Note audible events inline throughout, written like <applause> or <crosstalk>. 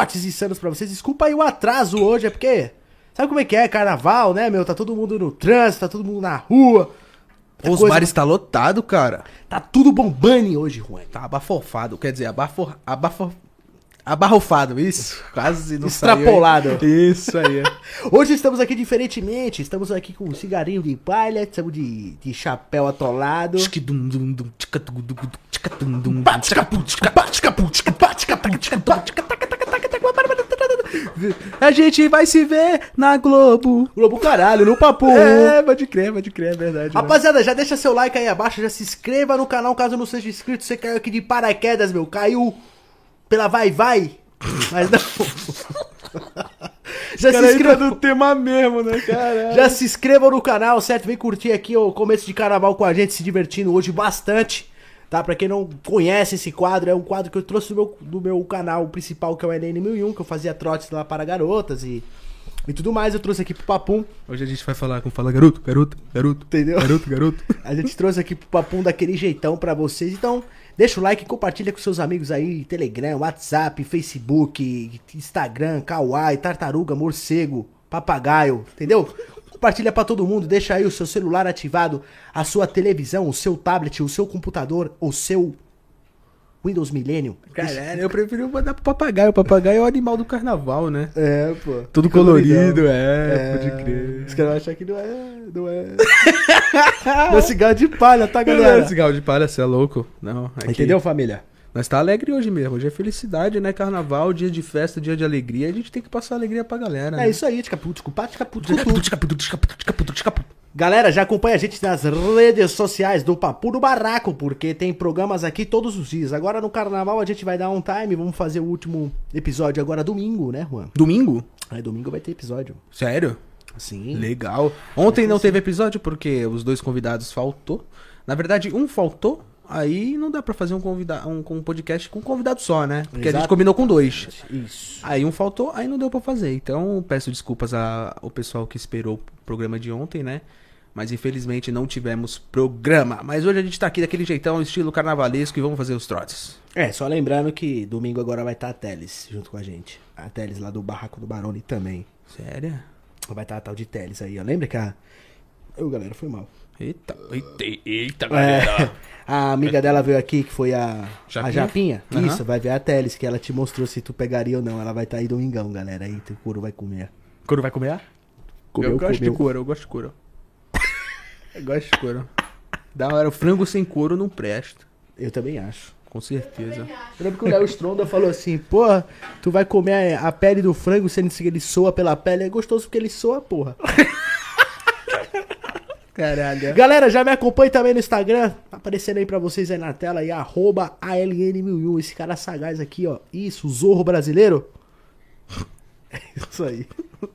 Esportes insanos pra vocês. Desculpa aí o atraso hoje, é porque. Sabe como é que é? Carnaval, né, meu? Tá todo mundo no trânsito, tá todo mundo na rua. Pô, os Coisa- bares tá lotado, cara. Tá tudo bombando hoje, Juan. Tá abafofado, quer dizer, abafor, abafor, abarrofado, isso. Quase não saiu, hein? Extrapolado. Isso <laughs> aí. é. Hoje estamos aqui diferentemente. Estamos aqui com um cigarrinho de palha, estamos de, de chapéu atolado. A gente vai se ver na Globo. Globo caralho, no papo. É, pode crer, pode crer, é verdade. né? Rapaziada, já deixa seu like aí abaixo, já se inscreva no canal caso não seja inscrito. Você caiu aqui de paraquedas, meu. Caiu pela vai vai. Mas não. <laughs> já, se Cara, entra inscreva, no tema mesmo, né, cara? já se inscrevam no canal, certo? Vem curtir aqui o começo de carnaval com a gente, se divertindo hoje bastante. Tá? Pra quem não conhece esse quadro, é um quadro que eu trouxe do meu, do meu canal principal, que é o LN1001, que eu fazia trotes lá para garotas e, e tudo mais. Eu trouxe aqui pro Papum. Hoje a gente vai falar com Fala Garoto, Garoto, Garoto, Entendeu? Garoto, Garoto. A gente trouxe aqui pro papum daquele jeitão pra vocês. Então, deixa o like, compartilha com seus amigos aí, Telegram, WhatsApp, Facebook, Instagram, Kawaii, Tartaruga, Morcego, Papagaio, entendeu? Compartilha pra todo mundo, deixa aí o seu celular ativado, a sua televisão, o seu tablet, o seu computador, o seu Windows Millennium. Caralho, eu prefiro mandar pro papagaio. O papagaio é o animal do carnaval, né? É, pô. Tudo colorido, é, pode Os crer. caras vão achar que não é, não é. <laughs> Meu cigarro de palha, tá, galera? Esse galo de palha, você é louco? Não, aqui- Entendeu, família? Nós tá alegre hoje mesmo. Hoje é felicidade, né? Carnaval, dia de festa, dia de alegria. A gente tem que passar alegria pra galera. né? É isso aí, tchapu, tchucupá, tchapu, tchucu. Galera, já acompanha a gente nas redes sociais do Papo do Barraco, porque tem programas aqui todos os dias. Agora no carnaval a gente vai dar um time, vamos fazer o último episódio agora domingo, né, Juan? Domingo? Aí domingo vai ter episódio. Sério? Sim. Legal. Ontem não teve episódio porque os dois convidados faltou. Na verdade, um faltou. Aí não dá pra fazer um, convida um, um podcast com um convidado só, né? Porque a Exato. gente combinou com dois. Isso. Aí um faltou, aí não deu pra fazer. Então peço desculpas a- ao pessoal que esperou o programa de ontem, né? Mas infelizmente não tivemos programa. Mas hoje a gente tá aqui daquele jeitão, estilo carnavalesco, e vamos fazer os trotes. É, só lembrando que domingo agora vai estar a Teles junto com a gente. A Teles lá do Barraco do Barone também. Sério? Vai estar a tal de Teles aí, ó. Lembra que a. Ô, galera, foi mal. Eita, eita, eita, É, a amiga dela veio aqui, que foi a Japinha. A Japinha? Japinha. Aham. Isso, vai ver a Teles, que ela te mostrou se tu pegaria ou não. Ela vai estar aí domingão, galera. Aí teu couro vai comer. Couro vai comer? Comeu, eu gosto comeu. de couro, eu gosto de couro. <laughs> eu gosto de couro. Da hora, o frango sem couro não presta. Eu também acho. Com certeza. Eu lembro que o Léo Stronda falou assim, porra, tu vai comer a pele do frango sendo que ele soa pela pele. É gostoso porque ele soa, porra. Caralho. Galera, já me acompanhe também no Instagram. Tá aparecendo aí pra vocês aí na tela aí, arroba ALN1001. Esse cara sagaz aqui, ó. Isso, Zorro Brasileiro. <laughs> É isso aí. <laughs>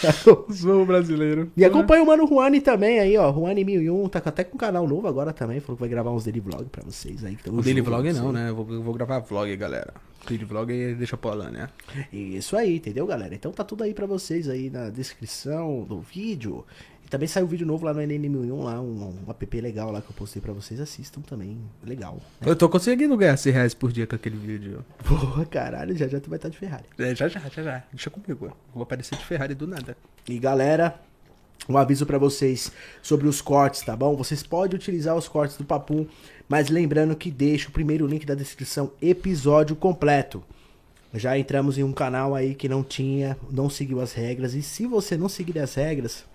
Tá Sou brasileiro. E acompanha o Mano Juani também aí, ó. Juani1001, tá até com um canal novo agora também. Falou que vai gravar uns daily vlog pra vocês aí. Que tão O daily junto, vlog não, assim. né? Eu vou, eu vou gravar vlog, galera. Daily vlog deixa pra lá, né? Isso aí, entendeu, galera? Então tá tudo aí pra vocês aí na descrição do vídeo. E também saiu um vídeo novo lá no NN1001, lá, um, um app legal lá que eu postei pra vocês. Assistam também. Legal. <laughs> Eu tô conseguindo ganhar 100 reais por dia com aquele vídeo. Porra, caralho, já já tu vai estar de Ferrari. É, já, já, já, já. Deixa comigo. Eu Vou aparecer de Ferrari do nada. E galera, um aviso pra vocês sobre os cortes, tá bom? Vocês podem utilizar os cortes do Papum, mas lembrando que deixa o primeiro link da descrição, episódio completo. Já entramos em um canal aí que não tinha, não seguiu as regras. E se você não seguir as regras,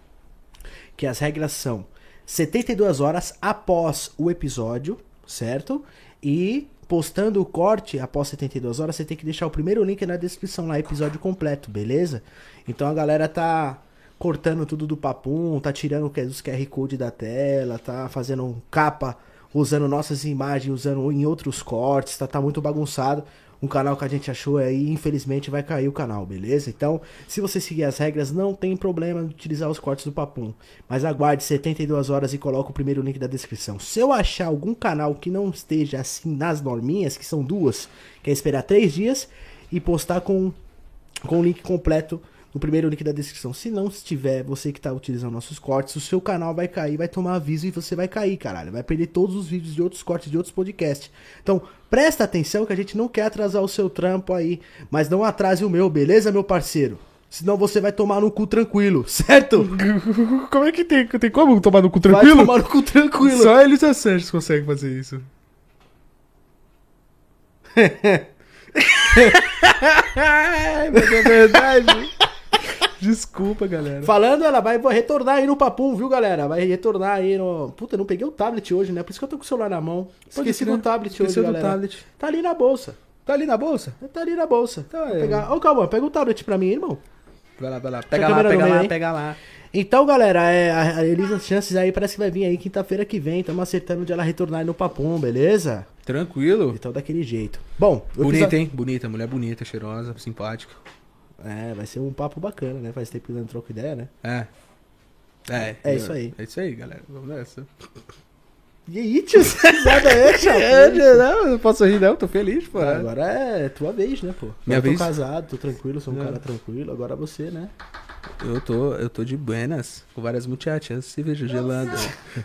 que as regras são 72 horas após o episódio, certo? E postando o corte após 72 horas, você tem que deixar o primeiro link na descrição lá, episódio completo, beleza? Então a galera tá cortando tudo do papum, tá tirando os QR Code da tela, tá fazendo capa, usando nossas imagens, usando em outros cortes, tá, tá muito bagunçado. Um canal que a gente achou aí, infelizmente vai cair o canal, beleza? Então, se você seguir as regras, não tem problema em utilizar os cortes do Papum. Mas aguarde 72 horas e coloque o primeiro link da descrição. Se eu achar algum canal que não esteja assim nas norminhas, que são duas, que é esperar três dias e postar com, com o link completo no primeiro link da descrição. Se não estiver, você que tá utilizando nossos cortes, o seu canal vai cair, vai tomar aviso e você vai cair, caralho. Vai perder todos os vídeos de outros cortes, de outros podcasts. Então, presta atenção que a gente não quer atrasar o seu trampo aí, mas não atrase o meu, beleza, meu parceiro? Senão você vai tomar no cu tranquilo, <laughs> certo? <laughs> Como é que tem, tem como tomar no cu Vai tranquilo? tomar no cu tranquilo. Só eles e a Sanches conseguem fazer isso. <laughs> Mas é verdade. Desculpa, galera. Falando, ela vai retornar aí no papum, viu, galera? Vai retornar aí no. Puta, eu não peguei o tablet hoje, né? Por isso que eu tô com o celular na mão. Esqueci crer. do tablet hoje, Esqueceu do galera. tablet. Tá ali na bolsa. Tá ali na bolsa? Tá ali na bolsa. Tá, Vou é. pegar... Ô, calma, pega o tablet pra mim, hein, irmão. Vai lá, vai lá. a Pega lá, câmera no pega meio, lá, hein? pega lá. Então, galera, é, a a Elisa Chances aí parece que vai vir aí quinta-feira que vem. Estamos acertando de ela retornar aí no papum, beleza? Tranquilo. Então, daquele jeito. Bom, o Bonita, episódio- hein? Bonita, mulher bonita, cheirosa, simpática. É, vai ser um papo bacana, né? Faz tempo que não troca ideia, né? É. É, É isso aí. É isso aí, galera. Vamos nessa. E aí, tio? <laughs> Que risada é, <laughs> chapa? não, não posso rir, não. Tô feliz, pô. Agora é tua vez, né, pô? Minha eu tô vez? casado, tô tranquilo, sou um Não. cara tranquilo. Agora você, né? Eu tô, eu tô de buenas, com várias muchachas, cerveja gelada,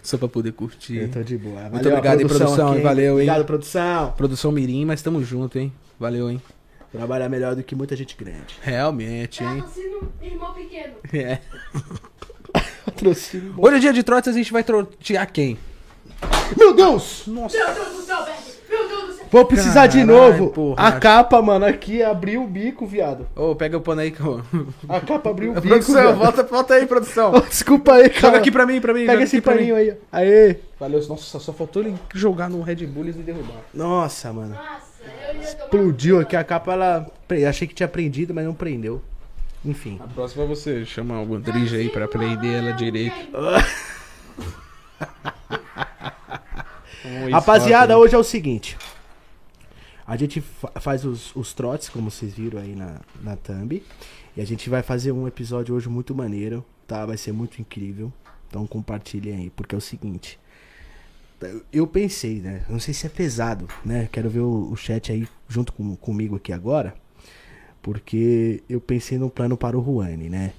só pra poder curtir. Eu tô de boa. Valeu, Muito obrigado, hein, produção, aqui, hein? Valeu, hein? Obrigado, produção. Produção Mirim, mas tamo junto, hein? Valeu, hein? Trabalha melhor do que muita gente grande. Realmente, <laughs> hein? Patrocínio Irmão Pequeno. É. Patrocínio. Hoje é dia de trotes, a gente vai trotear quem? Meu Deus! Nossa. Meu Deus do céu, velho. Meu Deus do céu. Vou precisar de Caralho, novo. porra. A capa, mano, aqui abriu o bico, viado. Ô, pega o pano aí, <laughs> cara. A capa abriu o bico. <laughs> Produção, viado. volta, volta aí, produção. Oh, <laughs> Desculpa aí, cara. Joga aqui pra mim, pra mim. Pega joga esse aqui pra mim. paninho aí. ó. Aê. Valeu, nossa, só faltou ele jogar no Red Bull e me derrubar. Nossa, mano. Nossa, eu ia tomar. Explodiu aqui a capa, ela. pre- Achei que tinha prendido, mas não prendeu. Enfim. A próxima é você chama o Andrija um aí pra prender ela direito. Um né? Rapaziada, hoje é o seguinte. A gente fa- faz os, os trotes, como vocês viram aí na, na thumb. E a gente vai fazer um episódio hoje muito maneiro, tá? Vai ser muito incrível. Então compartilhem aí, porque é o seguinte. Eu pensei, né? Não sei se é pesado, né? Quero ver o, o chat aí junto com, comigo aqui agora. Porque eu pensei num plano para o Ruane, né?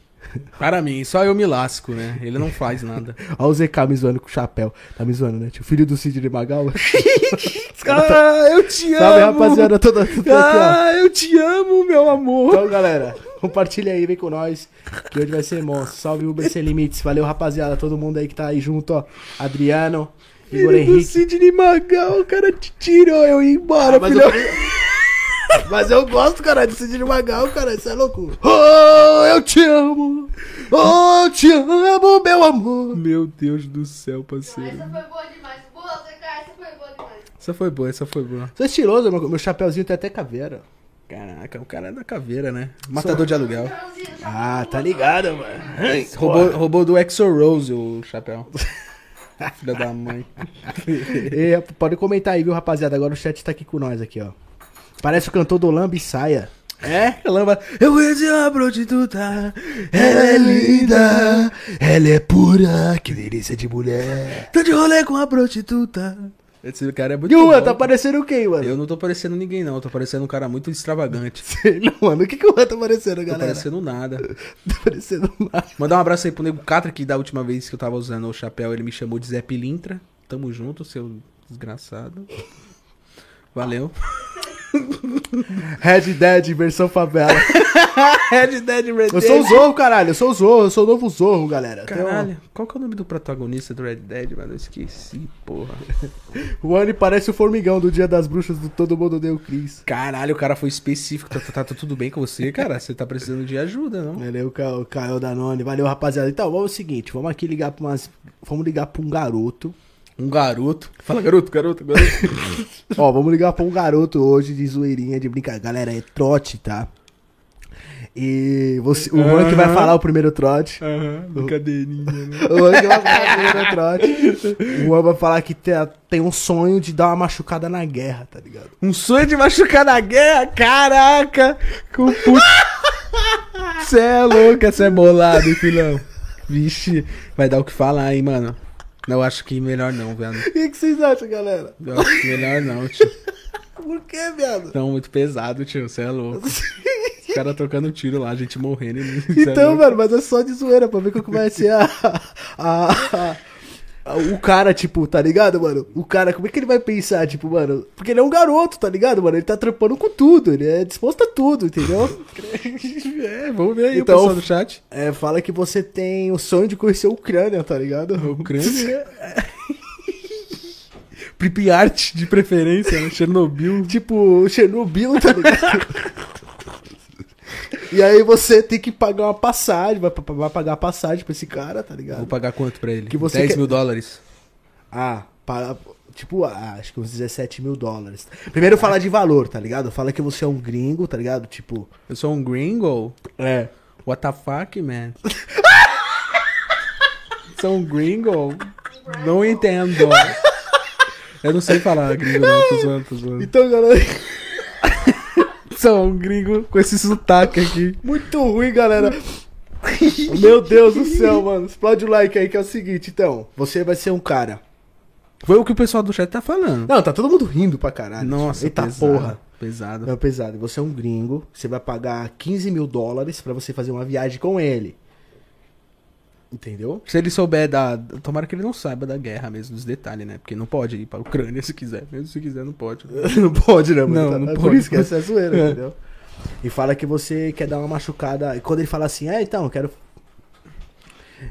Para mim, só eu me lasco, né? Ele não faz <laughs> nada. Olha o ZK me zoando com o chapéu. Tá me zoando, né? tio? filho do Cid de Magal. ah, eu te Sabe, rapaziada, toda, toda aqui, ó. Ah, eu te amo, meu amor. Então, galera, compartilha aí, vem com nós, que hoje vai ser monstro. Salve Uber Sem Limites. Valeu, rapaziada, todo mundo aí que tá aí junto, ó. Adriano, Igor Filho do Henrique. Sidney Magal, o cara te tirou Ah, eu ia embora, mas, filho. eu... <laughs> mas eu gosto, cara, de Cid Magal, cara, isso é loucura. Oh, eu te amo. Oh, eu te amo, meu amor. Meu Deus do céu, parceiro. Essa foi boa demais. Boa, Zeca, essa foi boa demais. Essa foi boa, essa foi boa. Sou é estiloso, meu, meu chapéuzinho tem até caveira. Caraca, o cara é da caveira, né? Matador de aluguel. Franzinho, já Ah, tá ligado, mano. Ai, Roubou, roubou do Exo Rose o chapéu. <laughs> Filha da mãe. É, pode comentar aí, viu, rapaziada? Agora o chat tá aqui com nós aqui, ó. Parece o cantor do Lambi Saia. É? Lamba. Eu "Ah, conheci uma prostituta. Ela é linda, ela é pura, que delícia de mulher. Tô de rolê com uma prostituta. Esse cara é muito Yuan, bom. tá parecendo o quê, mano? <laughs> Eu não tô parecendo ninguém, não. Eu Tô parecendo um cara muito extravagante. Não, mano, o que, que o Juan tá parecendo, Tô galera? parecendo nada. Tá parecendo nada. Mandar um abraço aí pro Nego Catra, que da última vez que eu tava usando o chapéu, ele me chamou de Zé Pilintra. Tamo junto, seu desgraçado. Valeu. Red Dead, versão favela. <laughs> Red Dead Redemption. Eu sou o Zorro, caralho. Eu sou o Zorro, eu sou o novo Zorro, galera. Tem um- Caralho, qual que é o nome do protagonista do Red Dead, mano? Eu esqueci, porra. O Anne parece o formigão do Dia das Bruxas do Todo Mundo Odeia o Cris. Caralho, o cara foi específico. Tá, tá- tá tudo bem com você, cara? Você tá precisando de ajuda, não? Valeu, é o Ca- o Caio Danone. Valeu, rapaziada. Então, vamos ao seguinte, vamos aqui ligar pra umas... Vamos ligar pra um garoto. Um garoto. Fala, garoto, garoto, garoto. Ó, vamos ligar pra um garoto hoje de zoeirinha, de brincadeira. Galera, é trote, tá? E você, o Juan que vai Aham. falar o primeiro trote. Aham, brincadeirinha, né? O Juan que vai falar o <laughs> primeiro trote. O Juan vai falar que te- tem um sonho de dar uma machucada na guerra, tá ligado? <laughs> Um sonho de machucar na guerra? Caraca! Com <laughs> Você é louca, você é bolado, hein, filhão. Vixe, vai dar o que falar, hein, mano. Não, acho que melhor não, velho. O que, que vocês acham, galera? Eu acho que melhor não, tio. Por que, viado? <laughs> Tão muito pesado, tio, você é louco. Os caras trocando tiro lá, a gente morrendo. e- Então, mano, mas é só de zoeira pra ver como que vai ser a, a- a- a- O cara, tipo, tá ligado, mano? O cara, como é que ele vai pensar, tipo, mano? Porque ele é um garoto, tá ligado, mano? Ele tá trampando com tudo, ele é disposto a tudo, entendeu? É, vamos ver aí Então- o pessoal do chat. É, fala que você tem o sonho de conhecer a Ucrânia, tá ligado? <laughs> Ucrânia? Pripyat, de preferência, né? Chernobyl. tipo, Chernobyl, tá ligado? <laughs> e aí você tem que pagar uma passagem, vai, pa- vai pagar a passagem pra esse cara, tá ligado? Vou pagar quanto pra ele? Que você 10 quer- mil dólares. Ah, para. Tipo, ah, acho que uns 17 mil dólares. Primeiro fala de valor, tá ligado? Fala que você é um gringo, tá ligado? Tipo. Eu sou um gringo? É. What the fuck, man? sou um gringo? Não entendo. Eu não sei falar gringo, não. Tô zoando, tô zoando. Então, galera. <laughs> Sou um gringo com esse sotaque aqui. Muito ruim, <laughs> galera. Meu Deus do céu, mano. Explode o like aí que é o seguinte, então. Você vai ser um cara. Foi o que o pessoal do chat tá falando. Não, tá todo mundo rindo pra caralho. tipo, Nossa, Eita pesado, porra. Pesado. Não, pesado. Você é um gringo. Você vai pagar 15 mil dólares pra você fazer uma viagem com ele. Entendeu? Se ele souber da. Tomara que ele não saiba da guerra mesmo, dos detalhes, né? Porque não pode ir pra Ucrânia se quiser. Mesmo se quiser, não pode. <laughs> Não pode, né, mano? Não, Tá- não é Por pode. isso que essa é zoeira, <laughs> É. entendeu? E fala que você quer dar uma machucada. E quando ele fala assim, é, então, eu quero.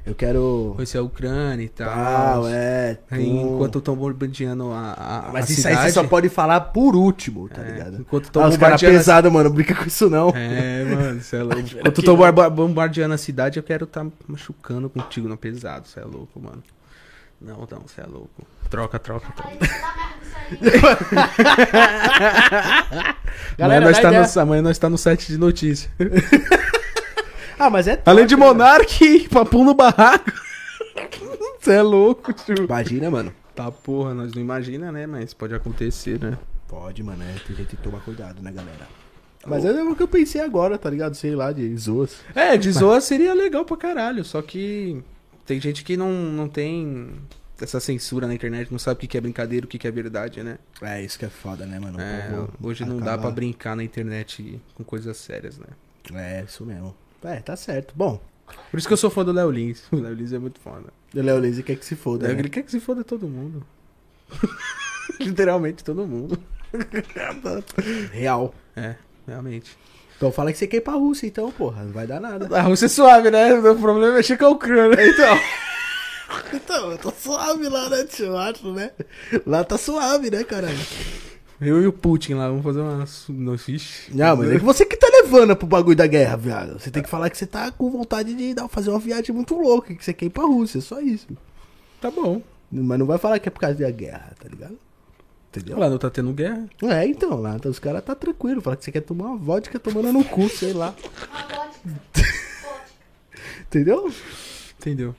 Eu quero. Conhecer a Ucrânia e tal. Tal, é. tu- Enquanto estão bombardeando a, a, Mas a isso cidade. aí você só pode falar por último, tá É, ligado? Enquanto Ah, tão os caras bombardeando. a- pesados, mano, não brinca com isso não. É, mano, cê é louco. Enquanto tão barba- bombardeando a cidade, eu quero tá machucando contigo no pesado, cê é louco, mano. Não, não, cê é louco. Troca, troca, troca. tá Aí vai dar merda isso aí. Galera, é, amanhã, nós dá tá ideia. no, amanhã nós tá no site de notícias. Ah, mas é. top, <laughs> Além de né, mano? Monark, papum no barraco. <laughs> Você é louco, tio. Imagina, mano. Tá porra, nós não imagina, né? Mas pode acontecer, né? Pode, mano, é. Tem que tomar cuidado, né, galera? Mas é o que eu pensei agora, tá ligado? Sei lá, de zoas. É, de zoa seria legal pra caralho, só que tem gente que não, não tem essa censura na internet, não sabe o que que é brincadeira, o que que é verdade, né? É, isso que é foda, né, mano? O É, povo hoje não dá acaba- pra brincar na internet com coisas sérias, né? É, isso mesmo. É, tá certo. Bom, Por isso que eu sou fã do Léo Lins. O Léo Lins é muito foda. o Léo Lins quer que se foda. né? Ele quer que se foda todo mundo. <laughs> Literalmente todo mundo. Real. É, realmente. Então fala que você quer ir pra Rússia, então, porra. Não vai dar nada. A Rússia é suave, né? O problema é mexer com a Ucrânia. Então. <laughs> então, tá suave lá, né, tio? Eu acho, né? Lá tá suave, né, caralho? <laughs> Eu e o Putin lá, vamos fazer uma. su- Não, ixi. Não, mas é que você que tá levando pro bagulho da guerra, viado. Você tem que falar que você tá com vontade de dar, fazer uma viagem muito louca, que você quer ir pra Rússia, só isso. Tá bom. Mas não vai falar que é por causa da guerra, tá ligado? Entendeu? Lá não tá tendo guerra. É, então, lá os caras tá tranquilo. Fala que você quer tomar uma vodka tomando no cu, sei lá. Uma vodka. Vodka. Entendeu? O Entendeu?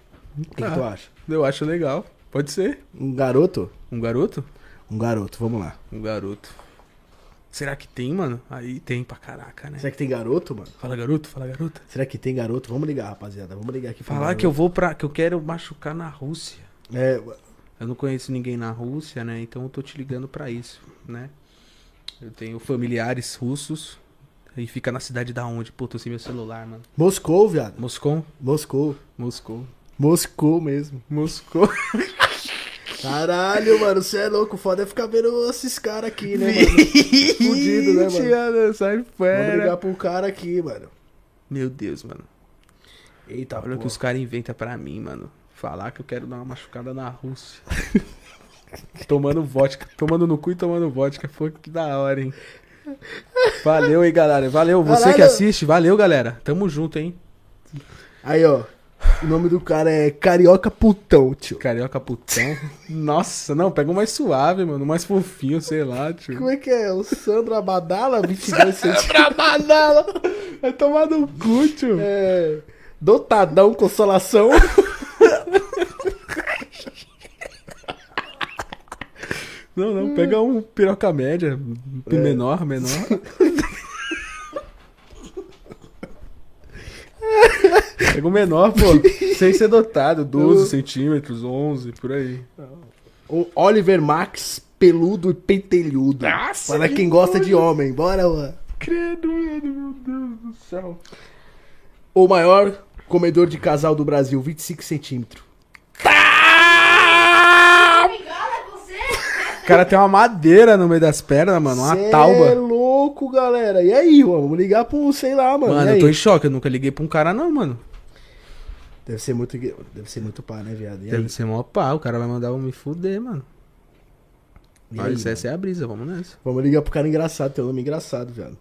que, Tá. que tu acha? Eu acho legal. Pode ser. Um garoto? Um garoto? Um garoto, vamos lá. Um garoto. Será que tem, mano? Aí tem pra caraca, né? Será que tem garoto, mano? Fala garoto, fala garota. Será que tem garoto? Vamos ligar, rapaziada. Vamos ligar aqui. pra Falar um que eu vou pra. que eu quero machucar na Rússia. garoto. É, Eu não conheço ninguém na Rússia, né? Então eu tô te ligando pra isso, né? Eu tenho familiares russos. E fica na cidade da onde? Pô, tô sem meu celular, mano. Moscou, viado. Moscou? Moscou. Moscou. Moscou mesmo. Moscou. <laughs> Caralho, mano, você é louco. Foda é ficar vendo esses caras aqui, né, mano? Fudido, né, mano? mano? Sai Vamos ligar fora. pro cara aqui, mano. Meu Deus, mano. Eita, Olha o que porra. os caras inventam pra mim, mano. Falar que eu quero dar uma machucada na Rússia. <laughs> tomando vodka. Tomando no cu e tomando vodka. Foi que da hora, hein? Valeu, hein, galera. Valeu. Você que Caralho. assiste, valeu, galera. Tamo junto, hein? Aí, ó. O nome do cara é Carioca Putão, tio. Carioca putão. Nossa, não, pega um mais suave, mano. um Mais fofinho, sei lá, tio. Como é que é? O Sandro Abadala, <laughs> 22 centímetros. Trabalhada! Vai tomar no cu, tio. É, Dotadão Consolação. Não, não, pega um piroca É. média, pi menor, menor. <laughs> pega um menor, pô, sem ser dotado, 12 centímetros, 11, por aí. O Oliver Max, peludo e pentelhudo. Nossa, Para que quem gosta de homem, bora, mano. Credo, mano, meu Deus do céu. O maior comedor de casal do Brasil, 25 centímetros. Tá! Bengala é você? O cara tem uma madeira no meio das pernas, mano. Uma Cê é tauba. louco, galera. E aí, mano? Vamos ligar pro, sei lá, mano. Mano, E aí? eu tô em choque. Eu nunca liguei pra um cara, não, mano. Deve ser muito, deve ser muito pá, né, viado? E aí? Deve ser mó pá. O cara vai mandar eu me fuder, mano. E aí, Mas essa é a brisa, vamos nessa. Vamos ligar pro cara engraçado, teu nome é engraçado, viado.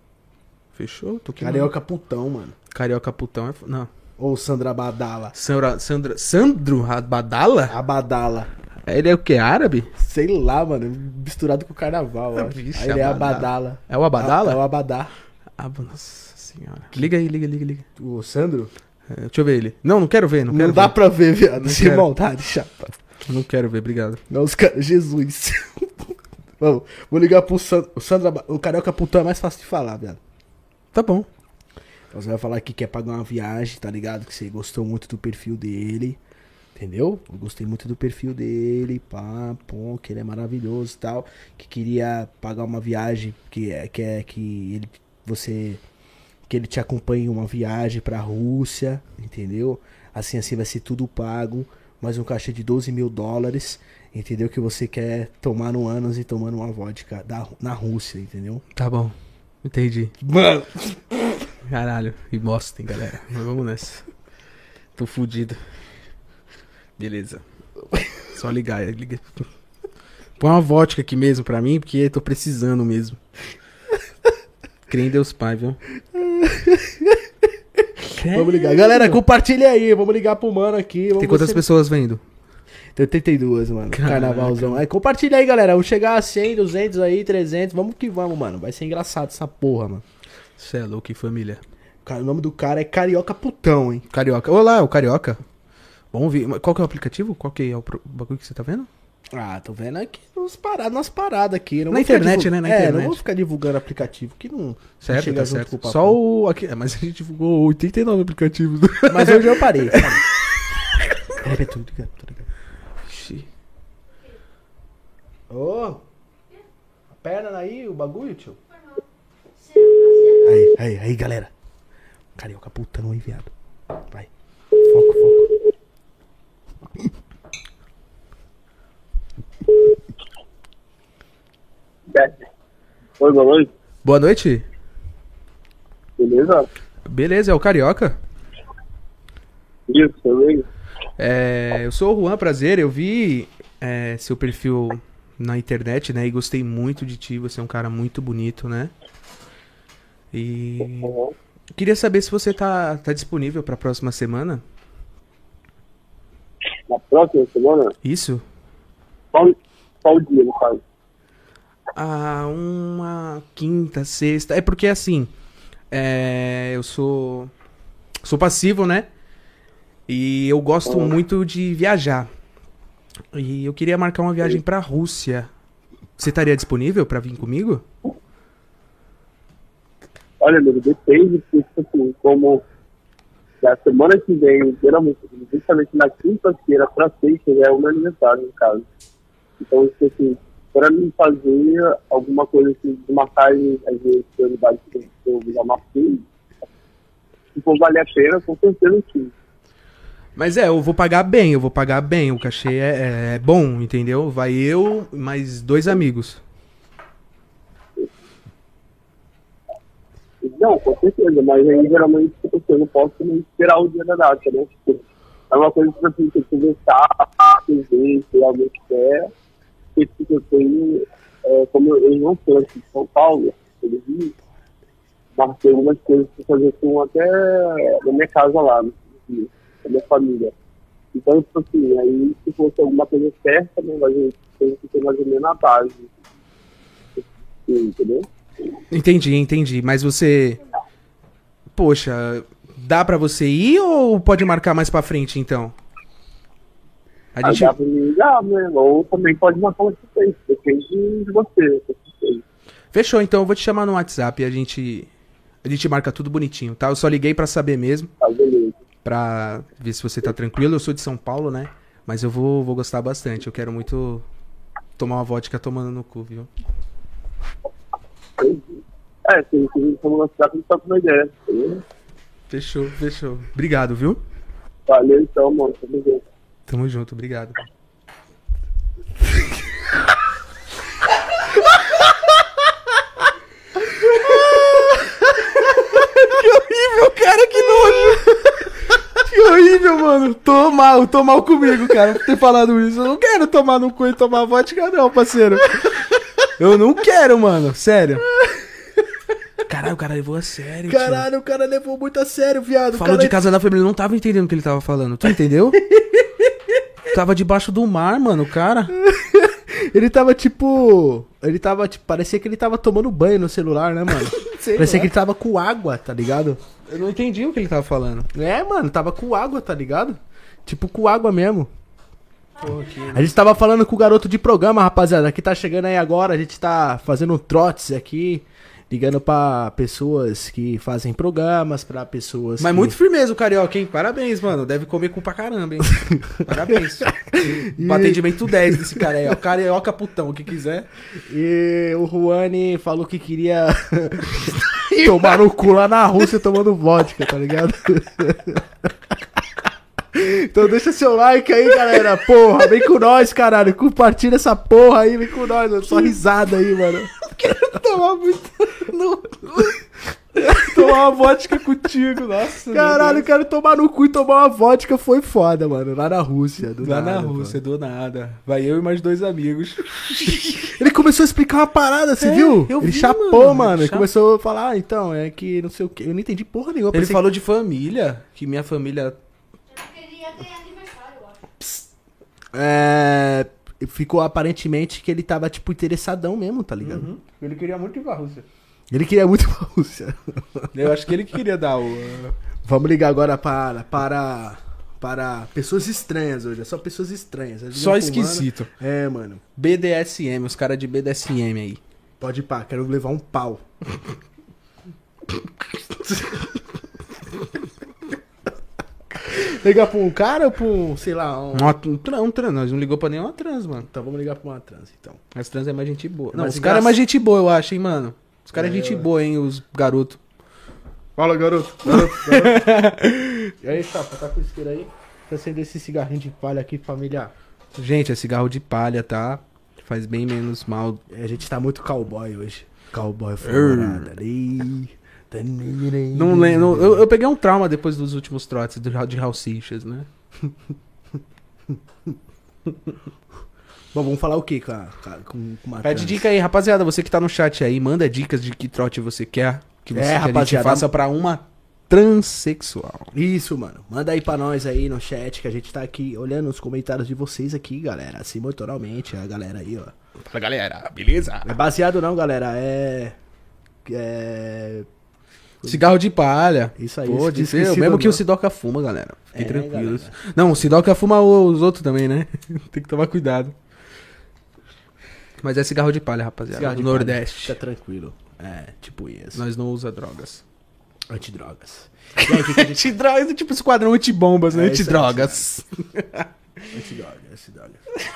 Fechou, tô aqui. mano. Carioca putão, mano. Carioca putão é. f- Não. Ou Sandra Badala. Sandra. Sandra. Sandro Badala? A Badala. Ele é o que? Árabe? Sei lá, mano. Misturado com o carnaval, <laughs> ó. Vixe, Aí ele é a Abadala. Badala. É o Abadala? É o Abadá. Ah, nossa senhora. Liga aí, liga, liga, liga. O Sandro? É, Deixa eu ver ele. Não, não quero ver, não Não, quero dá pra ver, viado. Não Sem quero. maldade, chapa. ver. Não quero ver, obrigado. Não, os caras. Jesus. <laughs> Vamos, vou ligar pro Sandro. O Sandra. Ba- O Carioca Putão é mais fácil de falar, viado. Tá bom. Então você vai falar que quer pagar uma viagem, tá ligado? Que você gostou muito do perfil dele. Entendeu? Eu gostei muito do perfil dele, pá, pô, que ele é maravilhoso e tal. Que queria pagar uma viagem, que é que, é, que ele você que ele te acompanhe em uma viagem pra Rússia, entendeu? Assim assim vai ser tudo pago, mais um caixa de 12 mil dólares, entendeu? Que você quer tomar no anos e tomando uma vodka da, na Rússia, entendeu? Tá bom. Entendi. Mano, Caralho. E bosta, hein, galera. Mas vamos nessa. Tô fudido. Beleza. Só ligar. é, Liga. Põe uma vodka aqui mesmo pra mim, porque eu tô precisando mesmo. Crê em Deus Pai, viu? Vamos ligar. Galera, compartilha aí. Vamos ligar pro mano aqui. Vamos É. Tem quantas ver se- pessoas vendo? Tem 82, mano. Caraca. Carnavalzão. Aí, compartilha aí, galera. Vamos chegar a 100, 200 aí, 300. Vamos que vamos, mano. Vai ser engraçado essa porra, mano. Cê é louco, hein, família. Cara, o nome do cara é Carioca Putão, hein? Carioca. Olá, o Carioca. Bom vi. Qual que é o aplicativo? Qual que é o pro- bagulho que você tá vendo? Ah, tô vendo aqui nos paradas, nas paradas aqui. Não vou Na ficar internet, divul- né? Na É, internet. não vou ficar divulgando aplicativo que não, não Certo, chega tá junto certo. com o papo. Só o. Aqui... é, Mas a gente divulgou 89 aplicativos. Mas hoje eu <laughs> parei. sabe? Peraí, peraí, tô ligando, tô ligando. Ixi. Ô! A perna aí, o bagulho, tio? Você você não Aí, aí, aí, galera. Carioca putão, hein, viado. Vai. Foco, foco. Oi, boa noite. Boa noite. Beleza? Beleza, é o Carioca. Isso, beleza? É, eu sou o Juan, prazer. Eu vi é, seu perfil na internet, né? E gostei muito de ti. Você é um cara muito bonito, né? E Uhum. queria saber se você tá, tá disponível pra próxima semana. Na próxima semana, Isso? qual, qual dia, no caso? Ah, uma quinta, sexta. É porque assim, é, eu sou sou passivo, né? E eu gosto muito de viajar. E eu queria marcar uma viagem pra Rússia. Você estaria disponível pra vir comigo? Olha, amigo, depende, porque, tipo assim, como na semana que vem, geralmente, justamente na quinta-feira pra sexta, já é o meu aniversário, no caso. Então, tipo assim, pra mim fazer alguma coisa assim, de massagem, às vezes, de unidade que eu já marquei, se for valer tipo, a pena, com certeza sim. Mas é, eu vou pagar bem, eu vou pagar bem. O cachê é, é bom, entendeu? Vai eu e mais dois amigos. Não, com certeza, mas aí geralmente tipo assim, eu não posso nem esperar o dia da data, né? Tipo, é uma coisa que assim, tem que conversar, tem que ver se alguém quer, porque tipo, eu tenho, é, como eu, eu não sou aqui de São Paulo, eu vi, marquei algumas coisas pra fazer com até na minha casa lá, no Rio, com a minha família. Então, tipo assim, aí se fosse alguma coisa certa, né, mas a gente tem que ter mais ou menos a base. Assim, entendeu? Entendi, entendi. Mas você. Poxa, dá pra você ir ou pode marcar mais pra frente então? A Aí gente, Ah, dá pra me ligar, né? Ou também pode marcar um assistente, depende de você. com certeza. Fechou, então eu vou te chamar no WhatsApp e a gente. A gente marca tudo bonitinho, tá? Eu só liguei pra saber mesmo, Tá, beleza. pra ver se você tá tranquilo. Eu sou de São Paulo, né? Mas eu vou, vou gostar bastante. Eu quero muito tomar uma vodka tomando no cu, viu? É, se você me chamar no WhatsApp, a gente tá com uma ideia. entendeu? Fechou, fechou. Obrigado, viu? Valeu então, mano. Tamo junto. Tamo junto, obrigado. <laughs> que horrível, cara, que nojo. Que horrível, mano. Tô mal, tô mal comigo, cara, por ter falado isso. Eu não quero tomar no cu e tomar vodka, não, parceiro. Eu não quero, mano, sério. Caralho, o cara levou a sério, tio. Caralho, o cara levou muito a sério, viado. O Falou cara... de casa da família, ele não tava entendendo o que ele tava falando. Tu <laughs> entendeu? tava debaixo do mar, mano, o cara. Ele tava tipo. Ele tava, tipo, parecia que ele tava tomando banho no celular, né, <laughs> mano? Sei parecia lá. que ele tava com água, tá ligado? Eu não entendi o que ele tava falando. É, mano, tava com água, tá ligado? Tipo, com água mesmo. A gente tava falando com o garoto de programa, rapaziada, que tá chegando aí agora. A gente tá fazendo trotes aqui, ligando pra pessoas que fazem programas, pra pessoas. Mas que- muito firmeza o carioca, hein? Parabéns, mano. Deve comer com pra caramba, <laughs> hein? Parabéns. Um Atendimento 10 desse cara aí, ó. Carioca putão, o que quiser. E o Juane falou que queria <laughs> tomar no cu lá na Rússia tomando vodka, tá ligado? <laughs> Então deixa seu like aí, galera. Porra, vem com nós, caralho. Compartilha essa porra aí, vem com nós, mano. Só risada aí, mano. Tomar muito. Tomar uma vodka é contigo, <laughs> nossa. Caralho, quero tomar no cu e tomar uma vodka foi foda, mano. Lá na Rússia. do Lá na nada, Rússia, do nada. Vai eu e mais dois amigos. pô. Ele começou a explicar uma parada, você viu? É, eu Ele vi, chapou, mano. mano. Ele Chapou. começou a falar, ah, então, é que não sei o quê. Eu não entendi porra nenhuma. Ele pensei falou de família, que minha família Eu queria ganhar aniversário, eu acho. É, ficou aparentemente que ele tava, tipo, interessadão mesmo, tá ligado? Uhum. Ele queria muito ir pra Rússia. Ele queria muito <laughs> pra Rússia. Eu acho que ele que queria dar o. Vamos ligar agora para, para, para pessoas estranhas hoje. É só pessoas estranhas. Nós Só ligamos pro mano. esquisito. É, mano. BDSM, os caras de BDSM aí. Pode ir pá, quero levar um pau. <laughs> ligar pra um cara ou pra um, sei lá, um... Uma, um trans, um trans, nós não ligou pra nenhuma trans, mano. Então vamos ligar pra uma trans, então. As trans é mais gente boa. É Não, mais os caras é engraç- mais gente boa, eu acho, hein, mano. Os caras é, É, gente eu- boa, hein, os garotos. Fala, garoto. garoto, garoto. e aí, chapa, tá com isqueiro aí? Tá acender esse cigarrinho de palha aqui, família. Gente, é cigarro de palha, tá? Faz bem menos mal. A gente tá muito cowboy hoje. Cowboy né? fumado ali. né, Não lembro. Eu, eu peguei um trauma depois dos últimos trotes do, de Halsichas, né? Bom, vamos falar o que com, a, com, com uma Pede trans? dica aí, rapaziada. Você que tá no chat aí, manda dicas de que trote você quer que, você, É, que a gente rapaziada. faça pra uma transexual. Isso, mano. Manda aí pra nós aí no chat que a gente tá aqui olhando os comentários de vocês aqui, galera. Simultaneamente, a galera aí, ó. Fala, galera, beleza? É baseado não, galera. É. É. Cigarro de palha. Isso aí, Pô, esse de disco que ser, Tá mesmo que o Sidoca- Sidoca fuma, galera. Fiquem É, tranquilos. galera. Não, o Sidoca fuma o- os outros também, né? <laughs> Tem que tomar cuidado. Mas é cigarro de palha, Tá. rapaziada. Cigarro do de Nordeste. palha. Fica tranquilo. É, tipo isso. Nós não usa drogas. Antidrogas. <laughs> E aí, o que que a gente... <laughs> Antidrogas, tipo esquadrão antibombas, né? É, isso aí, Antidrogas. Antidrogas,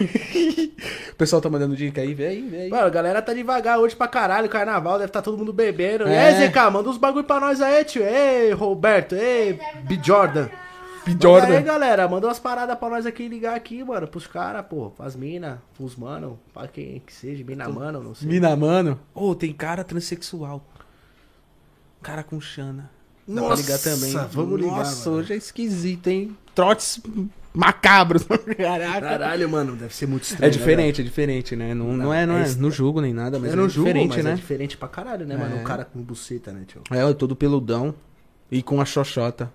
antidrogas. O pessoal tá mandando dica aí, vê aí, vê aí. Mano, a galera tá devagar hoje pra caralho, carnaval, deve tá todo mundo bebendo. E É. aí, ZK, manda uns bagulho pra nós aí, tio. Ei, Roberto, ei, B. <laughs> Jordan. P. Manda aí, Jordan. galera, manda umas paradas pra nós aqui, ligar aqui, mano, pros caras, pô, pras mina, pros mano, pra quem que seja, mina mano, não sei. Mina, mano. Ô, tem cara transexual. Cara com chana. Dá pra ligar também. vamos ligar, Nossa, mano. hoje é esquisito, hein? Trotes macabros. <laughs> Caraca. é Caralho, mano, deve ser muito estranho. É né, diferente, é diferente, né? Não, não é, não é é, no jogo nem nada, mas velho? é, Eu não julgo, diferente, mas né? é diferente pra caralho, né, mano, É. um cara com buceta, né, tio. É, eu todo peludão e com a xoxota.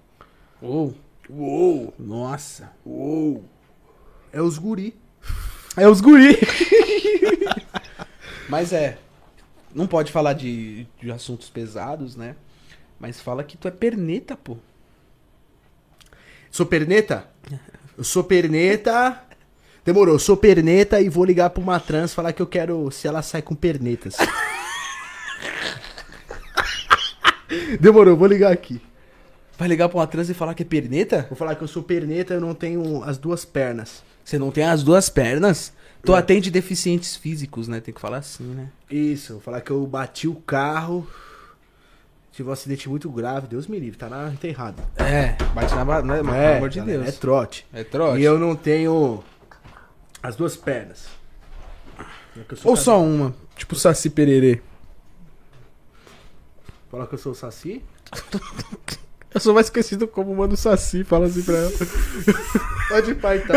Uou, Uou, nossa. uou. É os guri. É os guri. <laughs> mas é, não pode falar de, de assuntos pesados, né? Mas fala que tu é perneta, pô. Sou <laughs> perneta? Eu sou perneta. Demorou, sou perneta e vou ligar pra uma trans falar que eu quero se ela sai com pernetas. Demorou, vou ligar aqui. Vai ligar pra uma trans e falar que é perneta? Vou falar que eu sou perneta, eu não tenho as duas pernas. Você não tem as duas pernas? Tu atende deficientes físicos, né? Tem que falar assim, né? Isso, vou falar que eu bati o carro. Tive um acidente muito grave, Deus me livre, tá na enterrada. É, bate na barra, né? Mas, pelo amor de galera, Deus. É trote. É trote. E eu não tenho as duas pernas. É que eu sou Ou ca- só uma, tipo Saci Pererê. Fala que eu sou o Saci? Eu sou mais conhecido como Mano Saci, fala assim <laughs> pra ela. Pode ir pá, então.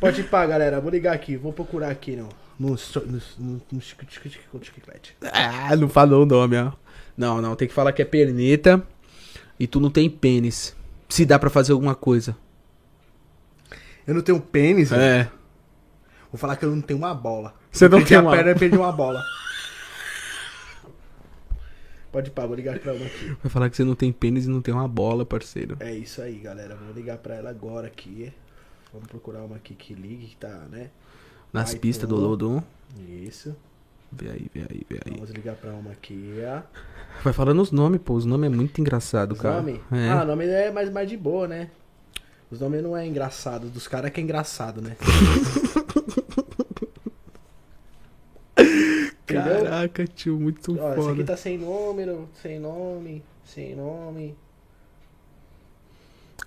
Pode ir pá, galera. Vou ligar aqui. Vou procurar aqui no. No. so- No. No. No. chic- chic- chic- com chiclete. Ah, não falou o nome, ó. Não, não, tem que falar que é perneta e tu não tem pênis. Se dá pra fazer alguma coisa. Eu não tenho pênis? né? É. Vou falar que eu não tenho uma bola. Você não Perdi tem a uma- perna e <laughs> perdi uma bola. Pode ir pá, vou ligar pra ela aqui. Vai falar que você não tem pênis e não tem uma bola, parceiro. É isso aí, galera. Vou ligar pra ela agora aqui. Vamos procurar uma aqui que ligue, que tá, né? Nas Ai, pistas do pô. Lodon. Isso. Vê aí, vê aí, vê aí. Vamos ligar pra uma aqui. ó. Vai falando os nomes, pô. Os nomes é muito engraçado, Os cara. nomes? É. Ah, o nome é mais, mais de boa, né? Os nomes não é engraçado. Dos caras que é engraçado, <laughs> né? Entendeu? Caraca, tio, muito Ó, esse aqui foda. tá sem número, sem nome, sem nome.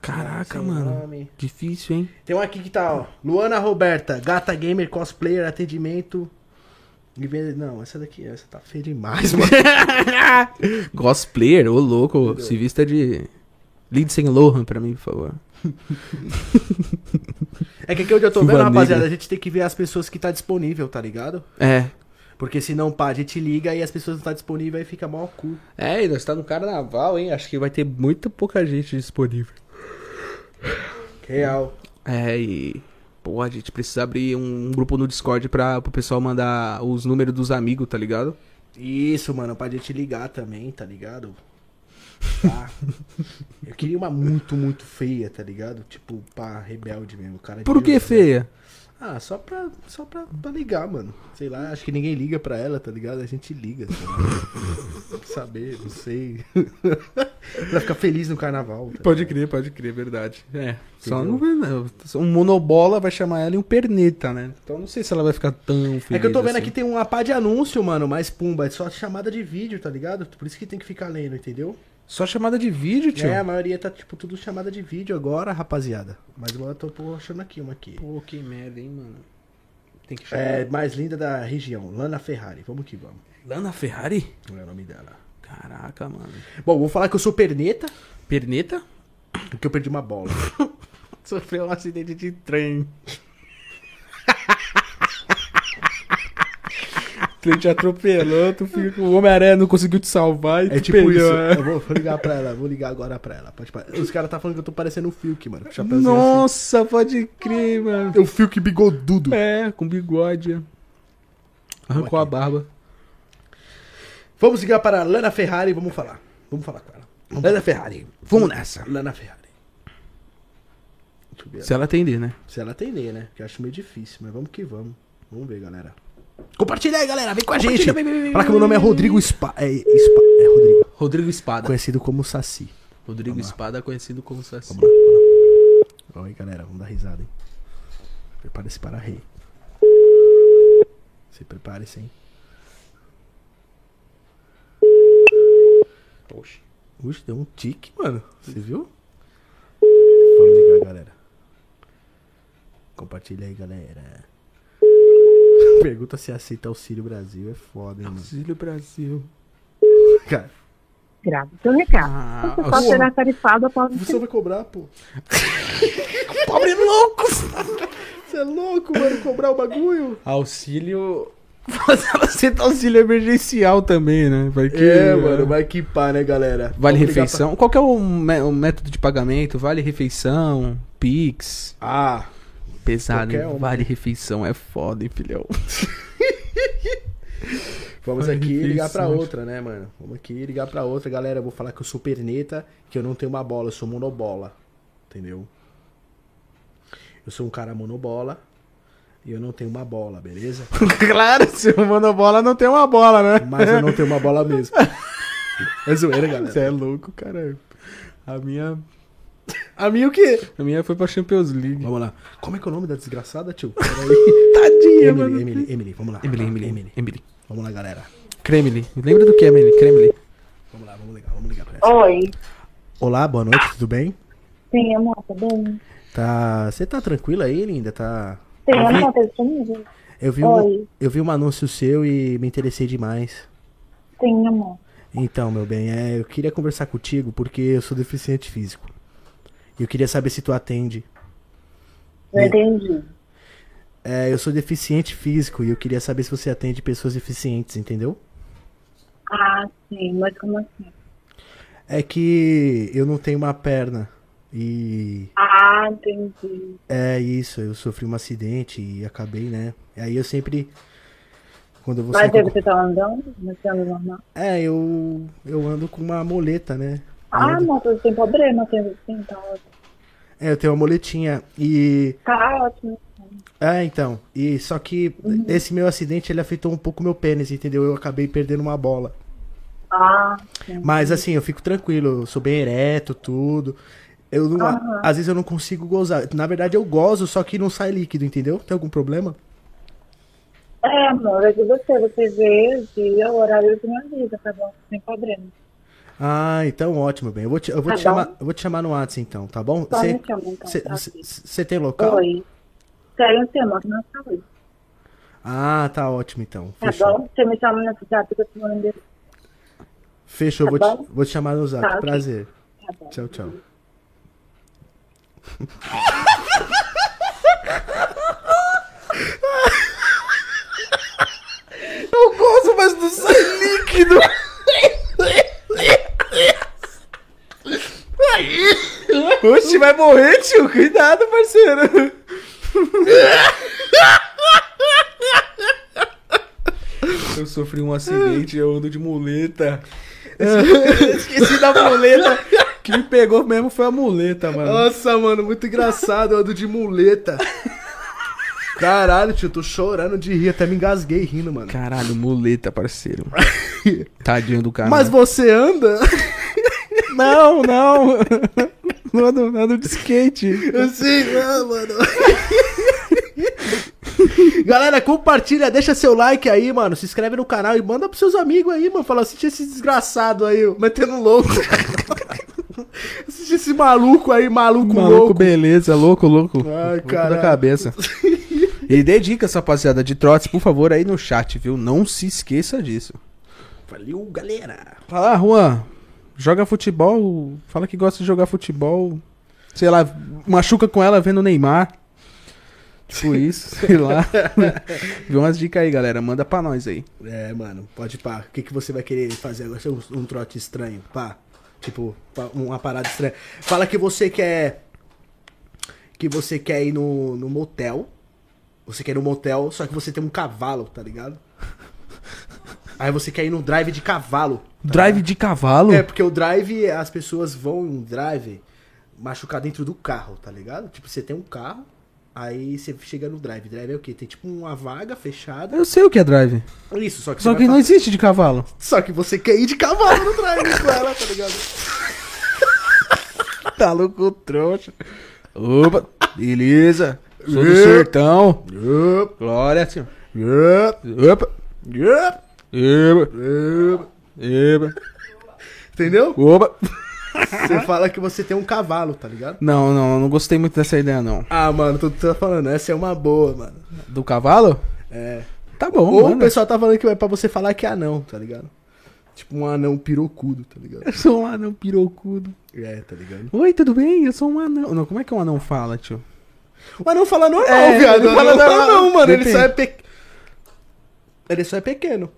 Caraca, tá sem mano. Nome. Difícil, hein? Tem um aqui que tá, ó. Luana Roberta, gata gamer, cosplayer, atendimento. e vende- Não, essa daqui, essa tá feia demais, <laughs> mano. <laughs> Cosplayer, ô louco. Se vista de. Lindsay Lohan pra mim, por favor. É que aqui onde eu tô Silva vendo, Negra. rapaziada, a gente tem que ver as pessoas que tá disponível, tá ligado? É. Porque senão, pá, a gente liga e as pessoas não tá disponível aí fica mal cu. É, e nós tá no carnaval, hein? Acho que vai ter muito pouca gente disponível. Real. É, e. Pô, a gente precisa abrir um, um grupo no Discord pra, pro pessoal mandar os números dos amigos, tá ligado? Isso, mano, pra gente ligar também, tá ligado? <laughs> Tá. Eu queria uma muito, muito feia, tá ligado? Tipo, pá, rebelde mesmo, cara. de Por É que né? violão. feia? Ah, só pra, só pra, pra ligar, mano. Sei lá, acho que ninguém liga pra ela, tá ligado? A gente liga. tá ligado? <laughs> Tem que saber, não sei. <laughs> pra ficar feliz no carnaval. tá ligado? crer, pode crer, verdade. É. Só não, Entendeu? não. Um monobola vai chamar ela e um perneta, né? Então não sei se ela vai ficar tão feliz. É que eu tô vendo assim. aqui tem uma pá de anúncio, mano, mas pumba, é só chamada de vídeo, tá ligado? Por isso que tem que ficar lendo, entendeu? Só chamada de vídeo, tio. É, a maioria tá, tipo, tudo chamada de vídeo agora, rapaziada. Mas eu tô pô, achando aqui uma aqui. Pô, que merda, hein, mano. Tem que chamar. É, mais linda da região, Lana Ferrari. Vamos que vamos. Lana Ferrari? Não é o nome dela. Caraca, mano. Bom, vou falar que eu sou perneta, <laughs> Perneta? porque eu perdi uma <laughs> bola. Sofreu um acidente de trem. O <laughs> trem te atropelou, tu fica com o Homem-Aranha, não conseguiu te salvar e É tu tipo perdeu, isso. é. Eu vou, vou ligar pra ela, vou ligar agora pra ela. Pode parar. Os caras tá falando que eu tô parecendo o Fiuk, mano. com o chapéuzinho Nossa, pode crer, mano. assim. É o Fiuk bigodudo. É, com bigode. é. Arrancou a barba. Vamos ligar para a Lana Ferrari e vamos falar. Vamos falar com ela. Lana Ferrari. Vamos nessa. Lana Ferrari. Deixa eu ver. Se ela atender, né? Se ela atender, né? Porque eu acho meio difícil, mas vamos que vamos. Vamos ver, galera. Compartilha aí, galera. Vem com a gente. Compartilha, vem, vem, vem, Fala que meu nome é Rodrigo Spa. É, Spa... é Rodrigo. Rodrigo Espada. Conhecido como Saci. Rodrigo Vamos lá. Espada, conhecido como Saci. Vamos lá, vamos lá. Ó aí, galera. Vamos dar risada, hein? Prepare-se para rei. Se prepare-se, hein? Poxa. Ux, deu um tique, mano. Você viu? Vamos ligar, galera. Compartilha aí, galera. <laughs> Pergunta se aceita auxílio Brasil. É foda, hein, mano. Auxílio Brasil. Cara, Grave Então, seu recado. Ah, Você só será tarifado após o <laughs> você vai cobrar, pô. Pobre louco! Você é louco, mano, cobrar o bagulho. Auxílio. <laughs> Você tá auxílio emergencial também, né? Vai que- É, mano, vai que pá, né, galera? Vale Vamos ligar refeição? Qual que é o, mé- o método de pagamento? Vale refeição? Pix? pra- Ah, Pesado, hein? Qualquer um. Vale refeição é foda, hein, filhão? vamos Vale aqui refeição, ligar pra acho. outra, né, mano? Vamos aqui ligar pra outra, galera. Eu vou falar que eu sou perneta, que eu não tenho uma bola, eu sou monobola. Entendeu? Eu sou um cara monobola e eu não tenho uma bola, beleza? <laughs> claro, se o monobola não tem uma bola, né? Mas eu não tenho uma bola <laughs> mesmo. É <laughs> zoeira, galera. Você é louco, caralho. A minha. A mim o quê? A minha foi pra Champions League. Vamos lá. Como é que é o nome da desgraçada, <laughs> tio? Peraí. Tadinha, Emily, Emily, Emily, vamos lá. Emily, Emily, Emily. Vamos lá, galera. Kremlin. Lembra do que, Emily? Kremlin. Vamos lá, vamos ligar, vamos ligar pra ela. Oi. Olá, boa noite, tudo bem? Sim, amor, tá bem? Tá. Você tá tranquila aí, linda? Tá. Tem Eu vi- alguma coisa comigo? Eu vi, um, Oi. eu vi um anúncio seu e me interessei demais. Sim, amor. Então, meu bem, é, eu queria conversar contigo porque eu sou deficiente físico. E eu queria saber se tu atende. Eu Oi. entendi. É, eu sou deficiente físico e eu queria saber se você atende pessoas deficientes, entendeu? Ah, sim, mas como assim? É que eu não tenho uma perna. E Ah, entendi. é isso, eu sofri um acidente e acabei, né? E aí eu sempre. Quando eu vou Mas sair aí com- você tá andando? Você anda normal? É, eu, eu ando com uma moleta, né? Ah, Ando- amor, você tem problema, tem assim, tá ótimo. É, eu tenho uma moletinha. E Tá ótimo. É, então. E só que Uhum. esse meu acidente ele afetou um pouco meu pênis, entendeu? Eu acabei perdendo uma bola. Ah, sim. Mas assim, eu fico tranquilo, eu sou bem ereto, tudo. Eu não, Aham. às vezes eu não consigo gozar. Na verdade eu gozo, só que não sai líquido, entendeu? Tem algum problema? É, amor, é de você. Você vê o dia, o horário e me avisa, tá bom? Sem problema. Ah, então ótimo, bem. Eu vou te, eu vou Tá te bom. chamar, eu vou te chamar no WhatsApp então, tá bom? Só Cê- me chama, então, cê- tá? cê- cê tem local? Oi. Sério, você amor, que não saúde. Ah, tá ótimo então. Tá Fechou. bom? Você me chama nesse zap que eu te mandei. Fechou, Tá vou, bom? Te, vou te chamar no Zap. Tá, ok. Prazer. Tá bom. Tchau, tchau. Eu gosto, mas não sai líquido. Oxe, vai morrer, tio. Cuidado, parceiro. Eu sofri um acidente, eu ando de muleta. Esqueci da muleta. Que me pegou mesmo foi a muleta, mano. Nossa, mano, muito engraçado, eu ando de muleta. Caralho, tio, tô chorando de rir, até me engasguei rindo, mano. Caralho, muleta, parceiro. Tadinho do cara. Mas você anda? Não, não. <laughs> Não ando, não ando de skate. Eu sei não, mano. Galera, compartilha, deixa seu like aí, mano. Se inscreve no canal e manda pros seus amigos aí, mano. Fala, assiste esse desgraçado aí, ó, metendo louco. <laughs> assiste esse maluco aí, maluco, Maluco, louco. beleza, é louco, louco. Ai, louco da caralho. cabeça. E dê dicas, rapaziada, de trotes, por favor, aí no chat, viu? Não se esqueça disso. Valeu, galera. Fala, ah, Juan, joga futebol, fala que gosta de jogar futebol. Sei lá, machuca com ela vendo o Neymar. Tipo isso, sei <laughs> lá. Viu umas dicas aí, galera. Manda pra nós aí. É, mano, pode pá. O que, que você vai querer fazer agora? Ser Um, um trote estranho, pá. Tipo, pá, uma parada estranha. Fala que você quer. Que você quer ir no, no motel. Você quer ir no motel, só que você tem um cavalo, tá <laughs> ligado? Aí você quer ir num drive de cavalo. Drive de cavalo? É, porque o drive, as pessoas vão em um drive machucar dentro do carro, tá ligado? Tipo, você tem um carro, aí você chega no drive. Drive é o quê? Tem tipo uma vaga fechada. Eu sei o que é drive. Isso, só que Só você que vai não existe de cavalo. só que você quer ir de cavalo no drive com ela, tá ligado? <laughs> Tá louco, trouxa. Opa, beleza. Sou do Ê. sertão. Yup, Glória, senhor. yup, Opa. yup, Eba, yup. eba, Entendeu? oba. Uhum. Você fala que você tem um cavalo, tá ligado? Não, não, não gostei muito dessa ideia, não. Ah, mano, tu tá falando, essa é uma boa, mano. Do cavalo? É. Tá bom, Ou o manda. pessoal tá falando que é pra você falar que é anão, tá ligado? Tipo um anão pirocudo, tá ligado? Eu sou um anão pirocudo. É, tá ligado? Oi, tudo bem? Eu sou um anão. Não, como é que um anão fala, tio? O Um anão fala normal, É, viado. ele Não fala fala normal, normal. não, mano. Ele Depende. só é pequeno. Ele só é pequeno.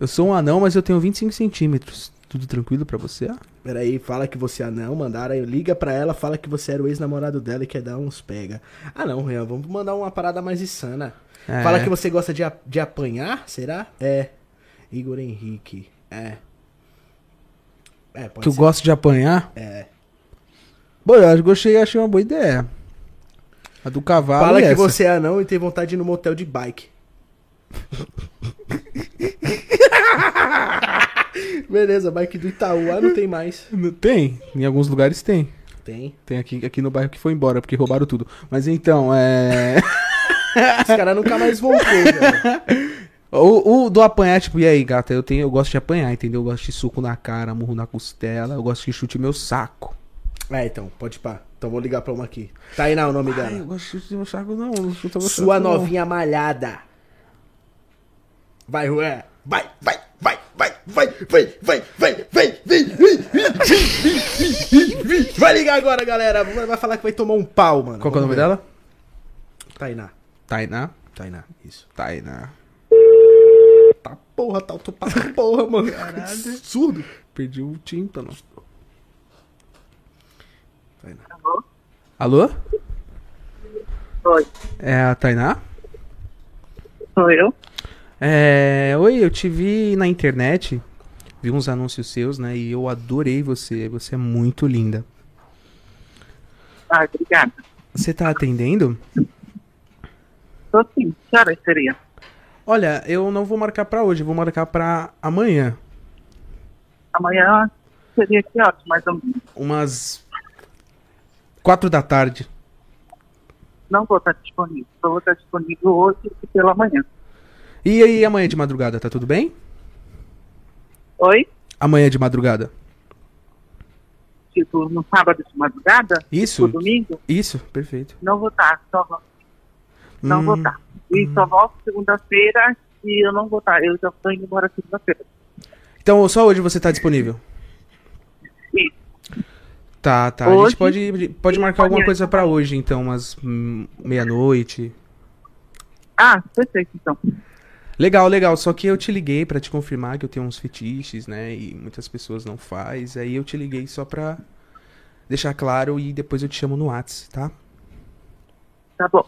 Eu sou um anão, mas eu tenho 25 centímetros. Tudo tranquilo pra você? Peraí, fala que você é anão, mandaram aí, liga pra ela, fala que você era o ex-namorado dela e quer dar uns pega. Ah não, Renan, vamos mandar uma parada mais insana. É. Fala que você gosta de, a- de apanhar, será? É. Igor Henrique, é. É, pode Que eu ser. gosto de apanhar? É. Bom, eu acho- gostei, achei uma boa ideia. A do cavalo Fala e que essa. você é anão e tem vontade de ir no motel de <laughs> bike. Beleza, bike do Itaú, ah, não tem mais. Não Tem, em alguns lugares tem. Tem. Tem aqui, aqui no bairro que foi embora, porque roubaram tudo. Mas então, é. Esse cara nunca mais voltou, velho. O, o do apanhar, tipo, e aí, gata, eu, tenho, eu gosto de apanhar, entendeu? Eu gosto de suco na cara, murro na costela, eu gosto que chute meu saco. É, então, pode pá. Então vou ligar pra uma aqui. Tainá, o nome Ai, eu dela. gosto de chute meu saco, não. não chuta meu Sua saco, não. novinha malhada. Vai, Juan. Vai, vai, vai, vai, vai, vai, vai, vai, vai, vai, vai, vai. Vai ligar agora, galera. Vai vai falar que vai tomar um pau, mano. Qual que é o nome Vamos Tá dela? ver. Tainá. Tainá. Tainá, isso. Tainá. Tá porra, tá alto pra porra, mano. Absurdo. Perdi o tímpano. Tainá. Alô? Oi. É a Tainá? Sou eu? É, oi, eu te vi na internet, vi uns anúncios seus, né? E eu adorei você, você é muito linda. Ah, obrigada. Você tá atendendo? Tô sim. Que horas seria? Olha, eu não vou marcar pra hoje, eu vou marcar pra amanhã, Amanhã seria que horas, mais ou menos. umas quatro da tarde. Não vou estar disponível. Só vou estar disponível hoje e pela manhã. E aí, amanhã de madrugada, tá tudo bem? Oi? Amanhã de madrugada. Tipo, no sábado de madrugada? Isso. No domingo? Isso, perfeito. Não vou estar. Só vou. Não Hum, vou estar. E só volto segunda-feira e eu não vou estar. Eu já estou indo embora segunda-feira. Então, só hoje você tá disponível? Isso. Tá, tá. A Hoje gente pode, pode e marcar alguma amanhã. coisa pra hoje, então, umas hum, meia-noite. Ah, perfeito, então. Legal, legal. Só que eu te liguei pra te confirmar que eu tenho uns fetiches, né? E muitas pessoas não faz. Aí eu te liguei só pra deixar claro e depois eu te chamo no Whats, tá? Tá bom.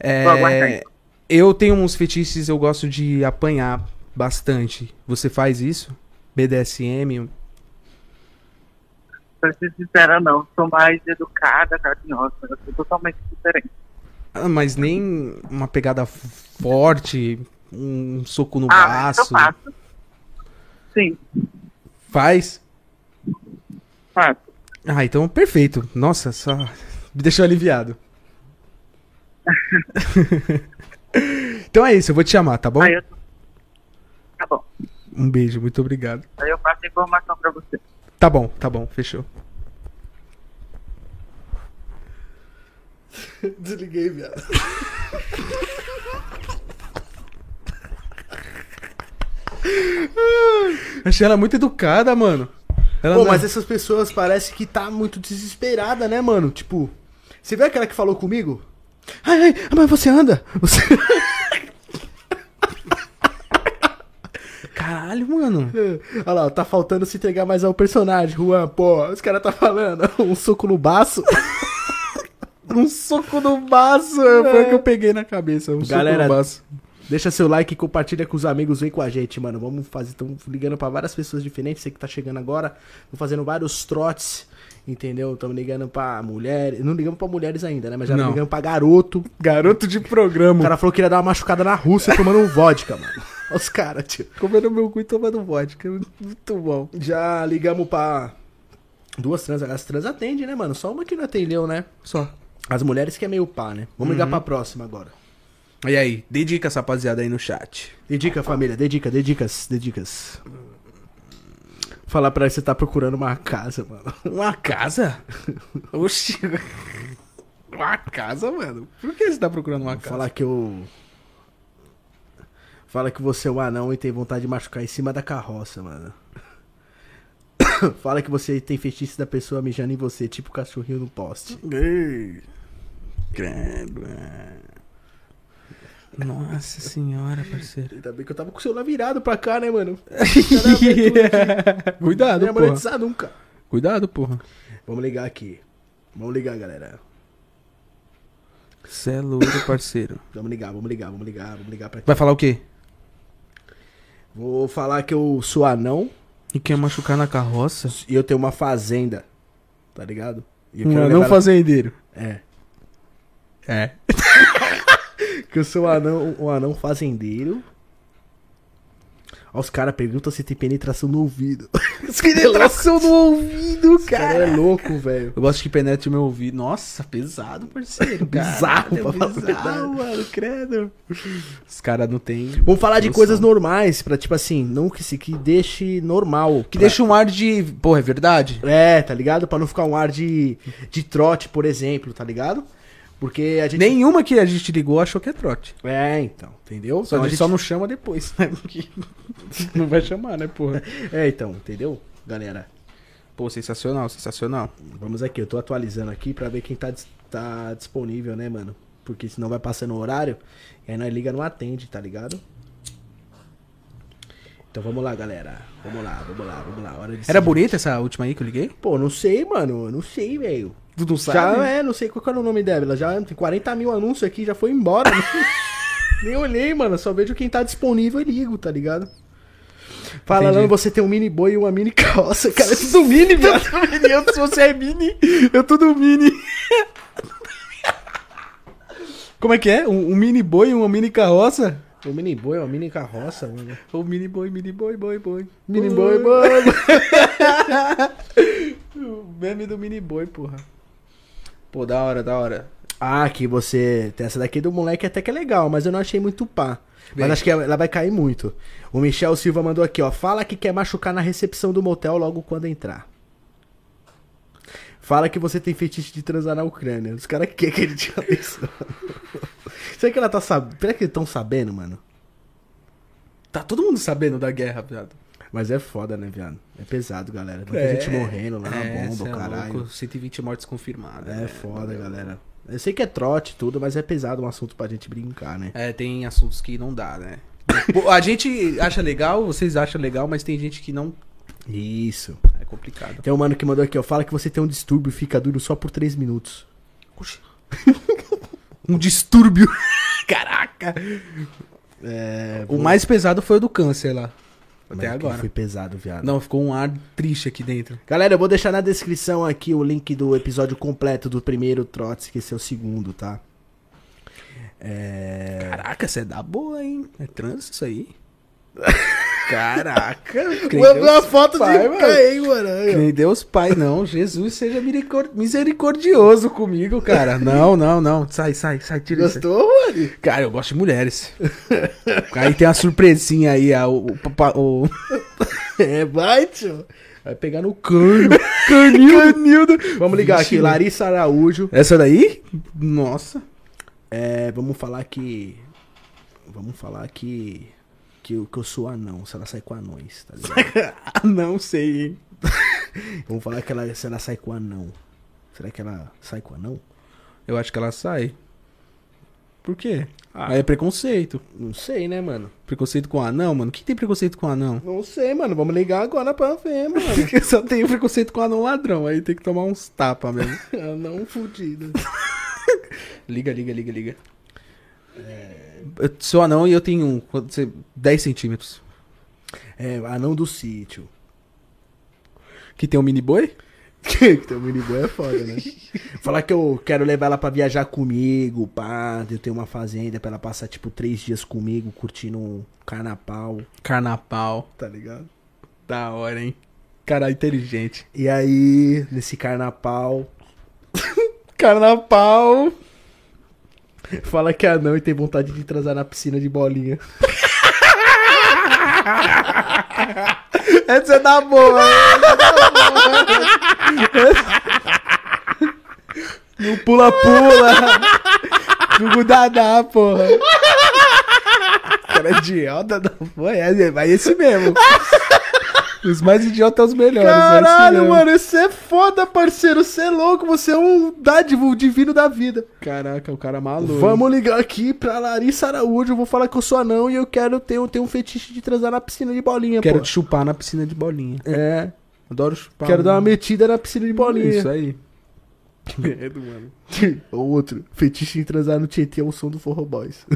É, Vou aguardar, então. eu tenho uns fetiches, eu gosto de apanhar bastante. Você faz isso? BDSM? Pra ser sincera, não. Sou mais educada, carinhosa. Eu sou Hum. totalmente diferente. Ah, mas nem uma pegada f- forte, um soco no Ah, isso eu braço. faço. Sim, Faz? faço. Ah, então perfeito. Nossa, só me deixou <laughs> aliviado. então é isso, eu vou te chamar, tá bom? Aí Ah, eu... Tá bom. Um beijo, muito obrigado. Aí eu passo a informação pra você. Tá bom, tá bom, fechou. Desliguei, viado. Achei ela muito educada, mano. Ela Pô, não- é- mas essas pessoas parece que tá muito desesperada, né, mano? Tipo, você viu aquela que falou comigo? Ai, ai, mas você anda? Você... Caralho, mano. Olha lá, tá faltando se entregar mais ao personagem, Juan, pô. Os caras tá falando, <laughs> um soco no baço. Um soco no baço. Foi o que eu peguei na cabeça. Um Galera- soco no baço. Deixa seu like, compartilha com os amigos, vem com a gente, mano. Vamos fazer, estamos ligando pra várias pessoas diferentes, você que tá chegando agora, estamos fazendo vários trotes, entendeu? Estamos ligando pra mulheres, não ligamos pra mulheres ainda, né? Mas já Não. ligamos pra garoto. Garoto de O programa. cara falou que ia dar uma machucada na Rússia tomando um vodka, mano. <laughs> Olha os caras, tio. comendo meu cu e tomando vodka. Muito bom. Já ligamos pra duas trans. As trans atendem, né, mano? Só uma que não atendeu, né? Só. As mulheres que é meio pá, né? Vamos ligar pra próxima agora. E aí, dedica essa rapaziada aí no chat. Dedica, família. Dedica, dedicas, dedicas. Falar pra ela que você tá procurando uma casa, mano. <laughs> Uma casa? Oxi. Uma casa, mano? Por que você tá procurando uma casa? Falar que eu... Fala que você é um anão e tem vontade de machucar em cima da carroça, mano. <coughs> Fala que você tem fetiche da pessoa mijando em você, tipo cachorrinho no poste. Ei. Credo. é. Nossa senhora, <laughs> parceiro. Ainda bem que eu tava com o celular virado pra cá, né, mano? Caramba, Cuidado, não é porra. monetizar nunca. Cuidado, porra. Vamos ligar aqui. Vamos ligar, galera. Cê é louco, parceiro. Vamos ligar, vamos ligar, vamos ligar, vamos ligar pra Vai falar o quê? Vou falar que eu sou anão E quer machucar na carroça? e eu tenho uma fazenda. Tá ligado? E eu Um quero anão levar- fazendeiro. É. É. Que eu sou um anão, um anão fazendeiro. Ó, os caras perguntam se tem penetração no ouvido. <laughs> penetração no ouvido, cara. Esse cara é louco, velho. Eu gosto que penetre o meu ouvido. Nossa, pesado, parceiro. Bizarro, Caralho, pra falar a verdade. bizarro, mano, credo. Os caras não tem. Vamos falar de noção. coisas normais, pra tipo assim, não que se que deixe normal. Que deixa um ar de. Porra, é verdade? É, tá ligado? Pra não ficar um ar de, de trote, por exemplo, tá ligado? Porque a gente. Nenhuma que a gente ligou achou que é trote. É, então, entendeu? Só, Então a a gente só não chama depois, né? Porque <laughs> não vai chamar, né, porra? <laughs> É, então, entendeu? Galera, Pô, sensacional, sensacional. vamos aqui. Eu tô atualizando aqui pra ver quem tá, dis- tá disponível, né, mano? Porque senão vai passando o horário e aí nós liga não atende, tá ligado? Então vamos lá, galera. Vamos lá, vamos lá, vamos lá. Hora de Era se- bonita essa última aí que eu liguei? Pô, não sei, mano. eu Não sei, velho. Tu não Já é, não sei qual que era o nome dela. Ela já tem 40 mil anúncios aqui, já foi embora. <laughs> né? Nem olhei, mano. Só vejo quem tá disponível e ligo, tá ligado? Fala, Entendi. Lano, você tem um mini boi e uma mini <laughs> calça. Cara, é tudo <laughs> <laughs> mini, velho. Eu, se você é mini, eu tudo mini. Como é que é? Um, um mini boi, uma mini carroça? Um mini boi, uma mini carroça, mano. Ou mini boi, mini boi, boi, boi. Mini boi, boi. boi. O meme do mini boi, porra. Pô, da hora, da hora. <laughs> Ah, que você. Tem essa daqui do moleque até que é legal, mas eu não achei muito pá. Bem. Mas acho que ela vai cair muito. O Michel Silva mandou aqui, ó. Fala que quer machucar na recepção do motel logo quando entrar. Fala que você tem fetiche de transar na Ucrânia. Os caras querem que ele te fale <laughs> isso. Será que ela tá sabendo? Será que estão sabendo, mano? Tá todo mundo sabendo da guerra, viado. Mas é foda, né, viado? É pesado, galera. Muita É, gente morrendo lá na é, cê Ah, bomba, é o caralho. louco, 120 mortes confirmadas. É né? foda, galera. Eu sei que é trote e tudo, mas é pesado um assunto pra gente brincar, né? É, tem assuntos que não dá, né? Pô, A gente acha legal, vocês acham legal, mas tem gente que não. Isso. É complicado. Tem um mano que mandou aqui, ó. Fala que você tem um distúrbio e fica duro só por 3 minutos. Um distúrbio. <laughs> Caraca! É. O mais pesado foi o do câncer lá. Mano, Até que agora. Foi pesado, viado. Não, ficou um ar triste aqui dentro. Galera, eu vou deixar na descrição aqui o link do episódio completo do primeiro Trotes, que esse é o segundo, tá? É. Caraca, você é da boa, hein? É trânsito isso aí? Caraca! creio Mandou Deus uma foto pai, de mano. pé, hein, mano. Aí, ó. Nem Deus Pai, não. Jesus seja misericor- misericordioso comigo, cara. Não, não, não. Sai, sai, sai, tira isso. aí. Gostou, mano? Cara, eu gosto de mulheres. aí tem uma surpresinha aí, a, o, o, papa- o É, vai, tio. Vai pegar no cano. Canildo. Vamos ligar Vixe, aqui, mano. Larissa Araújo. Essa daí? Nossa. É, vamos falar que. Vamos falar que. Que eu, que eu sou anão, se ela sai com anões, tá ligado? Ah, não sei, hein? Vamos falar que ela, se ela sai com anão. Será que ela sai com anão? Eu acho que ela sai. Por quê? Aí é preconceito. Não sei, né, mano? Preconceito com anão, mano? Quem tem preconceito com anão? <laughs> Não sei, mano. Vamos ligar agora pra ver, mano. Porque só tem preconceito com anão ladrão. Aí tem que tomar uns tapas mesmo. <laughs> anão fudido. <laughs> Liga, liga, liga, liga. É, Eu sou anão e eu tenho um, quando você- 10 centímetros. É, anão do sítio. <laughs> Que tem um mini boi? que tem um miniboy é foda, né? falar que eu quero levar ela pra viajar comigo, pá. Eu tenho uma fazenda pra ela passar, tipo, três dias comigo, curtindo um carnaval, Carnapau. tá ligado? Da hora, hein? Cara inteligente. E aí, nesse carnaval, Carnapau! fala que é anão e tem vontade de transar na piscina de bolinha. Essa é da boa! é hein? No pula-pula! No gudadá, porra! Cara idiota não foi? É, mas esse mesmo. Os mais idiotas são os melhores. é esse Caralho, mesmo. mano, você é foda, parceiro. Você é louco, você é um dádivo um divino da vida. Caraca, o cara é maluco. Vamos ligar aqui pra Larissa Araújo. Eu vou falar que eu sou anão e eu quero ter, eu tenho um fetiche de transar na piscina de bolinha, Quero pô. te chupar na piscina de bolinha. É, Adoro chupar. quero dar uma mano. metida na piscina de bolinha. <laughs> Isso é. aí. Outro, fetiche de transar no Tietê é o som do Forro Boys.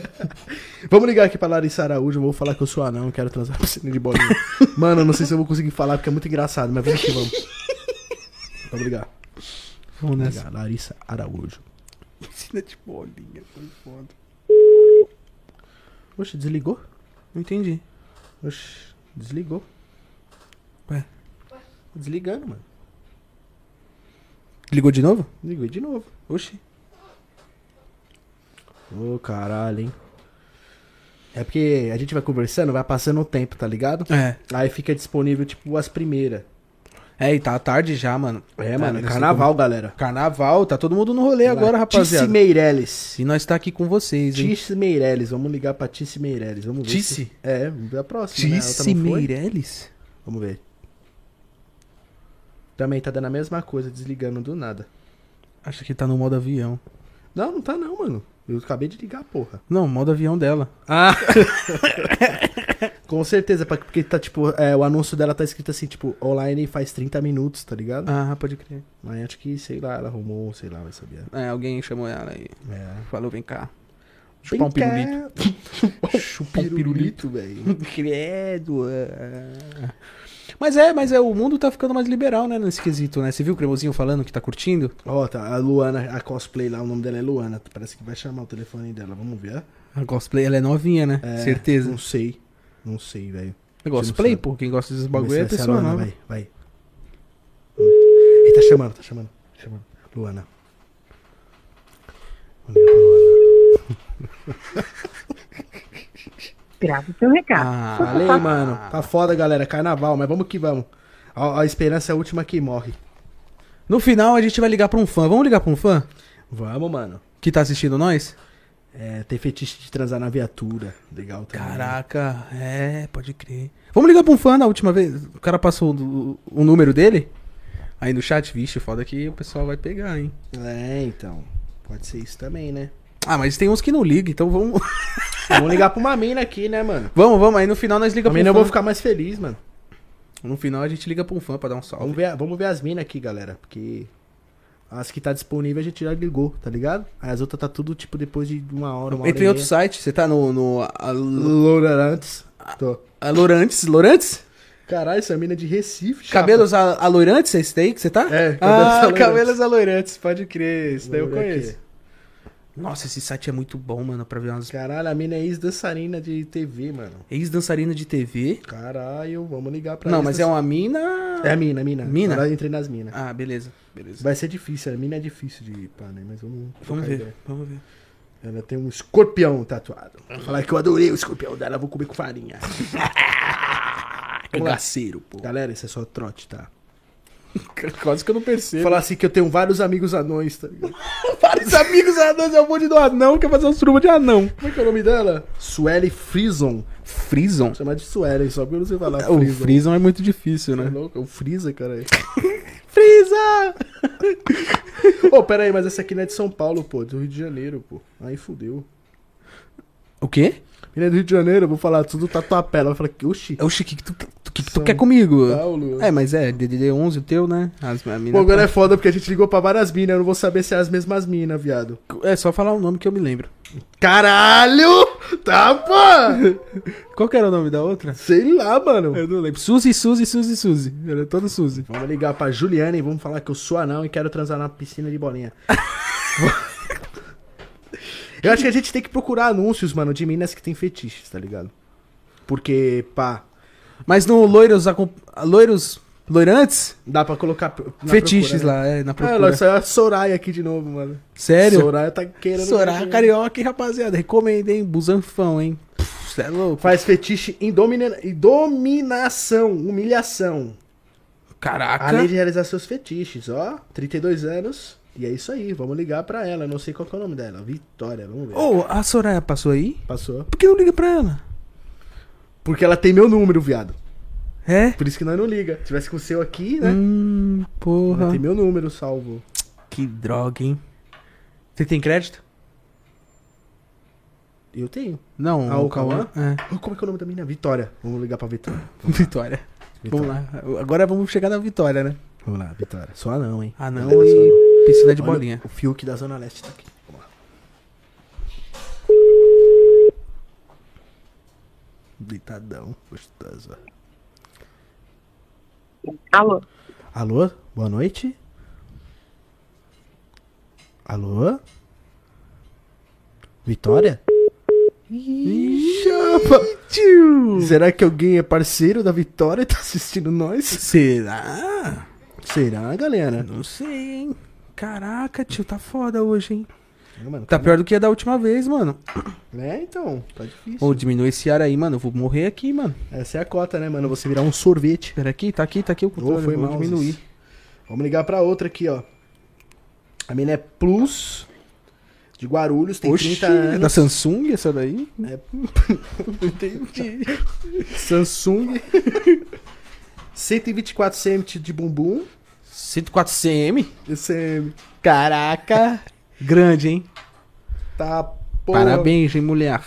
<laughs> Vamos ligar aqui pra Larissa Araújo. Eu vou falar que eu sou anão e quero transar na piscina de <laughs> bolinha. Mano, eu não sei se eu vou conseguir falar porque é muito engraçado, mas vamos que <laughs> vamos. Vamos ligar. Vamos Vamos nessa. ligar. Larissa Araújo. Piscina de bolinha, foi foda. Poxa, desligou? Não entendi. Oxi, desligou. Ué. tá Tô desligando, mano. Ligou de novo? Ligou de novo. Oxi. Ô, caralho, hein? É porque a gente vai conversando, vai passando o tempo, tá ligado? É. Aí fica disponível, tipo, as primeiras. É, e tá tarde já, mano. É, Tá, mano, nós tá carnaval, galera. com- Carnaval, tá todo mundo no rolê agora, Tice rapaziada. Meirelles. E nós tá aqui com vocês, hein? Tice Meirelles, vamos ligar pra Tice Meirelles. Vamos ver. Tice? se- É, da próxima. né? A outra Tice não foi? Meirelles? Vamos ver. Também tá dando a mesma coisa, desligando do nada. Acho que tá no modo avião. Não, não tá não, mano. Eu acabei de ligar, porra. Não, modo avião dela. Com certeza, pra- porque tá tipo, é, o anúncio dela tá escrito assim, tipo, online faz 30 minutos, tá ligado? Ah, pode crer. Mas acho que, sei lá, ela arrumou, sei lá, vai saber. É, alguém chamou ela aí. É. Falou, vem cá. Chupar um pirulito. <laughs> <laughs> Chupar um pirulito. velho. Credo. é. Mas é, mas é, o mundo tá ficando mais liberal, né, nesse quesito, né? Você viu o Cremosinho falando que tá curtindo? Ó, tá, a Luana, a cosplay lá, o nome dela é Luana. Parece que vai chamar o telefone dela, vamos ver. A cosplay, ela é novinha, né? É, Certeza. Não sei, não sei, velho. É não cosplay, sabe. pô, quem gosta desses Vamos bagulho ver é se essa pessoa Luana, nova. Vai, vai. Ele tá chamando, tá chamando. chamando. Luana. Vamos ligar pra Luana. Grave seu recado. Ah, olha aí, mano. Tá foda, galera. Carnaval, mas vamos que vamos. A, a esperança é a última que morre. No final a gente vai ligar pra um fã. Vamos ligar pra um fã Vamos, mano. que tá assistindo nós? É, tem fetiche de transar na viatura. Legal também. Caraca, é, pode crer. Vamos ligar pra um fã da última vez. O cara passou o, o número dele aí no chat. Vixe, foda que o pessoal vai pegar, hein? É, então. Pode ser isso também, né? Ah, mas tem uns que não ligam, então vamos. <laughs> Vamos ligar pra uma mina aqui, né, mano? vamos, vamos. Aí no final nós A ligamos mina pra um eu vou fã. ficar mais feliz, mano. No final a gente liga pra um fã pra dar um salve. Vamos ver, vamos ver as minas aqui, galera. Porque as que tá disponível a gente já ligou, tá ligado? Aí as outras tá tudo tipo depois de uma hora, uma hora. Entra em e outro meia. site, você tá no. no Al- Loura antes. Tô. Alorantes? Lorantes? Caralho, essa mina é de Recife, chapa. Cabelos a- Alorantes? É esse daí que você tá? É, cabelos ah, alorantes. Cabelos Alorantes, pode crer. Esse daí eu Vamos ver conheço. aqui. Nossa, esse site é muito bom, mano, pra ver umas Caralho, a mina é ex-dançarina de TV, mano. ex-dançarina de TV. Caralho, vamos ligar pra não, ex- mas é uma mina. É a mina, a mina. Mina? Agora eu entrei nas minas. Ah, beleza, beleza. Vai ser difícil, a mina é difícil de ir pra, né? Mas vamos. Vamos trocar ver, ideia. vamos ver. Ela tem um escorpião tatuado. Vou falar que eu adorei o escorpião dela, vou comer com <laughs> farinha. Cagaceiro, pô. Galera, isso é só trote, tá? <laughs> Quase que eu não Vou percebo. falar assim que eu tenho vários amigos anões, tá ligado? vários amigos anões, é o bonde do anão, quer fazer uma suruba de anão. Como é que é o nome dela? Sueli Frison. Frison? Vou chamar de Sueli, só porque eu não sei falar O Frison. Frison é muito <laughs> difícil, Tá né? louco? É o Freeza, cara. Frisa! Ô, pera aí, mas essa aqui não é de São Paulo, pô. Do Rio de Janeiro, pô. Aí fudeu. O quê? Mina é do Rio de Janeiro, eu vou falar tudo tatuapé. Ela vai falar que, oxi, É o Chique, que tu, tu- que tu São quer comigo? Paulo. É, mas é, DDD11 o teu, né? As, a mina Pô, agora é né?" foda porque a gente ligou pra várias minas. Eu não vou saber se é as mesmas minas, viado. é... só falar o nome que eu me lembro. Caralho! Tá, <laughs> pô! Qual que era o nome da outra? Sei lá, mano. Eu não lembro. Suzy, Suzy, Suzy, Suzy. Era todo Suzy. Vamos ligar pra Juliana e vamos falar que eu sou anão e quero transar na piscina de <laughs> bolinha. eu acho que a gente tem que procurar anúncios, mano, de minas que tem fetiches, tá ligado? Porque, pá, Mas no Loiros. acom- Loiros. Loirantes? dá pra colocar p- na fetiches procura, né? lá, é, na Ah, procura. ela saiu a Soraya aqui de novo, mano. Sério? Soraya tá querendo. Soraya carioca, hein, rapaziada. Recomendo, hein? Busanfão, hein? Cê é louco. Faz fetiche em domina... em dominação, humilhação. Caraca. Além de realizar seus fetiches, ó. 32 anos. E é isso aí, vamos ligar pra ela. Não sei qual que é o nome dela. Vitória, vamos ver. Ô, a Soraya passou aí? Passou. Por que não liga pra ela? Porque ela tem meu número, viado. É? Por isso que nós não liga. Se tivesse com o seu aqui, né? Hum, Ela porra. tem meu número salvo. Que droga, hein? Você tem crédito? Eu tenho. Não, Ah, o o Cauã. É. Oh, Como é que é o nome da menina? Vitória. Vamos ligar pra Vitória. <laughs> Vitória. Vamos Vitória. lá. Agora vamos chegar na vitória, né? Vamos lá, Vitória. Só não, hein? Ah, não. Galera, só não. E piscina de Olha, bolinha. O Fiuk da Zona Leste tá aqui. Vamos lá. Deitadão, gostosa. Alô? Alô? Boa noite? Alô? Vitória? Ixi, Caramba! Tio! Será que alguém é parceiro da Vitória e tá assistindo nós? Será? Será, galera? Não sei, hein? Caraca, tio, tá foda hoje, hein? É, mano, Tá pior do que a da última vez, mano. É, então, tá difícil. Ô, diminui esse ar aí, mano. Eu vou morrer aqui, mano. Essa é a cota, né, mano? Você virar um sorvete. Pera aqui, tá aqui, tá aqui o controle. Ô, foi vou mal. diminuir. Zez. Vamos ligar pra outra aqui, ó. A mina é Plus, de Guarulhos, tem Oxi, 30 é da <laughs> anos. Samsung essa daí? Entendi. Samsung. 124 cm de bumbum. 104 CM? Esse... Caraca! Grande, hein? Tá, porra. Parabéns, hein, mulher.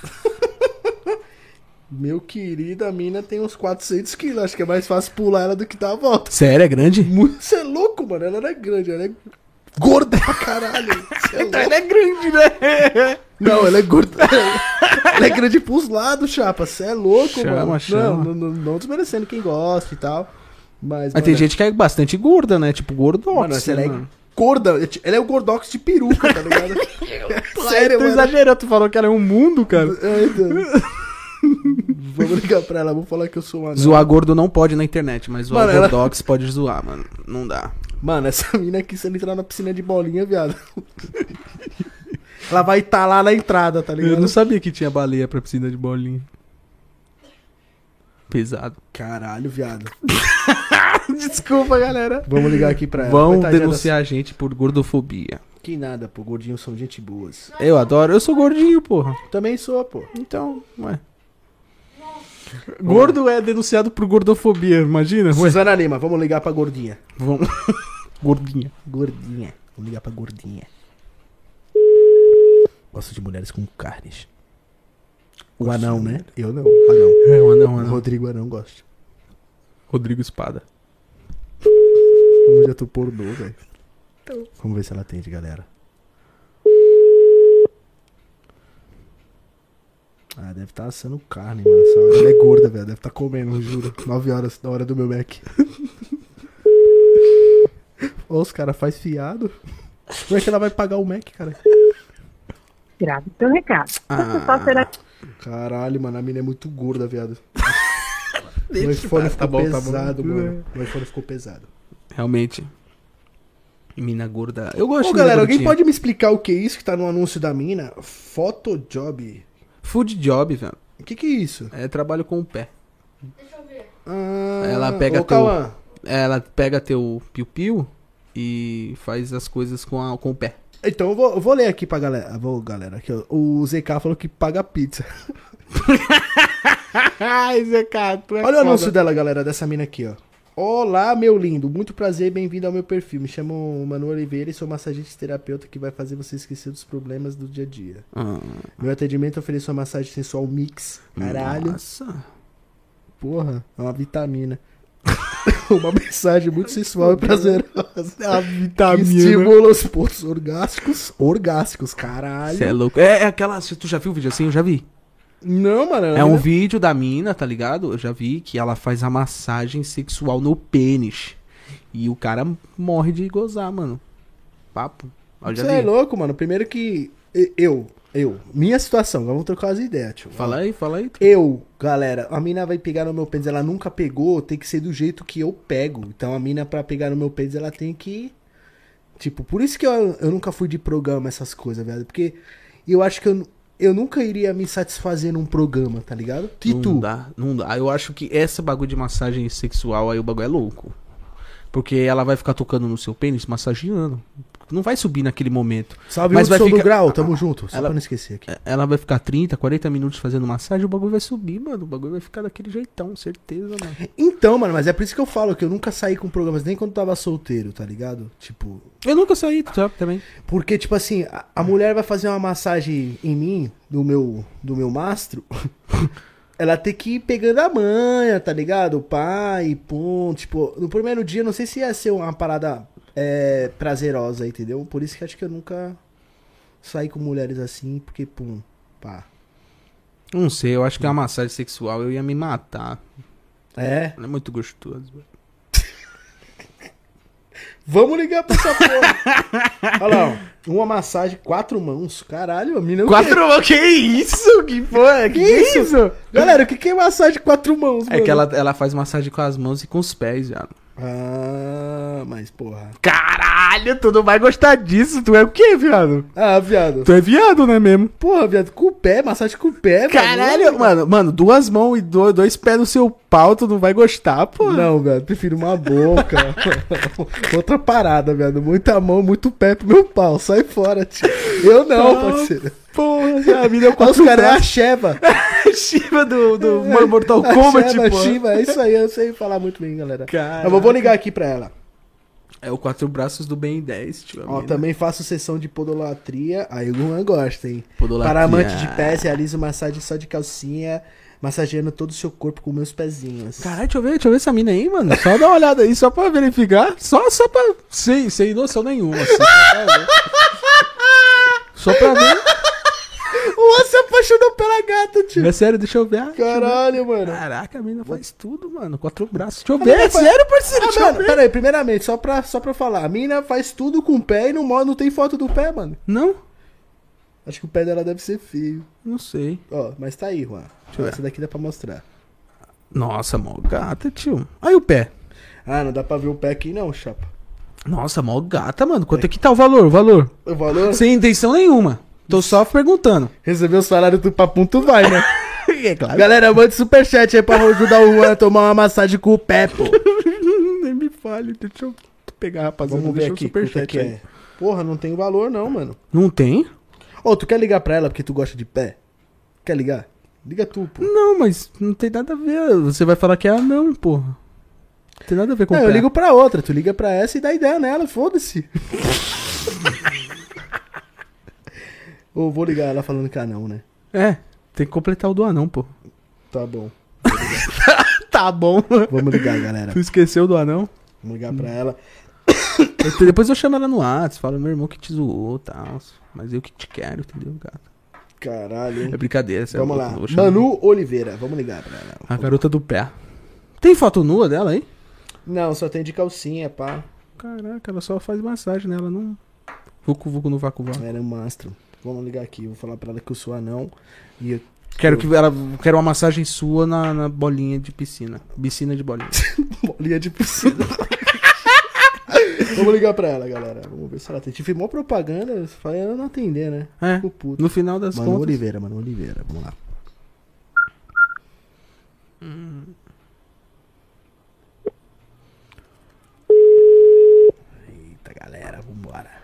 Meu querido, a mina tem uns 400 quilos. Acho que é mais fácil pular ela do que dar a volta. Sério, é grande? Você é louco, mano. Ela era grande, ela é gorda pra caralho. Cê é <laughs> louco. é grande, né? Não, ela é gorda. <laughs> ela é grande pros lados, chapa. Você é louco, Chama, mano. Não, chama. Não, não, não desmerecendo quem gosta e tal. Mas, Mas tem gente que é bastante gorda, né? Tipo gordox. Mano, essa né, ela é mano? gorda. Ela é o gordox de peruca, tá ligado? é Sério, tu mano. exagerou, tu falou que era um mundo, cara. É, então. Vamos ligar pra ela, vou falar que eu sou um uma. Zoar gordo não pode na internet, mas zoar Mano, ela- gordox pode zoar, mano. Não dá. Mano, essa mina aqui, se ela entrar na piscina de bolinha, viado. ela vai estar lá na entrada, tá Eu ligado? não sabia que tinha baleia pra piscina de bolinha. Pesado. Caralho, viado. <laughs> Desculpa, galera. Vamos ligar aqui pra ela. Vão Coitadinha denunciar a gente por gordofobia. das- Que nada, pô. Gordinhos são gente boas. Eu adoro, eu sou gordinho, porra. Também sou, pô. Então, ué. Gordo é denunciado por gordofobia, imagina? Ué, Suzana Lima, vamos ligar pra gordinha. vamos. <laughs> Gordinha. Gordinha. Vamos ligar pra gordinha. Gosto de mulheres com carnes. O anão, né? Eu não. Anão. É, manda, manda. Rodrigo Anão gosta. Rodrigo Espada. Eu já tô pornô, velho. Vamos ver se ela atende, galera. Ah, deve estar tá assando carne, mano. Essa hora. Ela é gorda, velho. Deve estar tá comendo, eu juro. 9 horas, na hora do meu Mac. <laughs> Ô, os caras faz fiado. Como é que ela vai pagar o Mac, cara? Grave seu recado. Ah. Só será que Caralho, mano, a mina é muito gorda, viado. Meu <laughs> Deixa, iPhone tá, tá ficou bom, tá bom. pesado, mano. Meu iPhone ficou pesado. Realmente. Mina gorda. Eu gosto Ô, de galera, mina alguém gordinha. pode me explicar o que é isso que tá no anúncio da mina? Photojob. Food job, velho. O que que é isso? É trabalho com o pé. Deixa eu ver. Ah, Ela pega ô, teu- Cauã, Ela pega teu piu-piu e faz as coisas com, a- com o pé. Então, eu vou, eu vou ler aqui pra galera. Ah, Vou, galera. Aqui, ó. o ZK falou que paga pizza. Ai, Zé Cato, tu é Olha o anúncio dela, galera, dessa mina aqui, ó. Olá, meu lindo. Muito prazer, bem-vindo ao meu perfil. Me chamo Manu Oliveira e sou massagista e terapeuta que vai fazer você esquecer dos problemas do dia a dia. Ah, Meu atendimento oferece uma massagem sensual mix. Hum, Caralho. Nossa. Porra, é uma vitamina. <laughs> uma mensagem muito sensual e prazerosa. É A Que estimula os pontos orgásticos. Orgásticos, caralho. Você é louco. É, é aquela. Tu já viu o vídeo assim? Eu já vi. Não, mano. É um vídeo da mina, tá ligado? Eu já vi que ela faz a massagem sexual no pênis. E o cara morre de gozar, mano. Papo. Eu já Você é vi. louco, mano. Primeiro que e- eu, eu, minha situação, vamos trocar as ideias, tio. Fala aí, fala aí. tu. Eu, galera, a mina vai pegar no meu pênis, ela nunca pegou, tem que ser do jeito que eu pego. Então a mina pra pegar no meu pênis, ela tem que tipo, por isso que eu, eu nunca fui de programa essas coisas, velho, porque eu acho que eu, nu- eu nunca iria me satisfazer num programa, tá ligado? E não tu? dá, não dá. Eu acho que essa bagulho de massagem sexual aí, o bagulho é louco. Porque ela vai ficar tocando no seu pênis, massageando. Não vai subir naquele momento. Salve Mas o vai som do ficar- grau, tamo junto. Só Ela- pra não esquecer aqui. Ela vai ficar 30, 40 minutos fazendo massagem, o bagulho vai subir, mano. O bagulho vai ficar daquele jeitão, certeza, mano. Então, mano, mas é por isso que eu falo que eu nunca saí com programas nem quando tava solteiro, tá ligado? Tipo, Eu nunca saí, tu sabe também. Porque, tipo assim, a, a mulher vai fazer uma massagem em mim, do meu, do meu mastro. <laughs> Ela tem que ir pegando a manha, tá ligado? O pai, pum. Tipo, no primeiro dia, não sei se ia ser uma parada é, prazerosa, entendeu? Por isso que acho que eu nunca saí com mulheres assim, porque, pum, pá. Não sei, eu acho que a massagem sexual eu ia me matar. É? Não é muito gostoso. velho. Vamos ligar pra essa porra. <laughs> Olha lá, ó. Uma massagem, quatro mãos. Caralho, a mina. é o quê? Quatro mãos, que isso? Que porra, é que, Que isso? isso? Galera, o que, que é massagem quatro mãos, É que ela, ela faz massagem com as mãos e com os pés, viado. Ah, mas porra. Caralho, tu não vai gostar disso, tu é o quê, viado? Ah, viado. Tu é viado, né mesmo? Porra, viado, com o pé, massagem com o pé, é velho. Caralho, mano, mano, duas mãos e do- dois pés no seu pau, tu não vai gostar, pô. Não, velho, prefiro uma <laughs> boca. Outra parada, velho. Muita mão, muito pé pro meu pau. Sai fora, tio. Eu não, Não, parceiro. Porra, a vida é Olha o os quatro caras é a braços. Sheva. <laughs> Shiva do, do Mortal A Kombat, Sheva, pô. É, Shiva, é isso aí. Eu sei falar muito bem, galera. Caraca. Eu vou- vou ligar aqui pra ela. É o quatro braços do Ben 10, tio. a Ó, tá- mina. também faço sessão de podolatria. Aí o Luan gosta, hein? Podolatria. Para amante de pés, realizo massagem só de calcinha, massageando todo o seu corpo com meus pezinhos. Caralho, deixa eu ver, deixa eu ver essa mina aí, mano. Só dá uma olhada aí, só pra verificar. Só, só pra. Sem, sem noção nenhuma, assim. só pra ver. Só pra ver. O Luan se apaixonou pela gata, tio. É sério, deixa eu ver. Ah, Caralho, mano. Caraca, a mina faz tudo, mano. Quatro braços. Deixa eu mina ver. É faz- sério, parceiro. Ah, deixa mano, eu ver. pera aí, primeiramente, só pra, só pra falar, a mina faz tudo com o pé e não, mo- não tem foto do pé, mano. Não? Acho que o pé dela deve ser feio. Não sei. Ó, mas tá aí, Juan. Deixa eu ver. Essa daqui dá pra mostrar. Nossa, mó gata, tio. Aí o pé. Ah, não dá pra ver o pé aqui não, chapa. Nossa, mó gata, mano. Quanto é que tá o valor? O valor? O valor? Sem intenção nenhuma. Tô só perguntando. Receber o salário do papum, tu vai, né? <laughs> é claro. <laughs> Galera, mande superchat aí pra ajudar o Juan a tomar uma massagem com o pé, <laughs> pô. Nem me fale. Deixa eu pegar, Ah, rapaziada. Vamos ver deixa aqui, o superchat quanto é que aí. é. Porra, não tem valor não, mano. Não tem? Ô, tu quer ligar pra ela porque tu gosta de pé? Quer ligar? Liga tu, pô. Não, mas não tem nada a ver. Você vai falar que é anão, porra. Não tem nada a ver com Não, o É, eu pé. ligo pra outra, tu liga pra essa e dá ideia nela, <laughs> foda-se. Ou vou ligar ela falando que ah, não, né? É, tem que completar o do anão, pô. Tá bom. Tá bom. Vamos ligar, galera. <laughs> Tu esqueceu do anão? Vamos ligar pra ela. Eu- Depois eu chamo ela no WhatsApp, falo, meu irmão que te zoou e tal. Mas eu que te quero, entendeu, cara? Caralho, É hein? brincadeira, você é Vamos louco, lá. não vou chamar. Manu Oliveira, vamos ligar pra ela. A garota do pé. Tem foto nua dela aí? Não, só tem de calcinha, pá. Caraca, ela só faz massagem nela, não. Vucu vucu no vácuo vácuo. Era um mastro. Vamos ligar aqui, vou falar pra ela que eu sou anão. E eu... <laughs> Quero que ela quero uma massagem sua na, na bolinha de piscina. Piscina de <laughs> bolinha. bolinha de piscina. <laughs> vamos ligar pra ela, galera. Vamos ver se ela tem. Tive mó propaganda, eu falei ela não atender, né? É. Fico puto. No final das Mano contas. Oliveira, Mano Oliveira, vamos lá. Eita galera, vambora.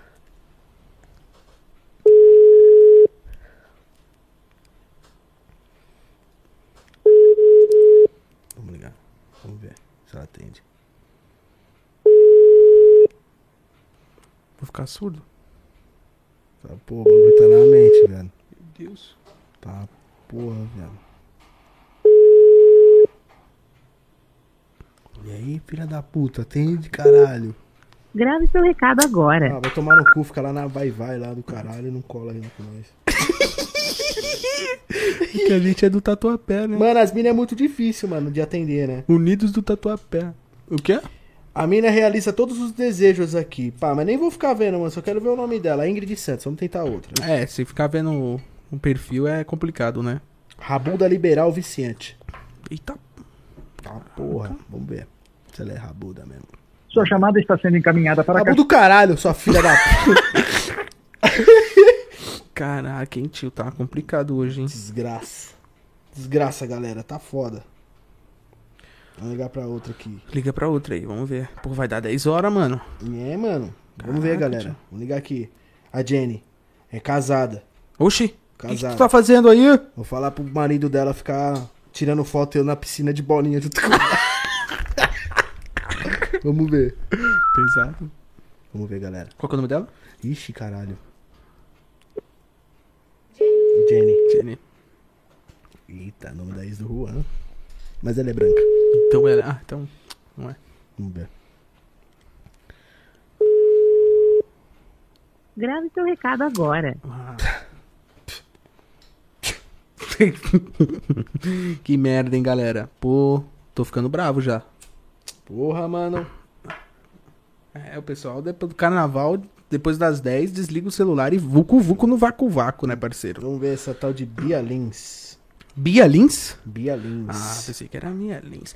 Vamos ligar, vamos ver se ela atende. Vou ficar surdo. Tá, pô, o bagulho tá na mente, velho. Meu Deus. Tá, porra, velho. E aí, filha da puta, atende, caralho. Grave seu recado É. agora. Ah, vai tomar no cu, fica lá na vai-vai lá do caralho e não cola aí com nós. Porque a gente é do tatuapé, né? Mano, as minas é muito difícil, mano, de atender, né? Unidos do tatuapé. O quê? A mina realiza todos os desejos aqui. Pá, mas nem vou ficar vendo, mano, só quero ver o nome dela. Ingrid Santos, vamos tentar outra. É, se ficar vendo o- um perfil é complicado, né? Rabuda Liberal Viciante. Eita. Tá, porra, vamos ver se ela é rabuda mesmo. Sua chamada está sendo encaminhada para Rabu do caralho, sua filha da puta. Caraca, hein, tio? Tá complicado hoje, hein? Desgraça. Desgraça, galera. Tá foda. Vamos ligar pra outra aqui. Liga pra outra aí, vamos ver. Pô, vai dar 10 horas, mano. É, mano. Vamos ver, Caraca, galera. tio. Vamos ligar aqui. A Jenny é casada. Oxi. O que, que Casado. tu tá fazendo aí? Vou falar pro marido dela ficar tirando foto eu na piscina de bolinha junto com ela. <laughs> Vamos ver. Pesado. Vamos ver, galera. Qual que é o nome dela? Ixi, caralho. Jenny. Jenny. Eita, nome da ex do Juan. Mas ela é branca. Então ela. Ah, então. Não é. Vamos ver. Grave seu recado agora. <laughs> que merda, hein, galera. Pô, tô ficando bravo já. Porra, mano. É, o pessoal, depois do carnaval, depois das 10, desliga o celular e vucu vucu no vácuo vácuo, né, parceiro? Vamos ver essa tal de Bia Lins. Bia Lins? Bia Lins. Ah, pensei que era a minha Lins.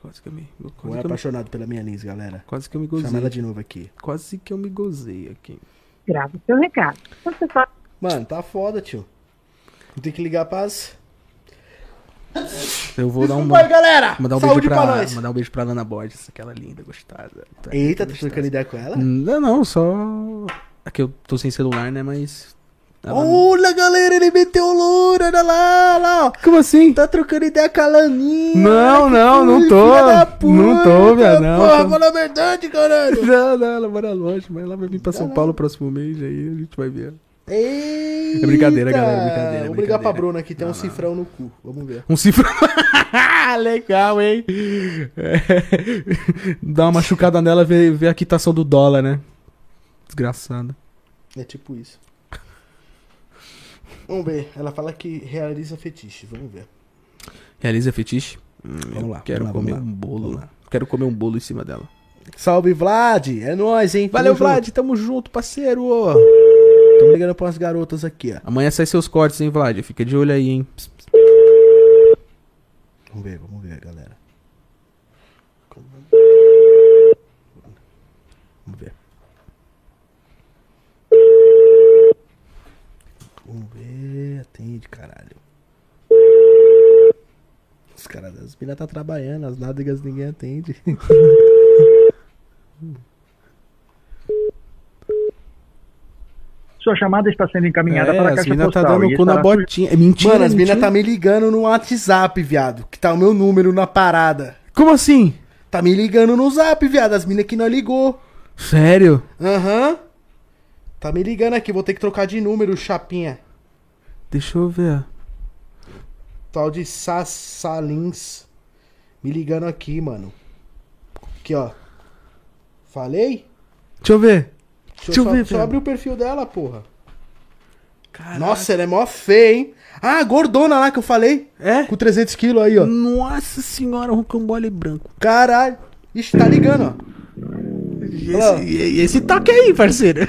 Quase que eu me, Ou é quase que eu me, apaixonado pela minha Lins, galera. quase que eu me Chama ela gozei. de novo aqui. Quase que eu me gozei aqui. Grave seu recado. Você só Mano, tá foda, tio. Tem que ligar pras. Eu vou dar um, Desculpa aí, galera! mandar um Saúde beijo pra, pra, nós! mandar um beijo pra Lana Borges, aquela linda, gostosa. Tá Eita, tá gostosa. trocando ideia com ela? Não, não, só. É que eu tô sem celular, né? Mas. ela não- Olha, galera, ele meteu o louro, olha lá, olha lá, ó. Como assim? Tá trocando ideia com a Laninha. Não, não, não Ui, tô. filha da Não tô, puta, viado, não. Porra, fala a verdade, <laughs> caralho. Não, não, ela mora longe, mas ela é vai vir pra São Paulo próximo mês, aí a gente vai ver. Eita. É brincadeira, galera, brincadeira, Vou brincadeira. ligar pra Bruna aqui, tem Não, um não. cifrão no cu. Vamos ver. Um cifrão. <laughs> Legal, hein? É. Dá uma machucada nela, ver ver a quitação do dólar, né? Desgraçada. É tipo isso. Vamos ver. Ela fala que realiza fetiche. Vamos ver. Realiza fetiche? Hum, Vamos eu lá, Quero vamos lá, comer vamos um bolo. Quero comer um bolo em cima dela. Salve, Vlad. É nóis, hein? Valeu, Tamo Vlad. Tamo junto, parceiro. junto. Tô ligando pras garotas aqui, ó. Amanhã sai seus cortes, hein, Vlad? Fica de olho aí, hein? Pss, pss. Vamos ver, vamos ver, galera. Como- Vamos ver. Vamos ver. Atende, caralho. Os caras, as minas tá trabalhando, as nádegas ninguém atende. <laughs> Sua chamada está sendo encaminhada É, para a as caixa minas tá postal. dando e cu na estará botinha. É mentira, Mano, as minas mentira. tá me ligando no WhatsApp, viado. Que tá o meu número na parada. Como assim? Tá me ligando no zap, viado. As minas que não ligou. Sério? Aham. Tá me ligando aqui, vou ter que trocar de número, chapinha. Deixa eu ver. Tal de Sassalins. Me ligando aqui, mano. Aqui, ó. Falei? Deixa eu ver. Deixa, Deixa eu eu só, ver, só velho. abrir o perfil dela, porra. Caraca. Nossa, ela é mó feia, hein? Ah, a gordona lá que eu falei. É? Com 300 quilos aí, ó. Nossa senhora, rocambole branco. Caralho. Ixi, tá ligando, ó. E esse, e esse toque aí, parceiro?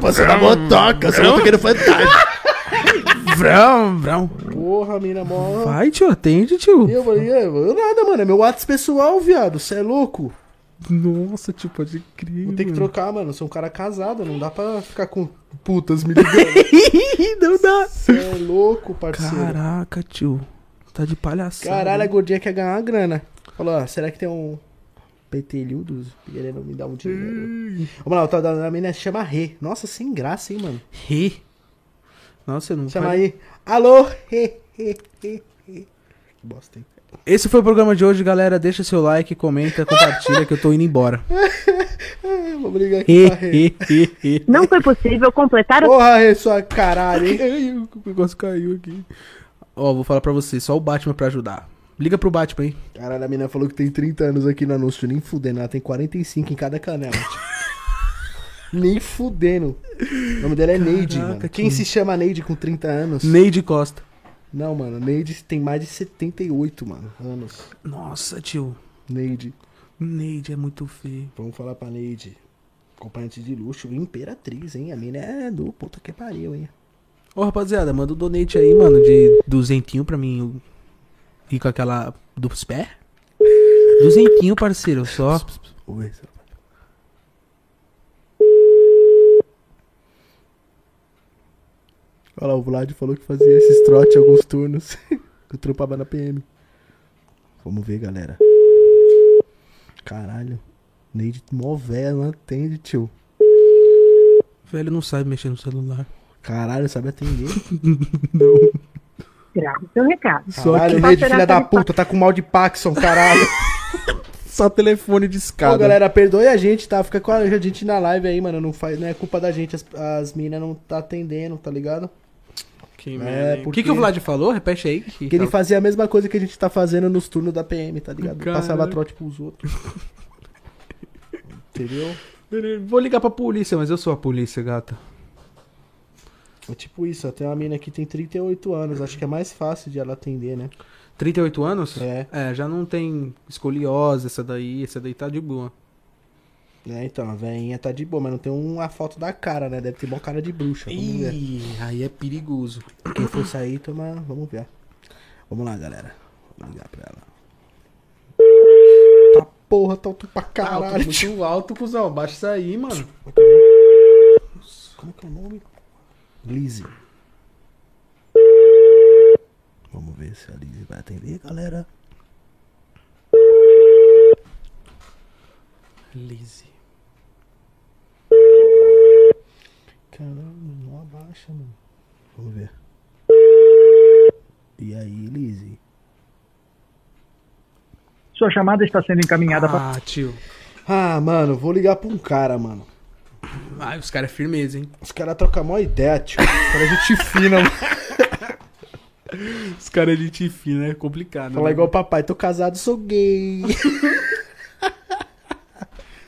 Passando a tá botoca, só não tá pequeno fantasma. <laughs> Vrão, vrão. Porra, mina mó. Vai, tio, atende, tio. Eu, eu, eu nada, mano. É meu WhatsApp pessoal, viado. Você é louco? Nossa, tio, pode crer. Vou ter que mano. trocar, mano. Eu sou um cara casado, não dá pra ficar com putas me ligando. <laughs> Não dá. Você é louco, parceiro. Caraca, tio. Tá de palhaçada. Caralho, a gordinha quer ganhar uma grana. Falou, ó, será que tem um petelhudo querendo me dar um dinheiro? Vamos lá, o tal da da menina chama Rê. Nossa, sem graça, hein, mano. Ri. Nossa, eu não Chama falei. aí. Alô, Rê, Rê, Rê, Rê. Que bosta, hein? Esse foi o programa de hoje, galera. Deixa seu like, <laughs> comenta, compartilha que eu tô indo embora. É, Vamos ligar aqui pra Rê. Ih, não foi possível completar o Porra, Rê, sua caralho, <laughs> hein? o negócio caiu aqui. Ó, vou falar pra você, só o Batman pra ajudar. Liga pro Batman, hein? Caralho, a menina falou que tem 30 anos aqui no anúncio. Nem fudendo, ela tem 45 em cada canela. tio. Nem fudendo. O nome dela é Neide, Caraca, mano. tio. Quem se chama Neide com 30 anos? Neide Costa. Não, mano, Neide tem mais de 78, mano, anos. Nossa, tio. Neide. Neide é muito feio. Vamos falar pra Neide. Acompanhante de luxo, imperatriz, hein? A mina é do puta que pariu, hein? Ô, rapaziada, manda um donate aí, mano, de duzentinho pra mim. eu ir com aquela dos pés. Duzentinho, parceiro, só. Oi, seu pai. Olha lá, o Vlad falou que fazia esses trote alguns turnos. <laughs> Eu trampava na PM. Vamos ver, galera. Caralho. Neide mó véia, não atende, tio. Velho não sabe mexer no celular. Caralho, sabe atender. grave seu recado. Caralho, Neide, que- Só filha será da que ele puta, tá com mal de Paxson, caralho. Só telefone de <laughs> escada. Ô, galera, perdoe a gente, tá? Fica com a gente na live aí, mano. Não, faz, não é culpa da gente, as, as minas não tá atendendo, tá ligado? Que merda, hein? O É, que, que o Vlad falou? Repete aí. Tá. Que, Porque ele fazia a mesma coisa que a gente tá fazendo nos turnos da PM, tá ligado? Caralho. Passava trote pros outros. Entendeu? Vou ligar pra polícia, mas eu sou a polícia, gata. É tipo isso, ó. Tem uma mina que tem 38 anos, acho que é mais fácil de ela atender, né? 38 anos? É. já não tem escoliose, essa daí, essa daí tá de boa. É, então, a veinha tá de boa, mas não tem uma foto da cara, né? Deve ter mó cara de bruxa. Vamos ver. Ih, aí é perigoso. Quem for sair, toma. Vamos ver. Vamos lá, galera. Vou ligar pra ela. Tá porra, tá alto pra Alto, caralho. muito alto, cuzão. Baixa isso aí, mano. Como que é o nome? Lizzy. Vamos ver se a Lizzy vai atender, galera. Lizzy. Caramba, não abaixa, mano. Vamos ver. E aí, Lizzy? Sua chamada está sendo encaminhada para. Ah, tio. Ah, mano, vou ligar pra um cara, mano. Ah, os caras é firmeza, hein? Os caras trocam a maior ideia, tio. Os caras é gente fina, mano. <laughs> Os caras é gente fina, é complicado. Falar né? igual papai, tô casado, sou gay.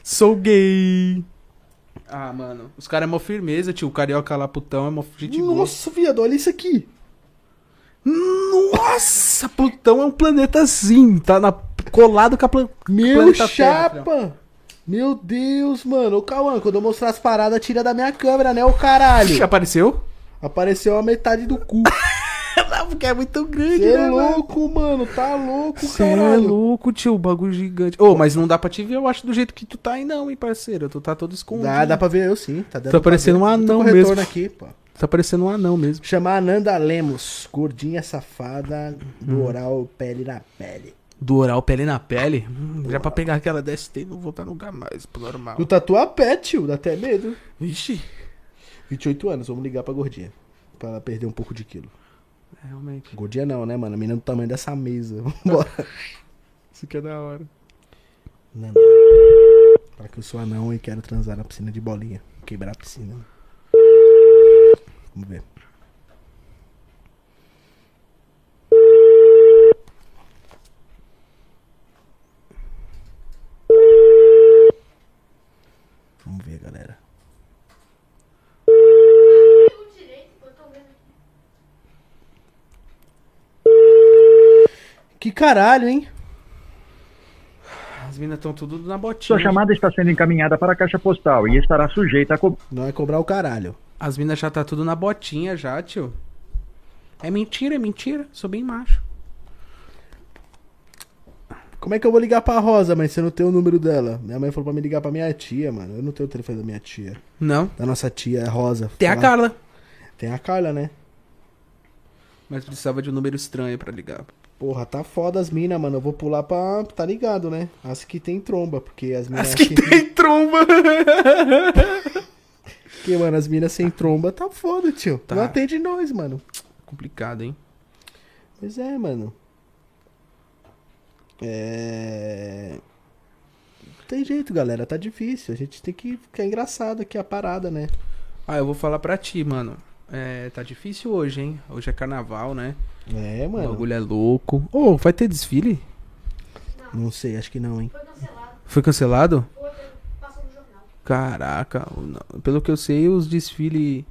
Sou gay. Ah, mano. Os caras é mó firmeza, tio. O carioca lá putão é mó gente boa. Nossa, viado, olha isso aqui. Nossa, Plutão é um planeta assim, tá na- colado com a plan... Meu planeta chapa! Terra, filhão. Meu Deus, mano. Ô, Cauã, quando eu mostrar as paradas, tira da minha câmera, né, ô <laughs> caralho? Apareceu? Apareceu a metade do <laughs> cu. Não, porque é muito grande, Cê é né, mano? louco, mano. Tá louco, Cê é caralho. louco, tio, o bagulho gigante. Ô, mas não dá pra te ver, eu acho, do jeito que tu tá aí não, hein, parceiro. Tu tá todo escondido. Dá, dá pra ver eu sim. Tá dando Tá parecendo pra ver. um Eu anão tô com retorno mesmo. aqui, pô. Tá parecendo um anão mesmo. Chamar Ananda Lemos, gordinha safada, Hum. do oral pele na pele. Do oral, pele na pele. Hum, já pra pegar aquela DST e não voltar nunca mais, pro normal. Do tatuapé, tio, dá até medo. Vixe. 28 anos, vamos ligar pra gordinha. Pra ela perder um pouco de quilo. É, realmente. Gordinha não, né, mano? A menina do tamanho dessa mesa. <laughs> Vambora. Isso que é da hora. Não, Para que eu sou anão e quero transar na piscina de bolinha. Quebrar a piscina. Vamos ver. Vamos ver, galera. Eu tirei, eu tô vendo aqui. Que caralho, hein? As minas estão tudo na Sua botinha. chamada está sendo encaminhada para a caixa postal e estará sujeita a co... Não é cobrar o caralho. As minas já tá tudo na botinha já, tio. É mentira, é mentira. Sou bem macho. Como é que eu vou ligar pra Rosa, mãe, se eu não tenho o número dela? Minha mãe falou pra me ligar pra minha tia, mano. Eu não tenho o telefone da minha tia. Não. Da nossa tia, é Rosa. Tem a Falar- Carla. Tem a Carla, né? Mas precisava de um número estranho pra <laughs> ligar. Porra, tá foda as minas, mano. Eu vou pular pra. Tá ligado, né? As que tem tromba, porque as minas. As que <laughs> tem tromba. Porque, mano, as minas sem tromba tá foda, tio. Tá. Não atende nós, mano. Complicado, hein? Pois é, mano. É. Não tem jeito, galera. Tá difícil. A gente tem que ficar engraçado aqui a parada, né? Ah, eu vou falar pra ti, mano. É, tá difícil hoje, hein? Hoje é carnaval, né? É, O mano. bagulho é louco. Ô, vai ter desfile? Não sei, acho que não, hein? Foi cancelado. Foi cancelado? Foi, passou no jornal. Caraca, o- não- pelo que eu sei, os desfile.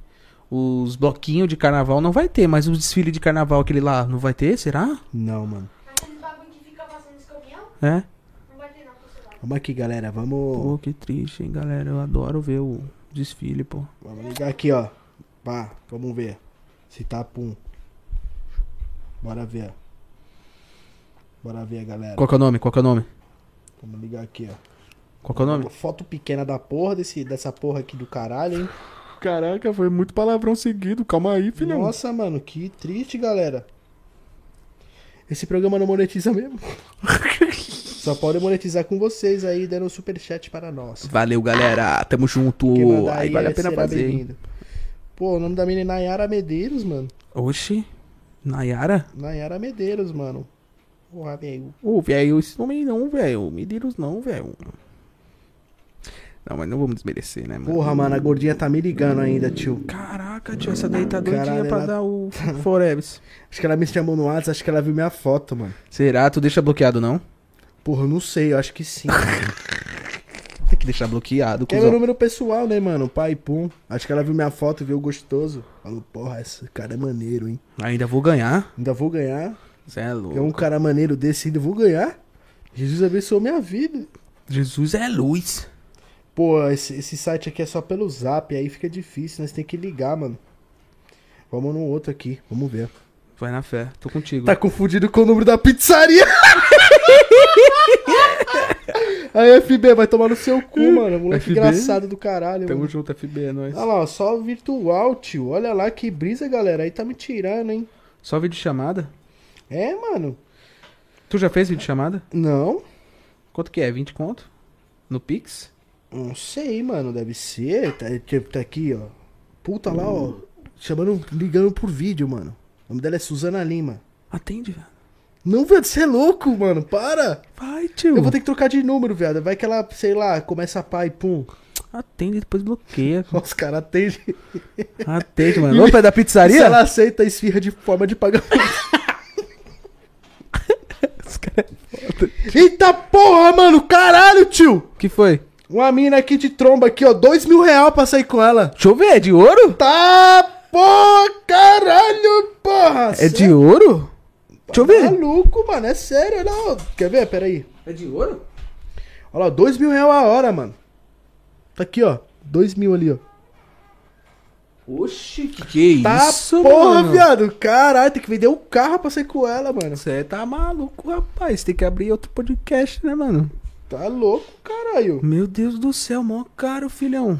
Os bloquinhos de carnaval não vai ter, mas o desfile de carnaval, aquele lá, não vai ter? Será? Não, mano. Aquele Tá bagulho que fica passando nos caminhão, É? não vai ter não, cancelado. Vamos aqui, galera. Vamos. Pô, que triste, hein, galera. Eu adoro ver o desfile, pô. Vamos ligar aqui, ó. Pá, vamos ver. Se tá pum. Bora ver. Bora ver, galera. Qual que é o nome? Qual que é o nome? Vamos ligar aqui, ó. Qual que é o nome? Foto pequena da porra, desse, dessa porra aqui do caralho, hein? Caraca, foi muito palavrão seguido. Calma aí, Nossa, mano, que triste, galera. Esse programa não monetiza <laughs> mesmo. Só pode monetizar com vocês aí, dando um superchat para nós. Valeu, galera. Tamo junto. Quem mandar Aí é vale a pena será fazer, hein? bem-vindo. Pô, o nome da menina é Nayara Medeiros, mano. Oxi. Nayara? Nayara Medeiros, mano. Porra, velho. Ô, velho, esse nome aí não, velho. Medeiros não, velho. Não, mas não vamos desmerecer, né, mano? Porra, mano, a gordinha tá me ligando ainda, tio. Caraca, tio, essa daí tá doidinha Caralho, pra ela- tá- dar o <laughs> Forever. Acho que ela me chamou no WhatsApp, acho que ela viu minha foto, mano. Será? Tu deixa bloqueado, não? Porra, eu não sei, eu acho que sim. Tem que deixar bloqueado, Que é meu cuzão. número pessoal, né, mano? Pai, pum. Acho que ela viu minha foto, viu gostoso. Falou, porra, esse cara é maneiro, hein? Ainda vou ganhar. Ainda vou ganhar. Cê é louco. É um cara maneiro desse, ainda vou ganhar. Jesus abençoou minha vida. Jesus é luz. Pô, esse, esse site aqui é só pelo zap, aí fica difícil, nós tem que ligar, mano. Vamos no outro aqui, vamos ver. Vai na fé, tô contigo. Tá confundido com o número da pizzaria. <laughs> Aí, FB, vai tomar no seu cu, mano. Moleque FB? engraçado do caralho, Tamo mano. junto, FB, é nóis. Olha lá, ó, só virtual, tio. Olha lá que brisa, galera. Aí tá me tirando, hein. Só vídeo chamada? É, mano. Tu já fez vídeo chamada? Não. Quanto que é? 20 conto? No Pix? Não sei, mano. Deve ser. Tá, tipo, tá aqui, ó. Puta lá, ó. Chamando, ligando por vídeo, mano. O nome dela é Suzana Lima. Atende, velho. Não, velho, você é louco, mano. Para. Vai, tio. Eu vou ter que trocar de número, viado. Vai que ela, sei lá, começa a pá e pum. <laughs> Atende, depois bloqueia. Os caras atendem. Atende, mano. Opa, é da Se pizzaria? ela aceita, esfirra de forma de pagamento. Os cara- <laughs> Eita porra, mano. Caralho, tio. Que foi? Uma mina aqui de tromba aqui, ó. Dois mil real pra sair com ela. Deixa eu ver, é de ouro? Tá, porra, caralho, porra. É cê de ouro? Deixa eu ver. Maluco, mano, é sério, olha lá. ó. Quer ver? Pera aí. É de ouro? Olha lá, dois mil real a hora, mano. Tá aqui, ó. Dois mil ali, ó. Oxi, que que Tá, isso, porra, mano? viado. Caralho, tem que vender um carro pra sair com ela, mano. Você tá maluco, rapaz. Tem que abrir outro podcast, né, mano? Tá louco, caralho. Meu Deus do céu, mó caro, filhão.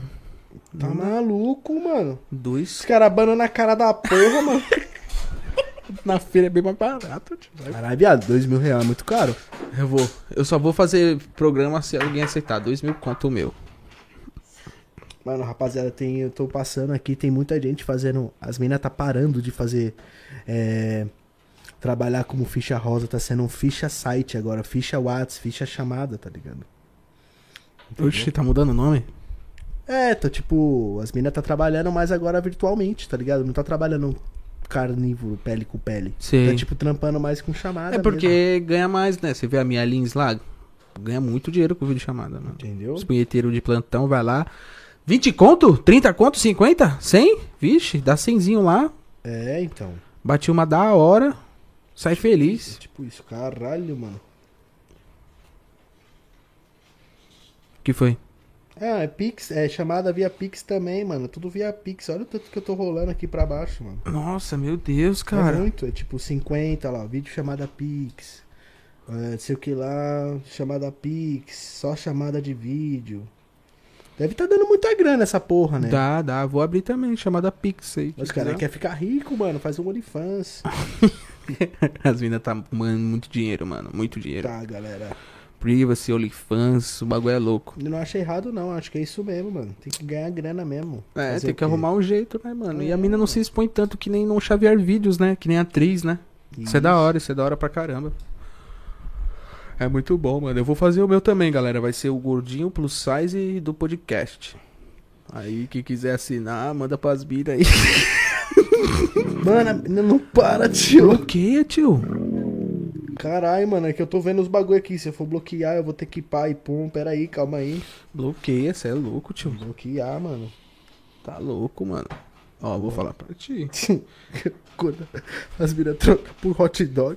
Tá maluco, mano. Os Dois caras banando na cara da porra, mano. na feira é bem mais barato, tio. <laughs> Caralho, viado, dois mil real é muito caro. Eu vou. Eu só vou fazer programa se alguém aceitar. Dois mil conto o meu. Mano, rapaziada, tem, eu tô passando aqui, tem muita gente fazendo. As meninas tá parando de fazer. é, trabalhar como ficha rosa, tá sendo um ficha site agora, ficha WhatsApp, ficha chamada, tá ligado? Oxi, tá mudando o nome? É, tá tipo, as meninas tá trabalhando mais agora virtualmente, tá ligado? Não tá trabalhando carnívoro, pele com pele. Sim. Tá tipo trampando mais com chamada. É mesmo, porque ganha mais, né? Você vê a minha Lins lá, ganha muito dinheiro com vídeo chamada, mano. entendeu? Os punheteiros de plantão vai lá. 20 conto? 30 conto? 50? 100? Vixe, dá 100zinho lá. É, então. Bate uma da hora. Sai feliz. Tipo isso, caralho, mano. O que foi? Ah, é Pix, é chamada via Pix também, mano. Tudo via Pix. Olha o tanto que eu tô rolando aqui pra baixo, mano. Nossa, meu Deus, É cara. muito, é tipo 50 lá, vídeo chamada Pix. É, não sei o que lá, chamada Pix, só chamada de vídeo. Deve tá dando muita grana essa porra, né? Dá, dá. Vou abrir também, chamada Pix aí. Os caras querem ficar rico, mano, faz um OnlyFans. As minas tá, mano, muito dinheiro, mano. Muito dinheiro. tá, galera. Privacy, OnlyFans, o bagulho é louco. Eu não acho errado, não. Acho que é isso mesmo, mano. Tem que ganhar grana mesmo. É, Fazer tem o que quê? arrumar um jeito, né, mano? E a mina não se expõe tanto que nem não Xavier Vídeos, né? Que nem atriz, né? Isso é da hora, isso é da hora pra caramba. É muito bom, mano. Eu vou fazer o meu também, galera. Vai ser o gordinho plus size do podcast. Aí, quem quiser assinar, manda pras minas aí. <laughs> Mano, a mina não para, tio. Bloqueia, tio. Caralho, mano, é que eu tô vendo os bagulho aqui. Se eu for bloquear, eu vou ter que pá e pum. Pera aí, calma aí. Bloqueia, cê é louco, tio. Bloquear, mano. <laughs> Tá louco, mano. Ó, vou falar pra ti. Quando As minas trocam por hot dog.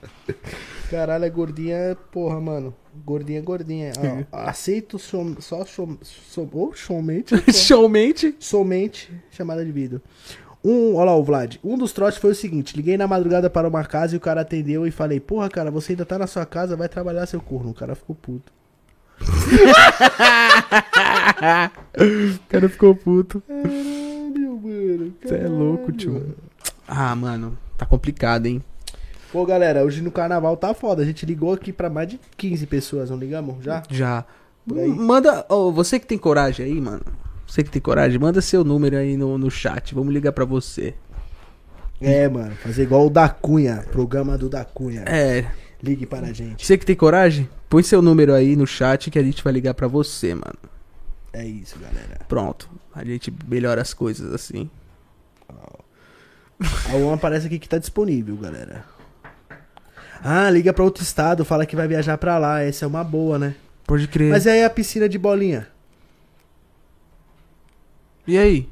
<laughs> Caralho, a gordinha, porra, mano. Gordinha, gordinha. Ah, aceito som, só som, som, oh, somente. Showmente. Somente chamada de vídeo. Um, olha lá o Vlad. Um dos trotes foi o seguinte: liguei na madrugada para uma casa e o cara atendeu e falei: Porra, cara, você ainda tá na sua casa, vai trabalhar seu corno. O cara ficou puto. O cara ficou puto. Caralho, mano. Você é louco, tio. Ah, mano. Tá complicado, hein? Pô, galera, hoje no carnaval tá foda. A gente ligou aqui pra mais de 15 pessoas, não ligamos já? Já. Por aí. Manda. ô, você que tem coragem aí, mano. Você que tem coragem, manda seu número aí no, no chat. Vamos ligar pra você. É, mano. Fazer igual o da Cunha, programa do da Cunha. É. Ligue para a gente. Você que tem coragem, põe seu número aí no chat que a gente vai ligar pra você, mano. É isso, galera. Pronto. A gente melhora as coisas assim. A Luan aparece aqui que tá disponível, galera. Ah, liga pra outro estado, fala que vai viajar pra lá. Essa é uma boa, né? Pode crer. Mas e aí a piscina de bolinha? E aí?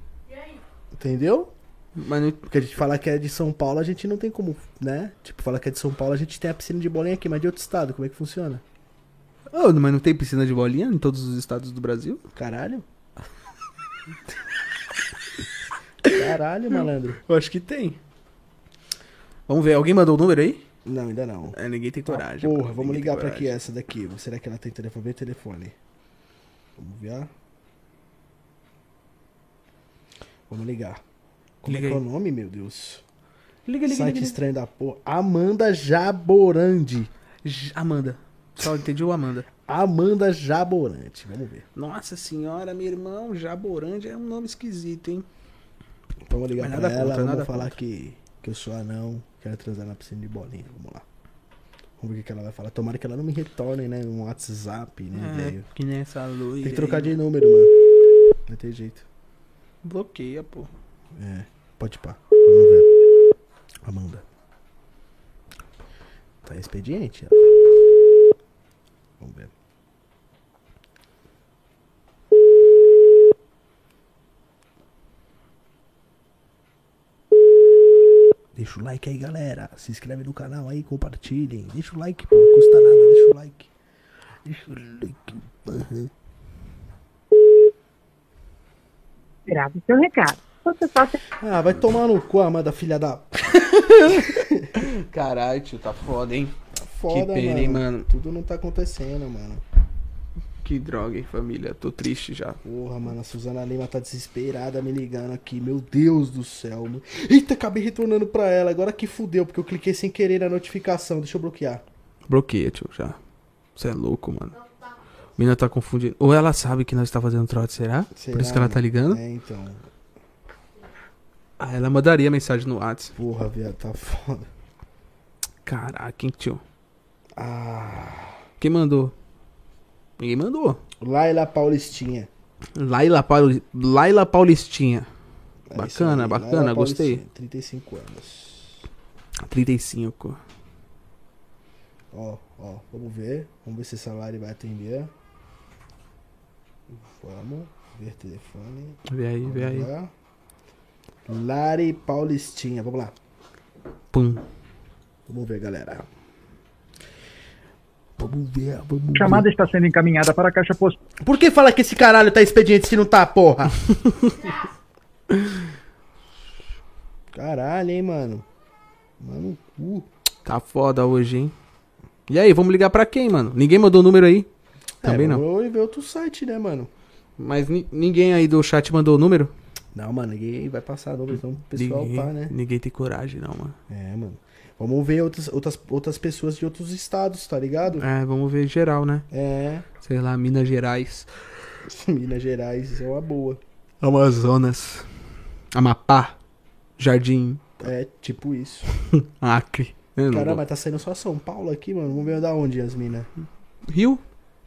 Entendeu? Mas não- Porque a gente falar que é de São Paulo, a gente não tem como, né? Tipo, falar que é de São Paulo, a gente tem a piscina de bolinha aqui, mas de outro estado, como é que funciona? Ô, mas não tem piscina de bolinha em todos os estados do Brasil? Caralho. <laughs> Caralho, malandro. Eu acho que tem. Vamos ver, alguém mandou o número aí? Não, ainda não. É, ninguém tem coragem. Porra, pô, vamos ninguém tem ligar pra aqui coragem. essa daqui. Será que ela tem telefone? Vê telefone. Vamos ver. Vamos ligar. Como Liga é que é aí. o nome, meu Deus? Liga, liga, Site liga. liga. estranho da porra. Amanda Jaborandi. J- Amanda. Só entendi o Amanda. Amanda Jaborante. Vamos ver. Nossa senhora, meu irmão, Jaborândia é um nome esquisito, hein? Então vamos ligar Mas pra nada ela. contra, vamos nada falar contra. que, que eu sou anão. Quero transar na piscina de bolinha. Vamos lá. Vamos ver o que que ela vai falar. Tomara que ela não me retorne, né? Um WhatsApp, né, velho? que nessa loira. Tem que trocar É. aí. de número, mano. Não tem jeito. Bloqueia, pô. É, pode pá. Vamos ver. Amanda. Tá expediente, ó. Vamos ver. Deixa o like aí, galera. Se inscreve no canal aí, compartilhem. Deixa o like, pô. Não custa nada, deixa o like. Deixa o like. Aham. Grave seu recado. Você só tem Ah, vai tomar no cu, Amanda, filha da. Caralho, tio, tá foda, hein? Foda, pena, hein, mano? Tudo não tá acontecendo, mano. Que droga, hein, família? Tô triste já. Porra, mano, a Suzana Lima tá desesperada me ligando aqui. Meu Deus do céu, mano. Eita, acabei retornando pra ela. Agora que fudeu, porque eu cliquei sem querer na notificação. Deixa eu bloquear. Bloqueia, tio, já. Você é louco, mano. Mina tá confundindo. Ou ela sabe que nós tá fazendo trote, será? Será, Por isso que ela tá mano? ligando? É, então. Ah, ela mandaria mensagem no WhatsApp. Porra, viado, tá foda. Caraca, hein, tio. Ah. Quem mandou? Ninguém mandou. Laila Paulistinha. Laila, Pauli... Laila Paulistinha. É isso Bacana, aí, bacana, Laila gostei. Paulistinha, 35 anos. 35. Ó, ó, vamos ver. Vamos ver se essa Lari vai atender. Vamos ver telefone. Vê aí, vê aí. Vamos lá. Lari Paulistinha, vamos lá. Pum. Vamos ver, galera. Vamos ver, vamos ver. Chamada está sendo encaminhada para a caixa postal. Por que fala que esse caralho tá expediente se não tá, porra? caralho, hein, mano. Mano, cu. Tá foda hoje, hein? E aí, vamos ligar pra quem, mano? Ninguém mandou o número aí? É, Também não. Eu ver outro site, né, mano? Mas ni- ninguém aí do chat mandou o número? Não, mano, ninguém vai passar número, então o pessoal ninguém, tá, né? ninguém tem coragem, não, mano. É, mano. Vamos ver outras, outras, outras pessoas de outros estados, tá ligado? É, vamos ver geral, né? É. <laughs> Sei lá, Minas Gerais, Minas Gerais é uma boa. Amazonas, Amapá, Jardim, É, tipo isso. Acre. né, Eu não Caramba, tá saindo só São Paulo aqui, mano. Vamos ver da onde as minas. vou- Rio?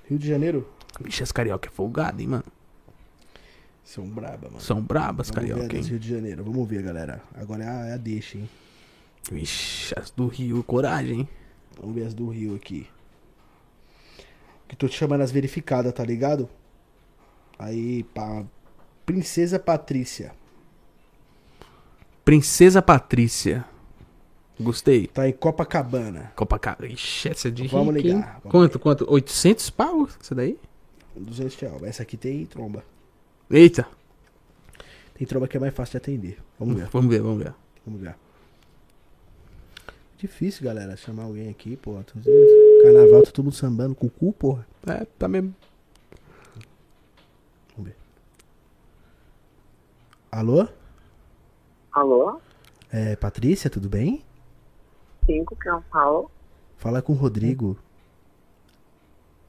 Rio de Janeiro? Vixe, as carioca é folgada, hein, mano? São um braba, mano. São brabas, Vamos ver né? a carioca, das hein? Rio de Janeiro. Vamos ver, galera. Agora é a, é a deixa, hein? Vixe, as do Rio, coragem, hein? Vamos ver as do Rio aqui. Que tô te chamando as verificadas, tá ligado? Aí, pá. Princesa Patrícia. Princesa Patrícia. Gostei. Tá em Copacabana. Copacabana. Ixi, essa é de Vamos rico, hein? ligar, vamos quanto, quanto? 800 pau? Essa daí? 200 reais. Essa aqui tem tromba. Eita. Tem tromba que é mais fácil de atender. Vamos ver, Vamos ver, vamos ver. vamos ver. Difícil, galera, chamar alguém aqui, porra. Tô dizendo, Carnaval, tá todo mundo sambando com o cu, porra. É, tá mesmo. Vamos ver. Alô? Alô? É, Patrícia, tudo bem? 5, que é um Paulo. Fala com o Rodrigo.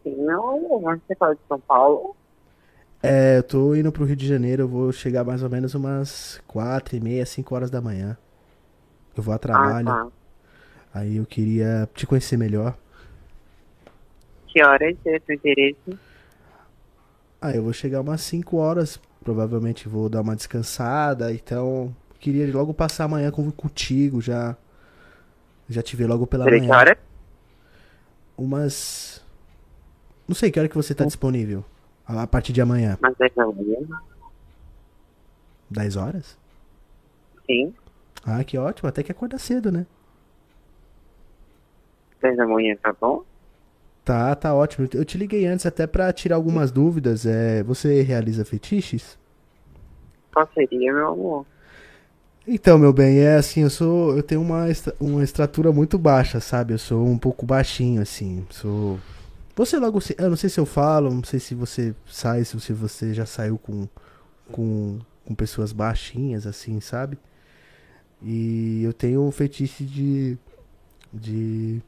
Sim, meu amor, você fala de São Paulo? É, eu tô indo pro Rio de Janeiro, eu vou chegar mais ou menos umas quatro e meia, cinco horas da manhã. Eu vou a trabalho, Ah, tá. aí eu queria te conhecer melhor. Que horas é seu endereço? Ah, eu vou chegar umas 5 horas, provavelmente vou dar uma descansada, então queria logo passar amanhã com, contigo, já já te ver logo pela Peraí, que manhã. horas? Umas Não sei que hora que você tá disponível. A, a partir de amanhã, Mas é da manhã? 10 horas? Sim, Ah, que ótimo, até que acorda cedo, né? 10 da manhã, tá bom? Tá, tá ótimo. Eu te liguei antes até pra tirar algumas dúvidas. É, você realiza fetiches? Qual seria, meu amor? Então, meu bem, é assim, eu sou, eu tenho uma estra- uma estrutura muito baixa, sabe? Eu sou um pouco baixinho assim, sou Você logo, se- eu não sei se eu falo, não sei se você sai, se você- você já saiu com com com pessoas baixinhas assim, sabe? E eu tenho um fetiche de de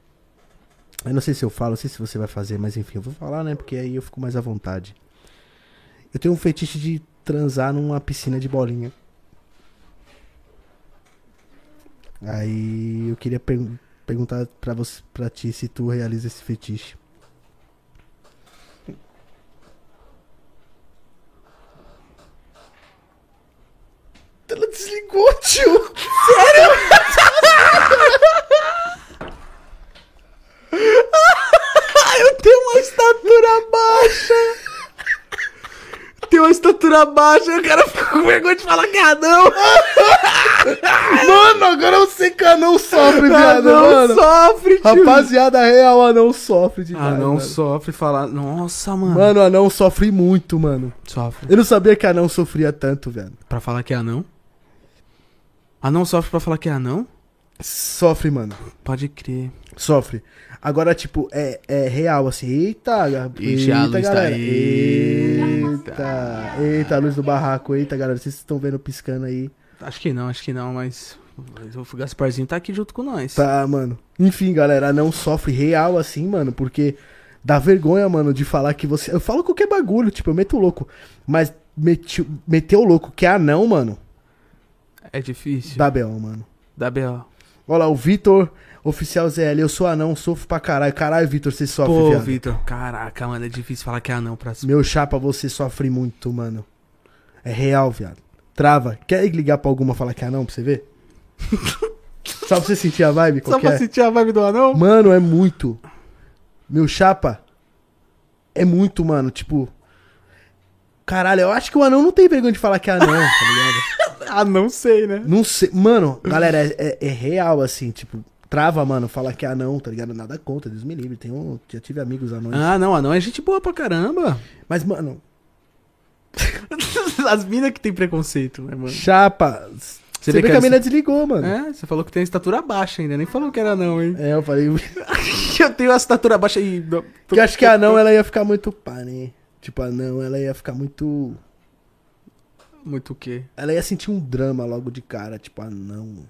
eu não sei se eu falo, não sei se você vai fazer, mas enfim, eu vou falar, né? Porque aí eu fico mais à vontade. Eu tenho um fetiche de transar numa piscina de bolinha. Aí eu queria pergun- perguntar pra você, para ti se tu realiza esse fetiche. Ela desligou, tio. Sério? eu tenho uma estatura baixa. Tenho uma estatura baixa, o cara fica com vergonha de falar que é anão. Mano, agora eu sei que anão É sofre, <laughs> viado, Anão mano. sofre, tio. Rapaziada real, anão sofre demais. Ah, não mano. sofre falar. Nossa, mano. Mano, anão sofre muito, mano. Sofre. Eu não sabia que anão sofria tanto, velho. Pra falar que é anão? Anão sofre pra falar que é anão? Sofre, mano. Pode crer. Sofre. Agora, tipo, é, é real, assim. Eita, ga- Ixi, eita, a luz tá galera. aí. Eita. Eita, a luz do barraco. Eita, galera. Vocês estão vendo piscando aí. Acho que não, acho que não, mas. mas o Gasparzinho tá aqui junto com nós. Tá, mano. Enfim, galera, anão sofre real, assim, mano, porque dá vergonha, mano, de falar que você. Eu falo qualquer bagulho, tipo, eu meto o louco. Mas meti... meteu o louco que é anão, mano. É difícil. Dá B.O., mano. Dá B.O. Olha lá, o Vitor, oficial ZL. Eu sou anão, sofro pra caralho. Caralho, Vitor, você sofre, Pô, viado. Vitor. Caraca, mano, é difícil falar que é anão pra Meu chapa, você sofre muito, mano. É real, viado. Trava. Quer ligar pra alguma e falar que é anão pra você ver? <laughs> Só pra você sentir a vibe? Só Qual que pra é? sentir a vibe do anão? Mano, é muito. Meu chapa, é muito, mano. Tipo. Caralho, eu acho que o anão não tem vergonha de falar que é anão, tá ligado? Ah, não sei, né? Não sei. Mano, galera, é, é- é real, assim, tipo. Trava, mano, falar que é anão, tá ligado? Nada contra, Deus me livre. Tem um, já tive amigos anões. Ah, não, anão é gente boa pra caramba. Mas, mano, <laughs> As minas que tem preconceito, né, mano? chapa. Você, Você vê que a era- mina desligou, mano. É, você falou que tem estatura baixa ainda, nem falou que era anão, hein? É, eu falei. <laughs> Eu tenho a estatura baixa e. Porque eu acho é que a anão ela ia ficar muito pá, né? Tipo, a anão ela ia ficar muito. Muito o quê? Ela ia sentir um drama logo de cara, tipo, anão. O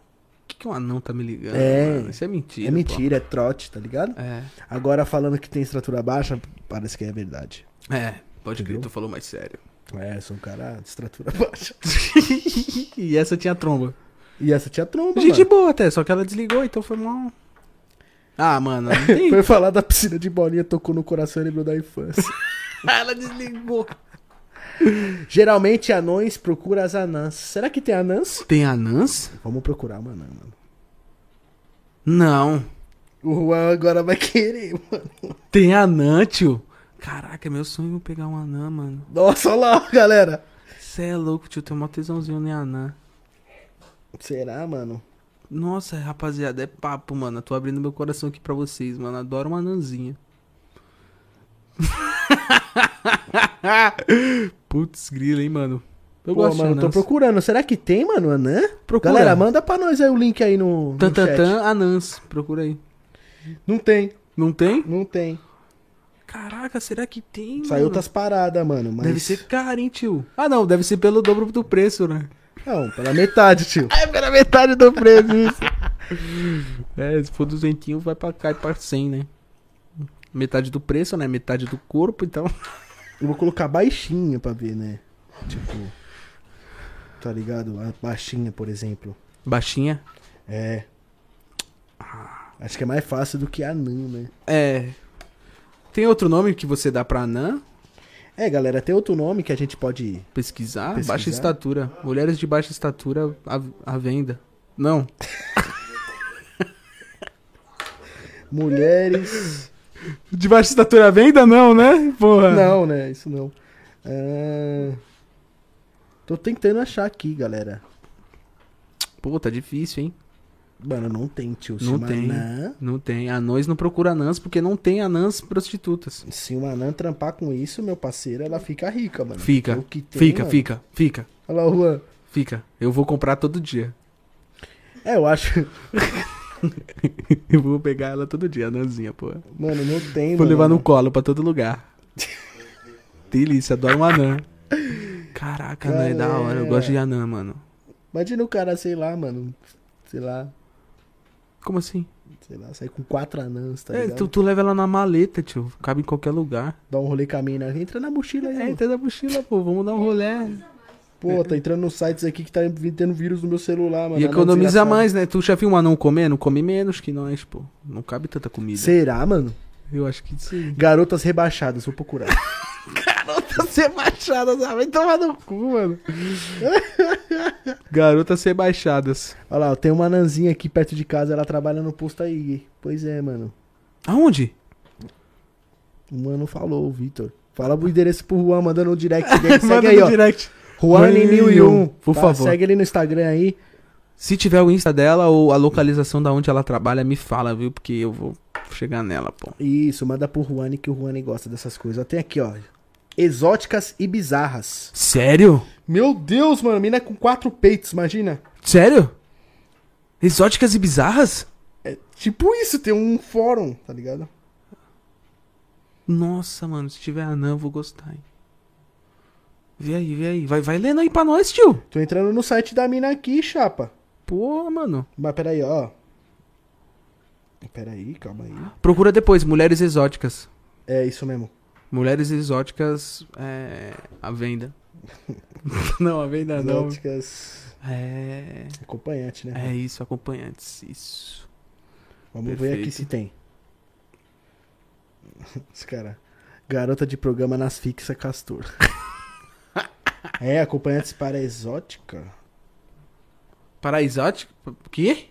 que, que um anão tá me ligando? É. mano? Isso é mentira. é mentira, é trote, tá ligado? pô. É. Agora falando que tem estrutura baixa, parece que é verdade. É, pode crer, Entendeu? tu falou mais sério. É, eu sou um cara de estrutura <laughs> baixa. <laughs> e essa tinha tromba. E essa tinha tromba, Gente mano. <laughs> boa até, só que ela desligou, então foi mal. Ah, mano, <laughs> não tem. Foi falar da piscina de bolinha, tocou no coração e lembrou da infância. ela desligou. Geralmente anões procuram as anãs. Será que tem anãs? Tem anãs? Vamos procurar uma anã, mano. Não. O Juan agora vai querer, mano. Tem anã, tio. Caraca, é meu sonho pegar um anã, mano. Nossa, olha lá, galera. Cê é louco, tio, tem uma tesãozinho em anã. Será, mano? Nossa, rapaziada, é papo, mano. Eu tô abrindo meu coração aqui pra vocês, mano. Adoro uma anãzinha. <laughs> Putz, grila, hein, mano. Eu Pô, gosto mano, de tô anãs. procurando. Será que tem, mano, anã? Procura. Galera, manda pra nós aí o link aí no, no chat. Tantantan, anãs. Procura aí. Não tem, Não tem? não tem. Caraca, será que tem? Saiu mano? outras paradas, mano, mas... Hum. Deve ser caro, hein, tio? Ah, não, deve ser pelo dobro do preço, né? Não, pela metade, <laughs> tio. É pela metade do preço, isso. é, se for duzentinho, vai pra cá e pra 100, né? Metade do preço, né? Metade do corpo, então. <laughs> Eu vou colocar baixinha pra ver, né? Tipo. Tá ligado? A baixinha, por exemplo. Baixinha. É. Acho que é mais fácil do que anã, né? É. Tem outro nome que você dá pra anã? É, galera, tem outro nome que a gente pode. Pesquisar? Pesquisar. Baixa estatura. Mulheres de baixa estatura à, à venda. Não. <laughs> Mulheres. De baixa estatura à venda, não, né? Porra. não, né? Isso não. Ah, Tô tentando achar aqui, galera. Pô, tá difícil, hein? Mano, não tem, tio. Se Não uma tem. anã- Não tem. Anões não procura anãs porque não tem anãs prostitutas. se uma anã trampar com isso, meu parceiro, ela fica rica, mano. Fica. O que tem, fica, mano. fica, fica, Olha lá, Juan. fica. Eu vou comprar todo dia. É, eu acho. <laughs> <laughs> Eu vou pegar ela todo dia, anãzinha, pô. Mano, não tem, Vou mano. levar no colo pra todo lugar. Delícia, adoro um anã. Caraca, anã é da hora. Eu Galera. gosto de anã, mano. Imagina o cara, sei lá, mano. Sei lá, Como assim? sei lá, sair com quatro anãs, tá É, ligado? tu, tu leva ela na maleta, tio. Cabe em qualquer lugar. Dá um rolê com a mina. Entra na mochila aí, É, mano. entra na mochila, pô. Vamos dar um rolê. Pô, tá entrando nos sites aqui que tá tendo vírus no meu celular, mano. E Anão economiza desgraçado. mais, né? Tu já viu um anão comendo? Come menos que nós, pô. Não cabe tanta comida. Será, mano? Eu acho que <laughs> sim. Garotas rebaixadas, vou procurar. Ser baixadas, ah, é vai tomar no cu, mano. Garotas ser baixadas. Olha lá, ó, tem uma nanzinha aqui perto de casa, ela trabalha no posto aí. Pois é, mano. Aonde? O mano falou, o Vitor. Fala o endereço pro Juan, mandando um direct <laughs> dele. Segue aí, no ó. direct. Juan em 1001. Por favor. tá? Segue ele no Instagram aí. Se tiver o Insta dela ou a localização da onde ela trabalha, me fala, viu? Porque eu vou chegar nela, pô. Isso, manda pro Juan que o Juan gosta dessas coisas. Ó, Tem aqui, ó. Exóticas e bizarras. Sério? Meu Deus, mano, mina com quatro peitos, imagina. Sério? Exóticas e bizarras? Tipo isso, tem um fórum, tá ligado? Nossa, mano, se tiver anã, eu vou gostar, hein? Vê aí, vê aí. Vai, vai lendo aí pra nós, tio. Tô entrando no site da mina aqui, chapa. Pô, mano. Mas peraí, ó. Peraí, calma aí. Procura depois, mulheres exóticas. É isso mesmo. Mulheres exóticas é, à venda. <laughs> não, à venda É, não. Exóticas. É, Acompanhante, né? é isso, acompanhantes. Isso. Vamos ver perfeito. aqui se tem. <laughs> Esse cara. Garota de programa nas fixa Castor. é, acompanhantes para exótica. Para exótico? Quê?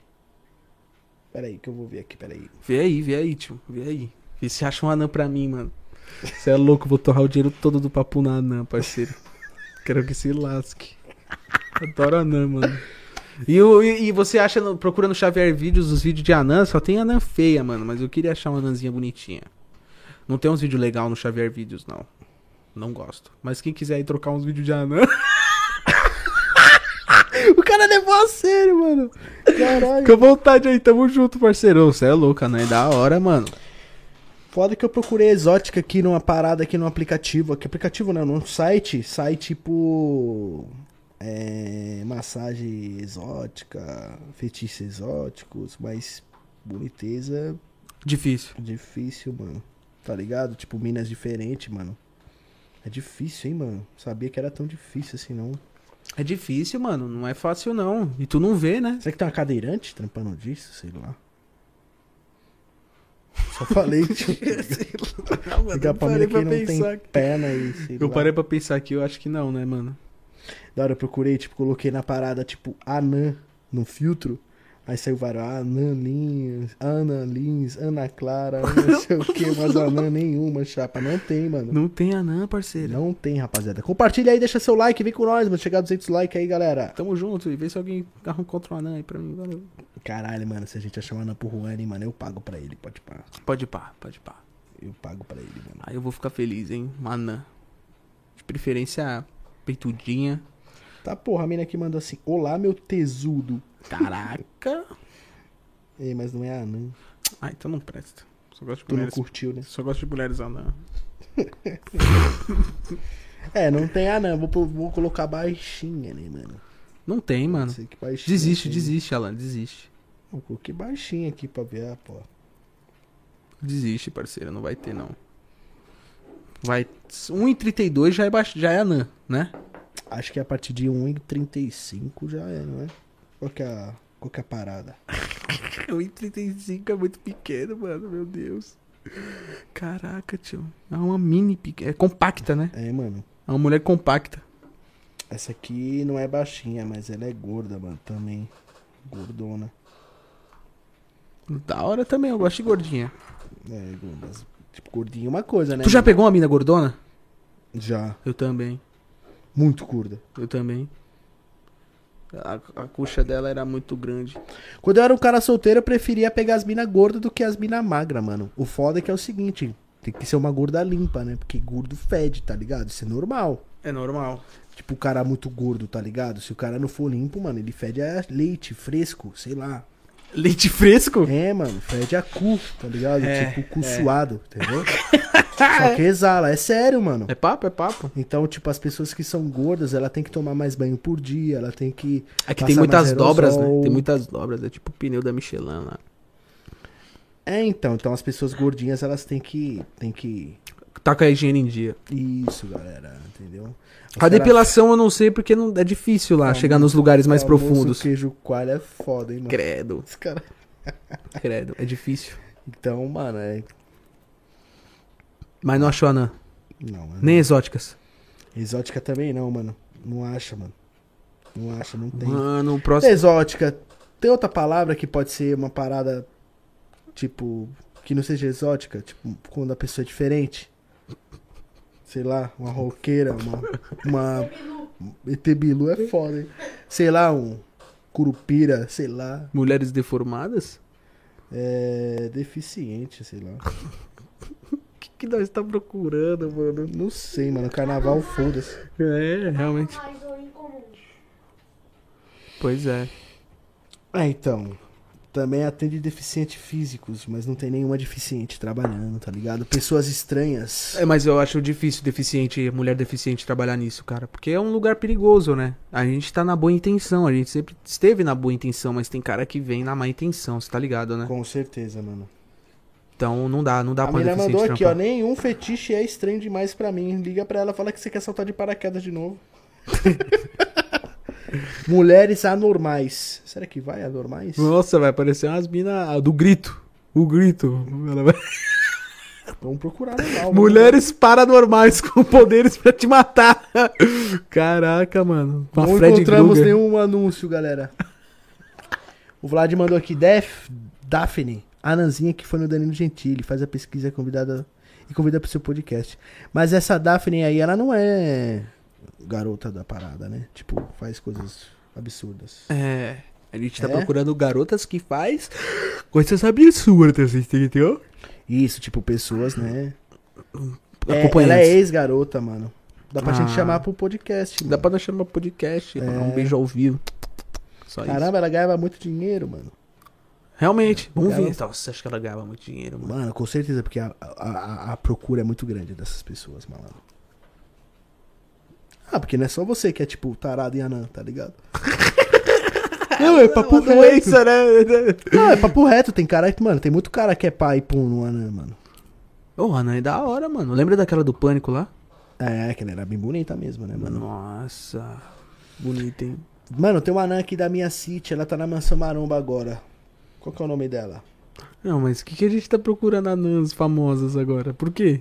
Peraí, que eu vou ver aqui, peraí. Vê aí, vê aí, tio. Vê aí. Vê se acha um anã pra mim, mano. Você é louco, vou torrar o dinheiro todo do papo na anã, parceiro. Quero que se lasque. Adoro anã, mano. E, o- e, e você acha, no- procura no Xavier Vídeos os vídeos de anã, só tem anã feia, mano. Mas eu queria achar uma anãzinha bonitinha. Não tem uns vídeos legais no Xavier Vídeos, não. Não gosto. Mas quem quiser aí trocar uns vídeos de anã. <laughs> O cara levou a sério, mano. Caralho. Fica à vontade aí, tamo junto, parceiro. Você é louco, anã é da hora, mano. Foda que eu procurei exótica aqui numa parada aqui num aplicativo. Aqui, aplicativo não, num site. Site tipo. É, massagem exótica, fetiches exóticos, mas boniteza Difícil. difícil, mano. Tá ligado? Tipo, minas diferente, mano. É difícil, hein, mano. Sabia que era tão difícil assim, não. É difícil, mano. Não é fácil, não. E tu não vê, né? Será que tem uma cadeirante trampando disso? Sei lá. Só <laughs> falei, tipo, ligar pra mina que não tem perna aí. sei Eu lá. parei pra pensar aqui, eu acho que não, né, mano? Da hora eu procurei, tipo, coloquei na parada, tipo, Anã no filtro. Aí saiu vários "Ah, Anã Lins, Ana Lins, Ana Clara, não sei o que, mas Anã nenhuma, chapa. Não tem, mano. Não tem anã, parceiro. Não tem, rapaziada. Compartilha aí, deixa seu like, vem com nós, mano. Chegar a 200 likes aí, galera. Tamo junto e vê se alguém encontra um anã aí pra mim. Valeu. Caralho, mano, se a gente achar uma Anã pro Juan, hein, mano, eu pago pra ele, pode pá. Pode pá, pode pá. Eu pago pra ele, mano. Aí eu vou ficar feliz, hein? Uma anã. De preferência, peitudinha. Tá, porra, a mina aqui mandou assim, olá, meu tesudo. Caraca. Ei, mas não é a Anã. ah, então não presta. Só gosto de Tu não mulheres. curtiu, né? Só gosto de mulheres anã. É, não tem Anã. Vou, pro- vou colocar baixinha, né, mano? Não tem, mano. Sei que baixinha Desiste, tem. desiste, Alan. Desiste. Eu coloquei baixinho aqui pra ver, ah, pô. Desiste, parceiro. Não vai ter, não. Vai. 1,32 já é, baix... já é anã, <laughs> né? Acho que é a partir de 1,35 já é, não é? Qual que é a, qual que é a parada? 1,35 é muito pequeno, mano. Meu Deus. Caraca, tio. É uma mini pequena. É compacta, né? É, mano. É uma mulher compacta. Essa aqui não é baixinha, mas ela é gorda, mano, também. Gordona. Da hora também, eu gosto de gordinha. É, gordas. Tipo, gordinha é uma coisa, né? Tu já mano? pegou uma mina gordona? Já. Eu também. Muito gorda. Eu também. A, a coxa dela era muito grande. Quando eu era um cara solteiro, eu preferia pegar as minas gordas do que as minas magras, mano. O foda é que é o seguinte, tem que ser uma gorda limpa, né? Porque gordo fede, tá ligado? Isso é normal. É normal. Tipo, o cara muito gordo, tá ligado? Se o cara não for limpo, mano, ele fede a leite fresco, sei lá. Leite fresco? É, mano, fede a cu, tá ligado? É, tipo, cu é. suado, entendeu? Só que exala, é sério, mano. É papo, é papo. Então, tipo, as pessoas que são gordas, ela tem que tomar mais banho por dia, ela tem que. É que passar tem muitas mais dobras, né? aerosol. Tem muitas dobras. É tipo o pneu da Michelin lá. É, então, então as pessoas gordinhas, elas têm que. Tem que. Tá com a higiene em dia. Isso, galera, entendeu? A depilação eu não sei porque não, é difícil lá chegar nos lugares mais Famoso profundos. queijo coalho é foda, hein, mano. Credo, Esse cara- credo. É difícil. Então, mano, é. Mas não achou anã. Hum. Não, mano. Nem exóticas. Exótica também não, mano. Não acha, mano. Não acha, não tem. Mano, o próximo. Exótica. Tem outra palavra que pode ser uma parada, tipo, que não seja exótica? Tipo, quando a pessoa é diferente? Sei lá, uma roqueira, uma. uma... Etebilu é foda, hein? Sei lá, um. Curupira, sei lá. Mulheres deformadas? É. Deficiente, sei lá. O que, que nós tá procurando, mano? Não sei, mano. Carnaval, foda-se. É, realmente. Mas ou um incomum. Pois é. É, então. Também atende deficientes físicos, mas não tem nenhuma deficiente trabalhando, tá ligado? Pessoas estranhas. É, mas eu acho difícil deficiente, mulher deficiente trabalhar nisso, cara. Porque é um lugar perigoso, né? A gente tá na boa intenção, a gente sempre esteve na boa intenção, mas tem cara que vem na má intenção, você tá ligado, né? Com certeza, mano. Então não dá, não dá a pra menina deficiente mandou aqui, ó. trampar. Nenhum fetiche é estranho demais pra mim. Liga pra ela, fala que você quer saltar de paraquedas de <laughs> novo. Mulheres anormais. Será que vai anormais? Nossa, vai aparecer umas minas do grito. O grito. Ela vai- Vamos procurar legal. mano. Mulheres paranormais <laughs> com poderes pra te matar. Caraca, mano. Uma Não Fred encontramos Krueger. nenhum anúncio, galera. O Vlad mandou aqui, Def, Daphne, a Nanzinha que foi no Danilo Gentili, faz a pesquisa é convidada e convida pro seu podcast. Mas essa Daphne aí, ela não é garota da parada, né? Tipo, faz coisas absurdas. É. A gente tá É? procurando garotas que faz coisas absurdas, entendeu? Isso, tipo, pessoas, né? É, ela é Hum, Acompanhantes. ex-garota, mano. Dá pra Ah. gente chamar pro podcast, mano. Dá pra nós chamar podcast, é. um beijo ao vivo. Só isso. Caramba, ela ganhava muito dinheiro, mano. Realmente, vamos Ganhava- ver. Nossa, acho que ela ganhava muito dinheiro, mano. Mano, com certeza, porque a, a, a- a procura é muito grande dessas pessoas, malandro. Ah, porque não é só você que é tipo tarado em anã, tá ligado? não, é papo Uma reto. doença, né? Não, é papo reto. Tem cara que, mano, tem muito cara que é pai pum no anã, mano. Ô, Ana, é da hora, mano. Lembra daquela do pânico lá? É, que ela era bem bonita mesmo, né, mano? Nossa. Bonita, hein? Mano, tem uma anã aqui da minha city, ela tá na mansão maromba agora. Qual que é o nome dela? Não, mas o que, que a gente tá procurando anãs famosas agora? Por quê?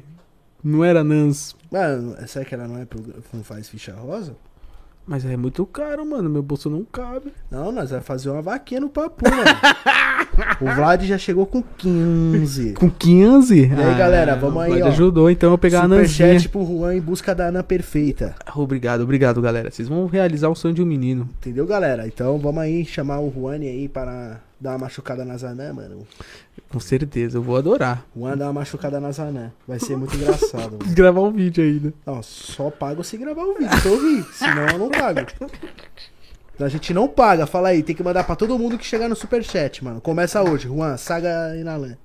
Não era anãs. Mano, será que ela não é pro- não faz ficha rosa? Mas é muito caro, mano. Meu bolso não cabe. Não, nós vamos fazer uma vaquinha no papo, <laughs> mano. o Vlad já chegou com 15. Com 15? E aí, galera, vamos aí, ó. ajudou, então eu vou pegar a anãzinha. Superchat pro Juan em busca da Ana Perfeita. Ah, Obrigado, obrigado, galera. Vocês vão realizar o sonho de um menino. Entendeu, galera? Então vamos aí chamar o Juan aí para dar uma machucada nas anã, mano. Com certeza, eu vou adorar. Juan dá uma machucada nas anã. Vai ser muito engraçado, mano. Gravar um vídeo ainda. Não, só pago se gravar o vídeo, então eu ri. Senão eu não pago. A gente não paga, fala aí. Tem que mandar pra todo mundo que chegar no superchat, mano. Começa hoje, Juan, Saga e Nalan.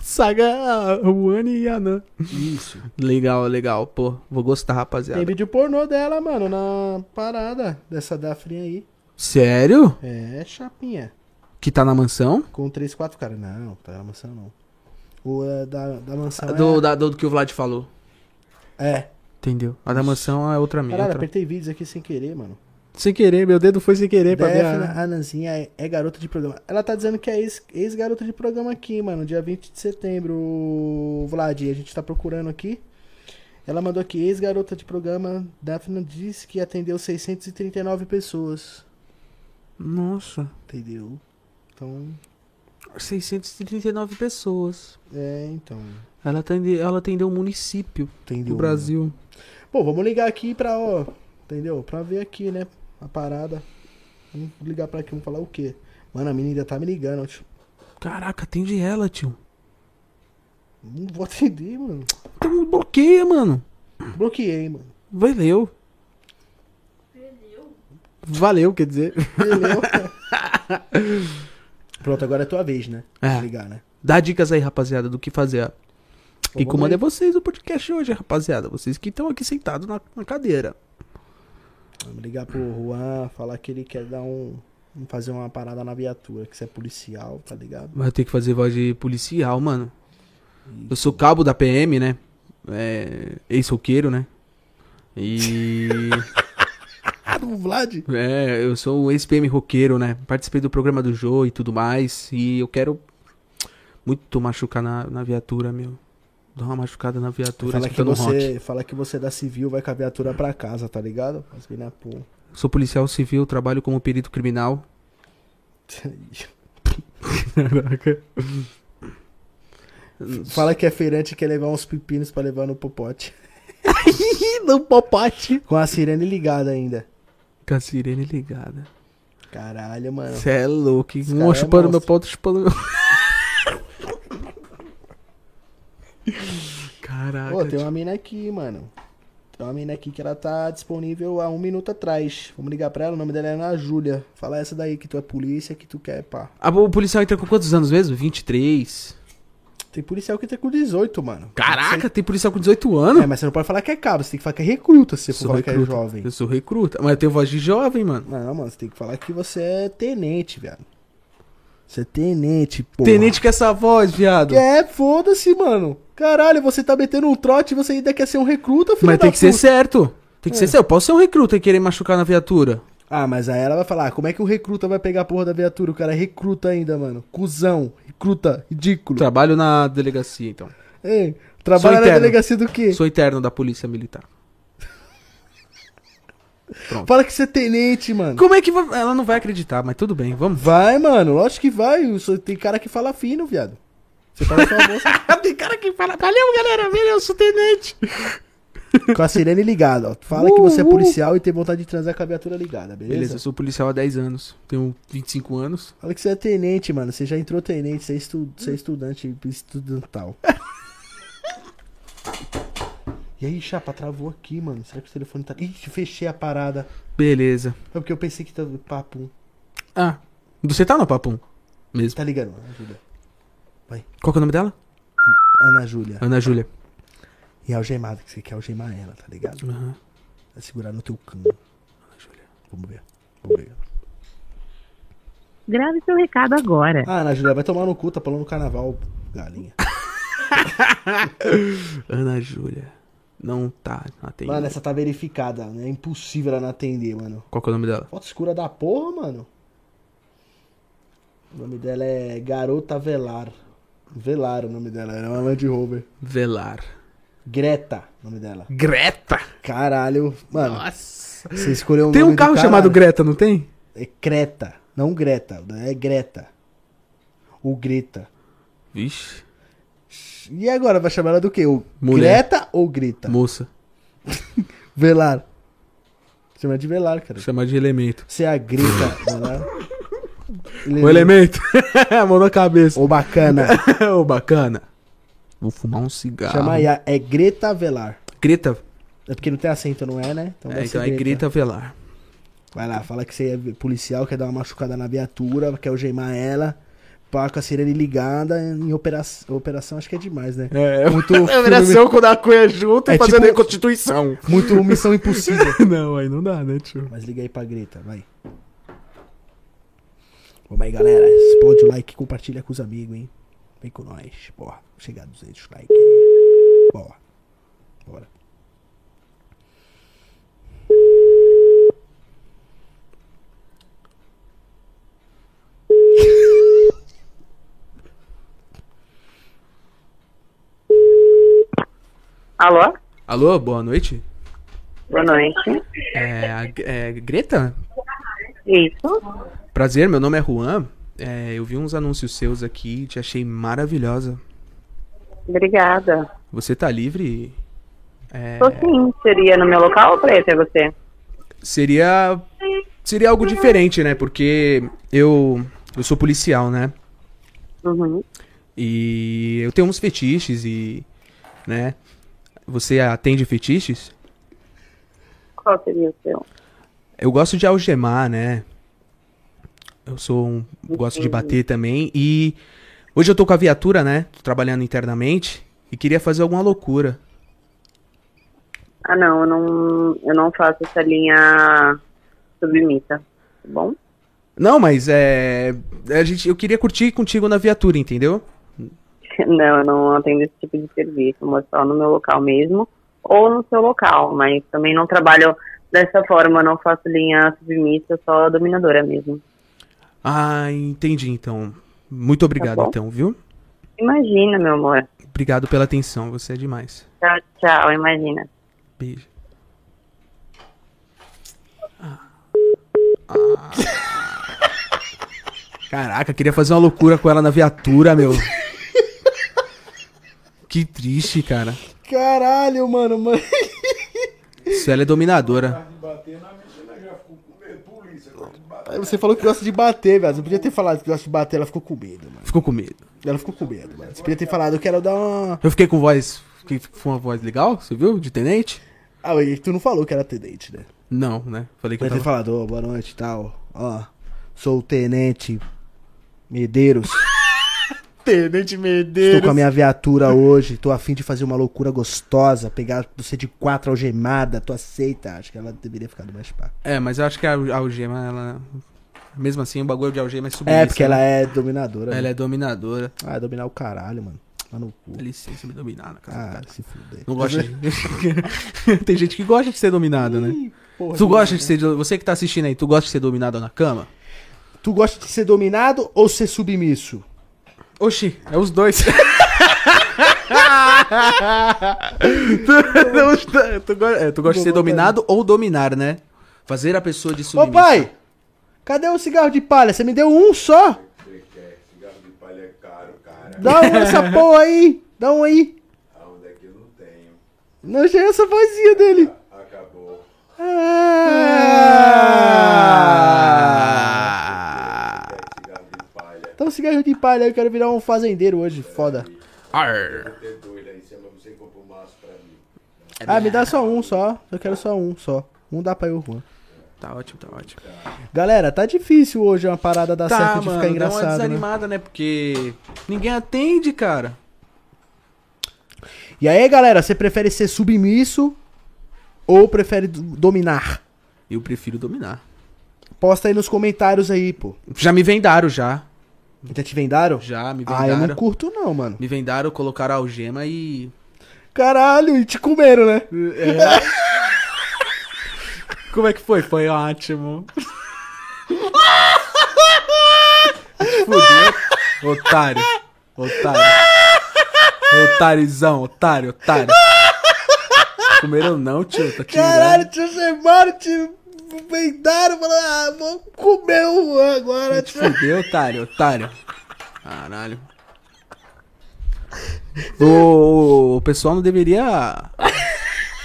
Saga Wani e Anã. Isso. Legal, legal. Pô, vou gostar, rapaziada. Tem vídeo pornô dela, mano, na parada dessa Daphne aí. Sério? É, chapinha. Que tá na mansão? Com 3, 4 caras. Não, tá na mansão não. O é, da, da mansão Do, é... da- do que o Vlad falou. É. Entendeu? A da mansão é outra minha. Caralho, outra- apertei vídeos aqui sem querer, mano. Sem querer, meu dedo foi sem querer pra né? Daphne, ver. a- a Nanzinha é, é garota de programa. Ela tá dizendo que é ex- ex-garota de programa aqui, mano. Dia 20 de setembro, o Vlad. A gente tá procurando aqui. Ela mandou aqui, ex-garota de programa. Daphne disse que atendeu 639 pessoas. Nossa, Entendeu? Então, 639 pessoas. é, então. Ela atendeu, ela atendeu o município Entendeu? do Brasil. Bom, vamos ligar aqui pra, ó, entendeu? Pra ver aqui, né? a parada. Vamos ligar pra aqui, vamos falar o quê? Mano, a menina ainda tá me ligando, tio. Caraca, atende ela, tio. Não vou atender, mano. Então bloqueia, mano. Bloqueei, mano. Valeu. Perdeu. Valeu, quer dizer. Entendeu? Pronto, agora é tua vez, né? É. De ligar, né? Dá dicas aí, rapaziada, do que fazer. Quem vamos aí. comanda é vocês o podcast hoje, rapaziada. Vocês que estão aqui sentados na, na cadeira. Vamos ligar pro Juan, falar que ele quer dar um. fazer uma parada na viatura, que você é policial, tá ligado? Vai ter que fazer voz de policial, mano. Eu sou cabo da PM, né? É, Ex-roqueiro, né? E. <laughs> Ah, do Vlad? é, eu sou um ex-PM roqueiro, né? Participei do programa do Jô e tudo mais. E eu quero muito machucar na, na viatura, meu. Dar uma machucada na viatura, Fala que, escutando um rock. você, fala que você é da civil, vai com a viatura pra casa, tá ligado? As mina, pô. Sou policial civil, trabalho como perito criminal. Caraca. Fala que é feirante e quer levar uns pepinos pra levar no popote. Não popote. Com a sirene ligada ainda. Com a sirene ligada. Caralho, mano. Você é louco. hein? cara Um é chupando meu monstro. pau, outro chupando meu. Caraca. Pô, tem tio. uma mina aqui, mano. Tem uma mina aqui que ela tá disponível há um minuto atrás. Vamos ligar pra ela, o nome dela é Ana Júlia. Fala essa daí, que tu é polícia, que tu quer, pá. Ah, o policial entra com quantos anos mesmo? 23. Tem policial que tá com 18, mano. Caraca, tem policial com 18 Você- anos? É, mas você não pode falar que é cabo, você tem que falar que é recruta se você for sou falar que é recruta. jovem. Eu sou recruta. Mas eu tenho voz de jovem, mano. Não, mano, você tem que falar que você é tenente, velho. Você é tenente, pô. Tenente com é essa voz, viado. É, foda-se, mano. Caralho, você tá metendo um trote e você ainda quer ser um recruta, filho Mas da tem que ser puta. certo. Tem que ser certo. Eu posso ser um recruta e querer machucar na viatura. Ah, mas aí ela vai falar, como é que o recruta vai pegar a porra da viatura? O cara é recruta ainda, mano. Cusão, recruta, ridículo. Trabalho na delegacia, então. Ei, trabalha na interno. delegacia do quê? Sou interno da polícia militar. Fala que você é tenente, mano. Como é que vai... Ela não vai acreditar, mas tudo bem, vamos. Vai, mano, lógico que vai. Eu sou- Tem cara que fala fino, viado. Você fala sua <laughs> moça <laughs> Tem cara que fala, valeu galera, valeu, sou tenente. com a sirene ligada, ó. Fala que você é policial e tem vontade de transar com a viatura ligada, Beleza, beleza? eu sou policial há 10 anos, tenho 25 anos. Fala que você é tenente, mano. Você já entrou tenente, você é, estu... você é estudante estudantal. <laughs> E aí, chapa, travou aqui, mano. Será que o telefone tá. Ih, fechei a parada. Beleza. É porque eu pensei que tava papo. um. Ah, você tá no papum? Mesmo. Tá ligando, Ana Júlia. Qual que é o nome dela? Ana Júlia. Ana Júlia. E algemada, que você quer algemar ela, tá ligado? Aham. Vai segurar no teu cano. Ana Júlia. Vamos ver. Vamos ver. Grave seu recado agora. Ah, Ana Júlia, vai tomar no cu, tá falando carnaval, galinha. Ana Júlia. Não tá atendendo. Mano, essa tá verificada, né? É impossível ela não atender, mano. Qual que é o nome dela? Foto escura da porra, mano. O nome dela é Garota Velar. Velar o nome dela, era uma Land Rover. Velar. Greta, o nome dela. Greta. Caralho, mano, Nossa. você escolheu um Tem um carro chamado Greta, não tem? É Creta, não Greta, é Greta. Ou Greta. Vixe. E agora, vai chamar ela do quê? O Mulher. Greta ou Grita? Moça. Velar. Chama de Velar, cara. Chamar de elemento. Você é a Greta, Velar. <laughs> O elemento. <laughs> Mão na cabeça. Ou bacana. <laughs> Ô, bacana. Vou fumar um cigarro. Chama aí, a- é Greta Velar. Greta. É porque não tem acento, não é, né? É, vai ser então é Greta Velar. Vai lá, fala que você é policial, quer dar uma machucada na viatura, quer algemar ela, pá, com a sirene ligada, em operação, operação acho que é demais, né? É, <laughs> Muito operação quando a Cunha junto É e fazendo tipo- reconstituição. <laughs> Muito missão impossível. <laughs> não, aí não dá, né, tio? Mas liga aí pra Greta, vai. Vamos aí, galera, explode o like, compartilha com os amigos, hein? Vem com nós, porra, chegar a 200 likes. Bora, bora. Alô? Alô, boa noite. Boa noite. É, a- é, Greta? Isso. Prazer, meu nome é Juan. É, eu vi uns anúncios seus aqui e te achei maravilhosa. Obrigada. Você tá livre? É, Tô sim. Seria no meu local, Preta, é você? Seria. Seria algo diferente, né? Porque eu. Eu sou policial, né? Uhum. E eu tenho uns fetiches e. né? Você atende fetiches? Qual seria o seu? Eu gosto de algemar, né? Eu sou um. Gosto de bater também. E hoje eu tô com a viatura, né? Tô trabalhando internamente e queria fazer alguma loucura. Ah, não, eu não, eu não faço essa linha submissa, tá bom? <laughs> Não, mas é. A gente, eu queria curtir contigo na viatura, entendeu? Não, eu não atendo esse tipo de serviço, mas só no meu local mesmo, ou no seu local, mas também não trabalho dessa forma, eu não faço linha submissa, só dominadora mesmo. Ah, entendi então. Muito obrigado bom. então, viu? Imagina, meu amor. Obrigado pela atenção, você é demais. Tchau, tchau, imagina. Beijo. Ah. Caraca, queria fazer uma loucura com ela na viatura, meu. Que triste, cara. Caralho, mano, mano. Isso ela é dominadora. Aí Você falou que gosta de bater, velho. Você podia ter falado que gosta de bater, ela ficou com medo, mano. Ficou com medo. Ela ficou com medo, mano. Você podia ter falado, eu quero dar uma. Eu fiquei com voz. Fiquei com uma voz legal, você viu? De tenente? Ah, e tu não falou que era tenente, né? Não, né? Falei que eu Podia ter tava... falado, ô, boa noite e tal. Ó, sou o tenente <laughs> Medeiros. Tenente Estou com Medeiros. a minha viatura hoje, tô afim de fazer uma loucura gostosa, pegar você de quatro algemada, tu aceita? Acho que ela deveria ficar do mais pá. É, mas eu acho que a a algema, ela. Mesmo assim, o bagulho de algema é submissa. É, porque ela né? é dominadora. Ela né? é dominadora. Ah, dominar o caralho, mano. Lá no cu. Dá licença, me dominar na casa do Ah, cara. se fuder. Não <laughs> gosta de... <laughs> Tem gente que gosta de ser dominada, né? tu gosta né? de ser. Você que tá assistindo aí, tu gosta de ser dominado na cama? Tu gosta de ser dominado ou ser submisso? Oxi, é os <laughs> dois. tu, tu- tu go- é, tu gosta de ser dominado ou dominar, né? Fazer a pessoa de Ô submissa. pai, cadê o cigarro de palha? Você me deu um só? Dá um <laughs> essa porra aí. Dá um aí. Não achei essa vozinha dele. Ah! Dá um cigarro de palha, eu quero virar um fazendeiro hoje, foda. Arr. É Ah, me dá só um só. Eu quero só um só. Um dá pra eu, Juan. Tá ótimo, tá ótimo. Galera, tá difícil hoje uma parada dar tá, certo de mano, ficar dá uma engraçado. né? desanimada, né? Porque ninguém atende, cara. E aí, galera, você prefere ser submisso ou prefere do- dominar? Eu prefiro dominar. Posta aí nos comentários aí, pô. Já me vendaram, já. Já te vendaram? Já me Ah, eu vendaram. não curto não, mano. Me vendaram, colocaram a algema e. Caralho, e te comeram, né? Como é que foi? Foi ótimo. Fudeu. <laughs> Otário. Otário. Otáriozão, otário, otário. Comeram não, tio. Tá te Caralho, enganando. te chamaram, te vendaram, falaram, ah, vou comer o Juan agora. Te fudeu, otário, otário. Caralho. O, o pessoal não deveria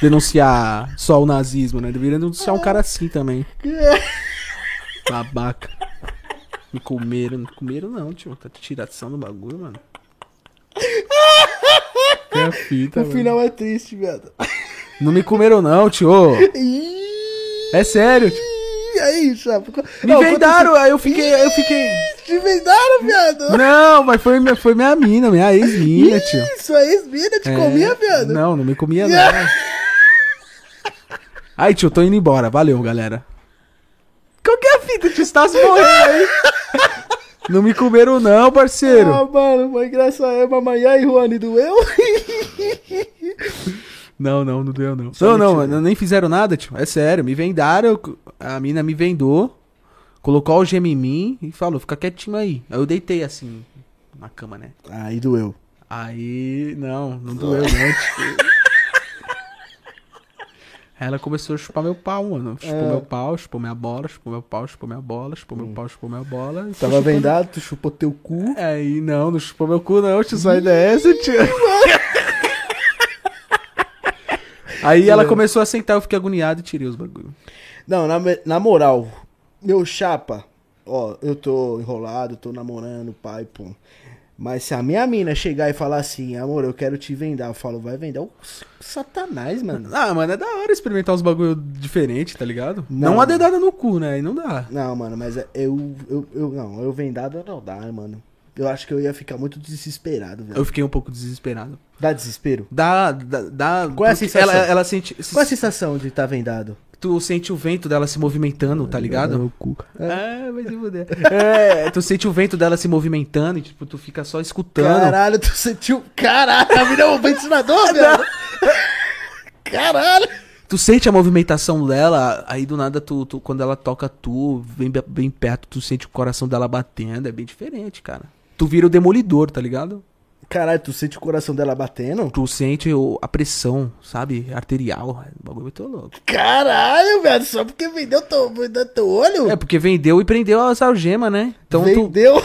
denunciar só o nazismo, né? Deveria denunciar um cara assim também. Babaca. Me comeram, não comeram não, tio. Tá tiração do bagulho, mano. Tem a fita, O mano. final é triste, viado. Não me comeram não, tio. Ih, É sério. tio. aí, chapa. Me vendaram, aí eu fiquei, aí eu fiquei. Te vendaram, viado. Não, mas foi, minha- foi minha mina, minha ex-mina, tio. Isso aí, mina, te É, comia, viado. Não, não me comia não. Aí, tio, tô indo embora. Valeu, galera. Qual que é a fita, tio? Estás morrendo aí. Não me comeram não, Ah, parceiro. mano, foi engraçado. É mamãe, e aí, Juane, doeu? Não, não, não deu não. Não, não, mano, nem fizeram nada, tio. É sério, me vendaram. eu- A mina me vendou. Colocou o gema em mim e falou, fica quietinho aí. Aí eu deitei assim, na cama, né? Aí doeu. Aí, não, não doeu né? não, tio. Aí <laughs> Ela começou a chupar meu pau, mano. Chupou meu pau, chupou minha bola, chupou meu pau, chupou minha bola, chupou meu pau, chupou minha bola. E foi Tava chupando- vendado, tu chupou teu cu. Aí, não, não chupou <laughs> meu cu não, tio. Só ideia é essa, tio. Aí ela começou a sentar, eu fiquei agoniado e tirei os bagulho. Não, na, me- na moral, meu chapa, ó, eu tô enrolado, tô namorando, pai, pum. Mas se a minha mina chegar e falar assim, amor, eu quero te vendar, eu falo, vai vender o s- satanás, mano. Ah, mano, é da hora experimentar uns bagulho diferente, tá ligado? Não, Não. a dedada no cu, né? Aí não dá. Não, mano, mas é- eu, eu, eu, não, eu vendado não dá, mano. Eu acho que eu ia ficar muito desesperado, velho. Eu fiquei um pouco desesperado. Dá desespero? Dá, dá, dá Qual é a porque sensação? Ela, ela sente, se- Qual é a sensação de estar vendado? tu sente o vento dela se movimentando, tá ligado? Ah, vai se fuder. É, tu sente o vento dela se movimentando e tipo, tu fica só escutando. Caralho, tu sentiu. Caralho, a mina é um ventilador, velho. Caralho. Tu sente a movimentação dela, aí do nada tu, tu- quando ela toca tu, vem be- bem perto, tu sente o coração dela batendo, é bem diferente, cara. Tu vira o demolidor, tá ligado? Caralho, tu sente o coração dela batendo? Tu sente o- a pressão, sabe? Arterial. O bagulho é muito louco. Caralho, velho, só porque vendeu teu, vendeu teu olho? É, porque vendeu e prendeu as algemas, né? Então tu vendeu.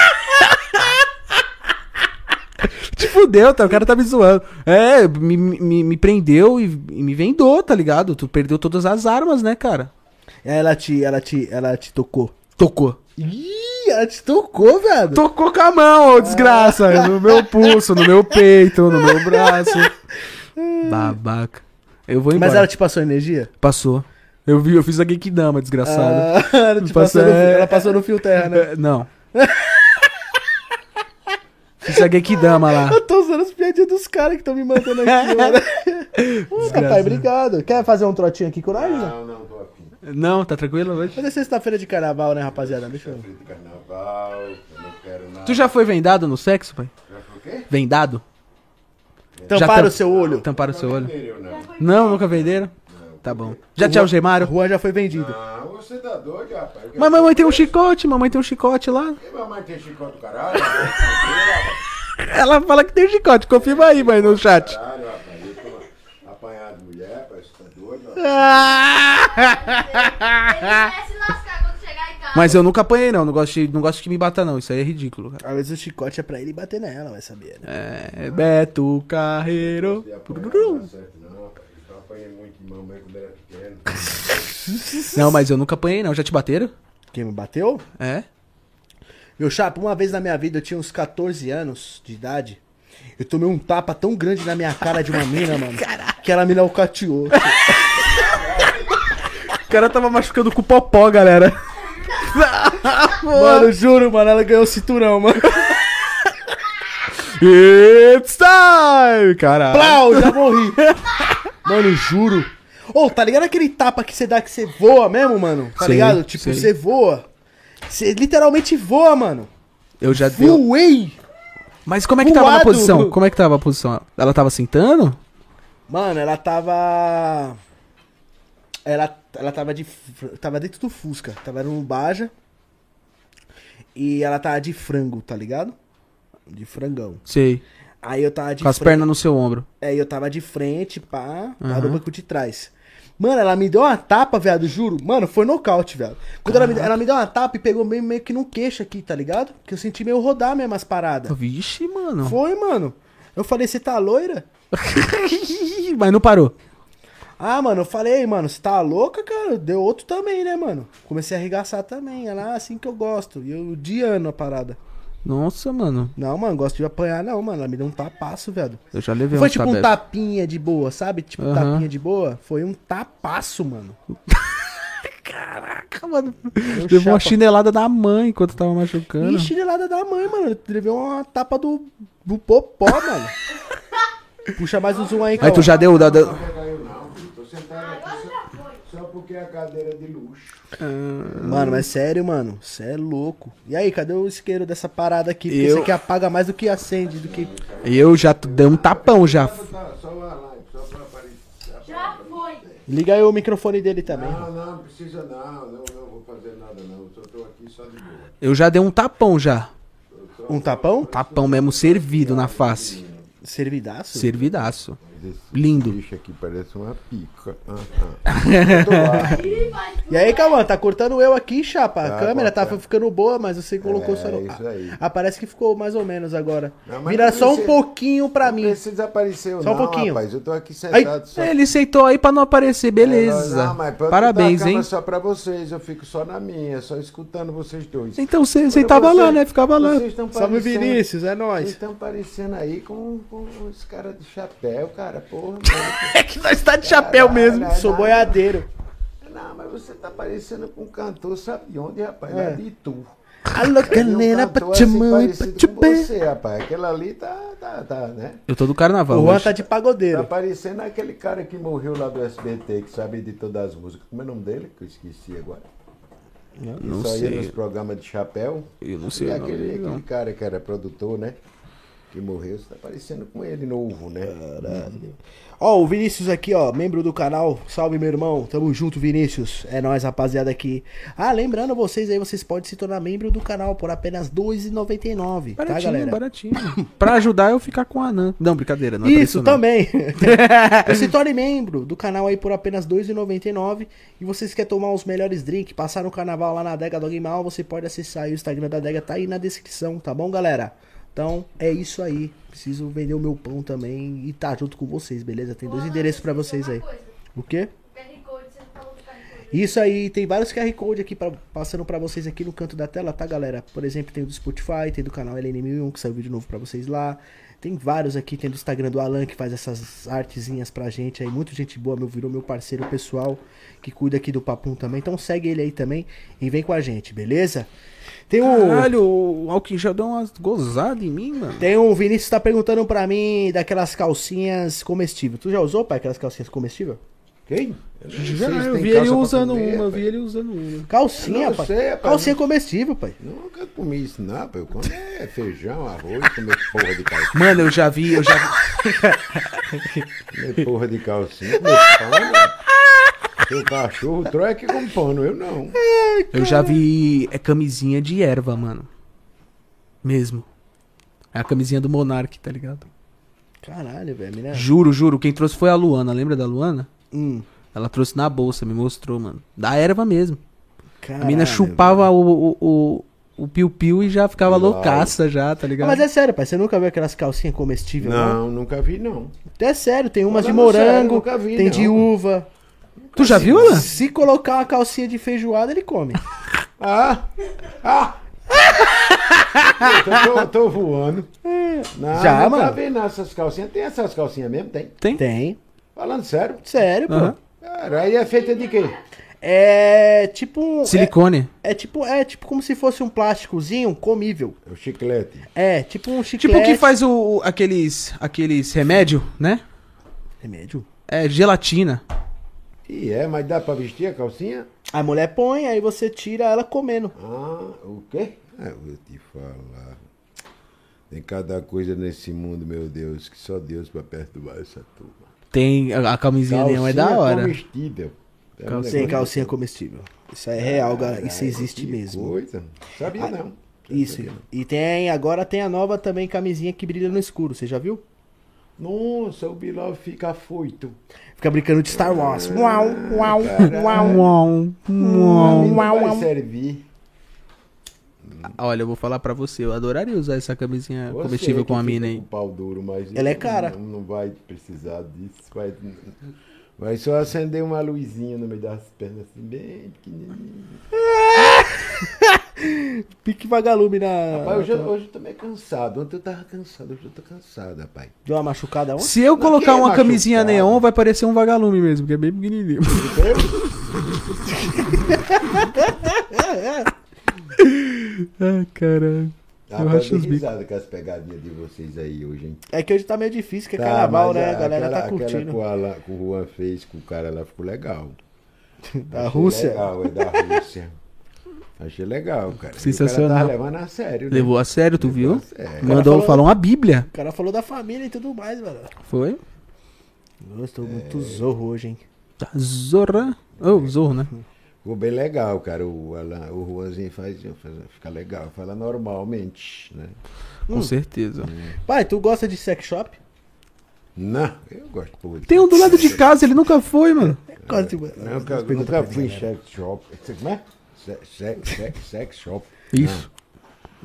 <laughs> te fudeu, tá? O cara tá me zoando. É, me, me, me prendeu e, e me vendou, tá ligado? Tu perdeu todas as armas, né, cara? Aí Ela te, ela te, ela te tocou. Tocou. Ih, ela te tocou, velho. Tocou com a mão, ô <laughs> desgraça. No meu pulso, no meu peito, no meu braço. Babaca. Eu vou embora. Mas ela te passou energia? Passou. Eu, vi, eu fiz a Genkidama, desgraçado. Ah, ela, te Passou- passou no, ela passou no fio <laughs> terra, né? É, Não. fiz a Genkidama lá. Eu tô usando as piadinhas dos caras que estão me mandando <laughs> aqui, mano. Puta, pai, obrigado. Quer fazer um trotinho aqui com nós? Não? Não, não, tô afim. Não, tá tranquilo hoje? Mas é sexta-feira de carnaval, né, rapaziada? Deixa eu... Frio do carnaval, eu não quero nada. Tu já foi vendado no sexo, pai? Já foi o quê? Vendado? Já Tampar tam- o seu olho. Tamparam o seu olho? Eu não. Não, nunca venderam? Tá bom. Já te O algemaram? Juan já foi vendido. Ah, você tá doido, rapaz. Eu quero- Mas mamãe tem um chicote, mamãe tem um chicote lá. Ei, mamãe tem chicote do caralho? Caralho, Ela fala que tem um chicote, confirma aí, mãe, no chat. rapaz. Eu tô apanhado mulher, rapaz. Você tá doido, rapaz. Ah! Ele vai se lascar quando chegar em casa. Mas eu nunca apanhei, não. Não gosto, de, não gosto que me bata, não. Isso aí é ridículo, cara. Às vezes o chicote é pra ele bater nela, vai saber, né? É, Beto Carreiro. Você apanhar não dá certo, não, rapaz. Eu apanhei muito de mamãe quando era pequeno. Não, mas eu nunca apanhei, não. Já te bateram? Quem me bateu? É? Meu chapa, uma vez na minha vida, eu tinha uns 14 anos de idade. Eu tomei um tapa tão grande na minha cara de uma mina, mano. Que ela me nocauteou. O cara tava machucando com <laughs> popó, galera. mano, juro, mano, ela ganhou o cinturão, mano. It's time, caralho. Plau, já morri. Mano, juro. Ô, tá ligado aquele tapa que você dá que você voa mesmo, mano? Tá Sei, ligado? Tipo, sei. você voa. Você literalmente voa, mano. Eu já dei. Voei! Mas como é que tava a Voado. posição? Como é que tava a posição? Ela tava sentando? Mano, ela tava. Ela, ela tava de. fr- Tava dentro do Fusca. Tava no Baja. E ela tava de frango, tá ligado? De frangão. Sei. Aí eu tava de Com as fran- pernas no seu ombro. É, eu tava de frente, pá, para Aham. o banco de trás. Mano, ela me deu uma tapa, viado, juro. Mano, foi nocaute, viado. Quando ela me, ela me deu uma tapa e pegou meio, meio que num queixo aqui, tá ligado? Que eu senti meio rodar mesmo as paradas. Vixe, mano. Foi, mano. Eu falei, você tá loira? <laughs> mas não parou. Ah, mano, eu falei, mano, você tá louca, cara? Deu outro também, né, mano? Comecei a arregaçar também. Ela, ah, assim que eu gosto. E eu odiando a parada. Nossa, mano. Não, mano, gosto de apanhar, não, mano. Ela me deu um tapaço, viado. Eu já levei Foi uns tipo um tabelos. tapinha de boa, sabe? Tipo um Aham. tapinha de boa. Foi um tapaço, mano. Caraca, mano. Eu Levou uma um chapa. chinelada da mãe enquanto tava machucando. E chinelada da mãe, mano. Levei uma tapa do, do popó, mano. <laughs> Puxa mais um zoom aí, Aí tu já deu. Da, da- Não caiu, não. filho. Tô sentado aqui só, só porque é a cadeira de luxo. Mano, mas sério, mano. Cê é louco. E aí, cadê o isqueiro dessa parada aqui? Porque Eu- isso aqui apaga mais do que acende, do que... Eu já t- dei um tapão já. Tá, só uma live, só pra aparecer. Já foi. Liga aí o microfone dele também. Não, Ah, não, não precisa não, não, não vou fazer nada não, só tô aqui só de boa. Eu já dei um tapão já. Um tapão? Tapão mesmo servido na face. Servidaço? Servidaço. Esse Lindo. bicho aqui parece uma pica. Ah, ah. Eu tô lá. E aí, Cauã, tá cortando eu aqui, chapa. A Tá, câmera tá cortando. ficando boa, mas você colocou É, só no. isso aí. Ah, parece que ficou mais ou menos agora. Não, mas Vira não só um precisa- pouquinho pra Não mim. precisa aparecer, Só um não, pouquinho. rapaz. Eu tô aqui sentado só. Ele aceitou aí pra não aparecer, beleza. É, Não, mas pra eu Parabéns, botar a hein? cama só pra vocês, eu fico só na minha, só escutando vocês dois. Então você Olha, você tá tava lá, vocês- né? Ficava lá. Vocês estão Salve, parecendo- Vinícius, é Vocês nóis. estão parecendo aí com, com os caras de chapéu, cara. Porra, É que nós tá de chapéu mesmo. Caralho. Sou boiadeiro. mano. não, mas você tá parecendo com um cantor, sabe onde, rapaz? É. Lá de tu. Alô, um galera, Patimão e Patipé. assim você, rapaz. Aquela ali tá, tá, tá, né? Eu tô do O carnaval. Juan hoje. tá de pagodeiro. Tá parecendo aquele cara que morreu lá do SBT, que sabe de todas as músicas. Como é o nome dele? Que eu esqueci agora. Que Não só ia sei. nos programas de chapéu. Eu não sei E o nome aquele, dele, aquele não. cara que era produtor, né? Que morreu, você tá parecendo com ele novo, né? Ó, o Vinícius aqui, ó, membro do canal. Salve, meu irmão. Tamo junto, Vinícius. É nóis, rapaziada, aqui. Ah, lembrando vocês aí, vocês podem se tornar membro do canal por apenas R$2,99, tá, Baratinho, galera? baratinho. Pra ajudar eu ficar com a Anã. Não, brincadeira, não é pra Isso, não. <laughs> também. Então se torne membro do canal aí por apenas R$2,99. E vocês querem tomar os melhores drinks, passar no carnaval lá na Adega do Mal, você pode acessar aí o Instagram da Adega, tá aí na descrição, tá bom, galera? Então, é isso aí. Preciso vender o meu pão também e tá junto com vocês, beleza? Tem dois endereços pra vocês aí. O quê? QR Code, você não falou tá do QR Code. Isso aí, tem vários QR Code aqui pra- passando pra vocês aqui no canto da tela, tá, galera? Por exemplo, tem o do Spotify, tem do canal LN1001, que saiu vídeo novo pra vocês lá. Tem vários aqui, tem do Instagram do Alan, que faz essas artezinhas pra gente aí. Muito gente boa, meu, virou meu parceiro pessoal, que cuida aqui do Papum também. Então segue ele aí também e vem com a gente, beleza? Tem um, o... Caralho, o Alquim já deu umas gozadas em mim, mano. Tem um Vinícius que tá perguntando pra mim daquelas calcinhas comestíveis. Tu já usou, pai, aquelas calcinhas comestíveis? Quem? Já, eu vi ele usando uma, eu vi ele usando uma. Calcinha, Não pai. sei, rapaz. Calcinha comestível, pai. Nunca comi isso, não, pô. Eu como é feijão, arroz, comer porra de calcinha. Mano, eu já vi, eu já vi. Comer porra de calcinha, comer pano. Seu cachorro, o Troia que com pano, eu não. Eu já vi é camisinha de erva, mano. Mesmo. É a camisinha do Monark, tá ligado? Caralho, velho, mina. é É. Juro, juro, quem trouxe foi a Luana, lembra da Luana? Hum. Ela trouxe na bolsa, me mostrou, mano. Da erva mesmo. A Caralho. mina chupava o, o, o, o piu-piu e já ficava Uau. loucaça já, tá Ah, ligado? mas é sério, pai, você nunca viu aquelas calcinhas comestíveis? Não, nunca vi, não. É sério, tem umas de Falando sério, morango, nunca vi, tem não. de uva. Tu já viu ela? Se colocar uma calcinha de feijoada, ele come. Ah! Ah! Eu tô, tô- tô voando. Não, Já, nunca mano? vi não, essas calcinhas. Tem essas calcinhas mesmo? Tem. tem. Falando sério. Sério, pô. Aham. Cara, aí é feita de quê? É tipo. É, Silicone. é tipo, é tipo como se fosse um plásticozinho comível. O chiclete. É, tipo um chiclete. Tipo o que faz o, o- aqueles, aqueles remédio, né? Remédio. É gelatina. E é, mas dá pra vestir a calcinha? A mulher põe, aí você tira ela comendo. Ah, o quê? Ah, eu vou te falar. Tem cada coisa nesse mundo, meu Deus, que só Deus pra perturbar essa turma. Tem a, a camisinha leão é da hora. comestível. É um Calcinha- Tem negócio- calcinha comestível. Isso é real, galera. Isso Ai, existe que mesmo. Coisa. Sabia Ah, não. Isso. Sabia não. E tem agora tem a nova também camisinha que brilha no escuro, você já viu? Nossa, o Bilal fica afoito. Fica brincando de Star Wars. Uau, uau, Hum, uau. Uau, uau. Pra mim não uau, vai uau. servir. Olha, eu vou falar pra você, eu adoraria usar essa camisinha Você é comestível que É com a fica mina com aí. o pau duro, mas Ela é não- cara. Não, não vai precisar disso. Vai, vai só acender uma luzinha no meio das pernas, assim, bem pequenininha. Pique vagalume na. Ah, Rapaz, hoje, tá. eu- hoje eu tô meio cansado. Ontem eu tava cansado, hoje eu tô cansado, rapaz. Deu uma machucada ontem? Se eu Mas colocar quem é uma camisinha machucado? neon, vai parecer um vagalume mesmo, que é bem pequenininho. Ai, caralho. Tava Eu acho dando os bicos. risada com as pegadinhas de vocês aí hoje, hein? É que hoje tá meio difícil, que é Tá, carnaval, mas né? a- A galera aquela, tá Aquela que curtindo. o, Alan, que o Juan fez com o cara lá <laughs> ficou legal. Da Achei Rússia? Legal, é da Rússia. Achei legal, cara. E O Sensacional. cara tava levando a sério, né? Levou a sério, tu Levou viu? a sério. Mandou, falou- falou uma bíblia. O cara falou da família e tudo mais, mano. É. Foi? Eu estou muito zorro hoje, hein? Tá, Zorra. Oh, zorro, né? Ficou bem legal, cara. O, Alan, o Juanzinho faz, faz- fica legal, fala normalmente, né? Com certeza. Pai, tu gosta de sex shop? Não, eu gosto pouco. de- Tem um do lado de casa, ele nunca foi, mano. Corte, mano. Não, eu nunca, nunca fui em sex shop. Como é? Se- se- se- Sex shop. Isso.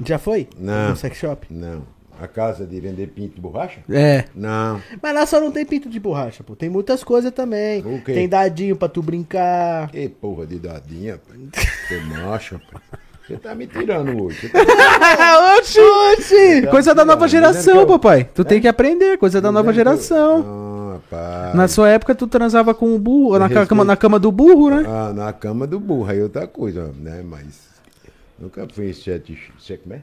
Já foi? Não. No sex shop? Não. A casa de vender pinto de borracha? É. Não. Mas lá só não tem pinto de borracha, pô. Tem muitas coisas também. O quê? Tem dadinho pra tu brincar. Ei, porra de dadinha, pai. Você macho, pai. Você tá me tirando hoje. Você tá me tirando. Oxi! Tá Coisa da tirando. nova Dizendo geração, que eu- papai. Tu tem que aprender, coisa da nova geração. Né? Não, rapaz. Na sua época, tu transava com o burro, na Ah. respeito. cama, na cama do burro, né? Ah, na cama do burro, aí é outra coisa, né? Mas nunca fui em chat. Chat, <laughs> como é?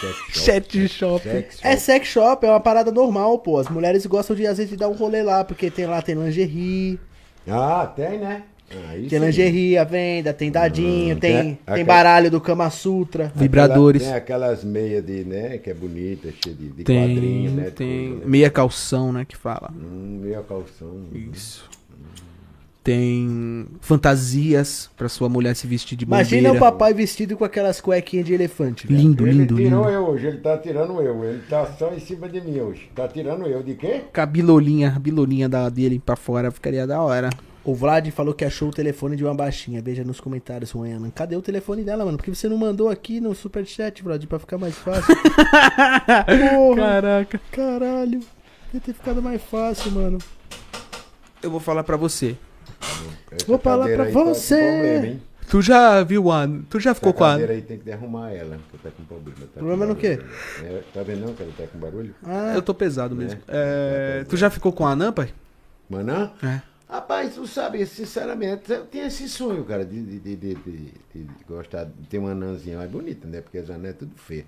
Sex Chat shop. Sex shop. É sex shop, é uma parada normal, pô. As mulheres gostam de, às vezes, dar um rolê lá, porque tem lá, tem lingerie, É Ah, tem, né? Aí tem sim. lingerie à venda, tem dadinho, Hum, tem, tem- tem baralho do Kama Sutra. Vibradores. Aquela- tem aquelas meias de, né? Que é bonita, cheia de, de quadrinho, né? Tem, de tem. coisa, né? Meia calção, né? Que fala. Hum, meia calção. Isso. Tem fantasias pra sua mulher se vestir de bombeira. Imagina o papai vestido com aquelas cuequinhas de elefante. velho. Lindo, Ele lindo, tirou lindo. eu hoje, ele tá tirando eu. Ele tá só em cima de mim hoje. Tá tirando eu de quê? Com a bilolinha, a bilolinha da, dele pra fora, ficaria da hora. O Vlad falou que achou o telefone de uma baixinha. Veja nos comentários, Ruana. Cadê o telefone dela, mano? Porque você não mandou aqui no superchat, Vlad, pra ficar mais fácil. Porra, Caraca. caralho. Devia ter ficado mais fácil, mano. Eu vou falar pra você. Essa Vou falar cadeira pra aí tá com você. problema, hein? Tu já viu a. Tu já ficou Essa com a. cadeira aí tem que derrumar ela, que tá com problema. Tá Problema com no quê? Ah. barulho. É, tá vendo não que ela tá com barulho? Ah, Eu tô pesado mesmo. É, tu já ficou com a anã, pai? Manã? É. Rapaz, tu sabe, sinceramente, eu tinha esse sonho, cara, de, de, de, de, de- de- de gostar de ter uma anãzinha mais bonita, né? Porque as anãs é tudo feia.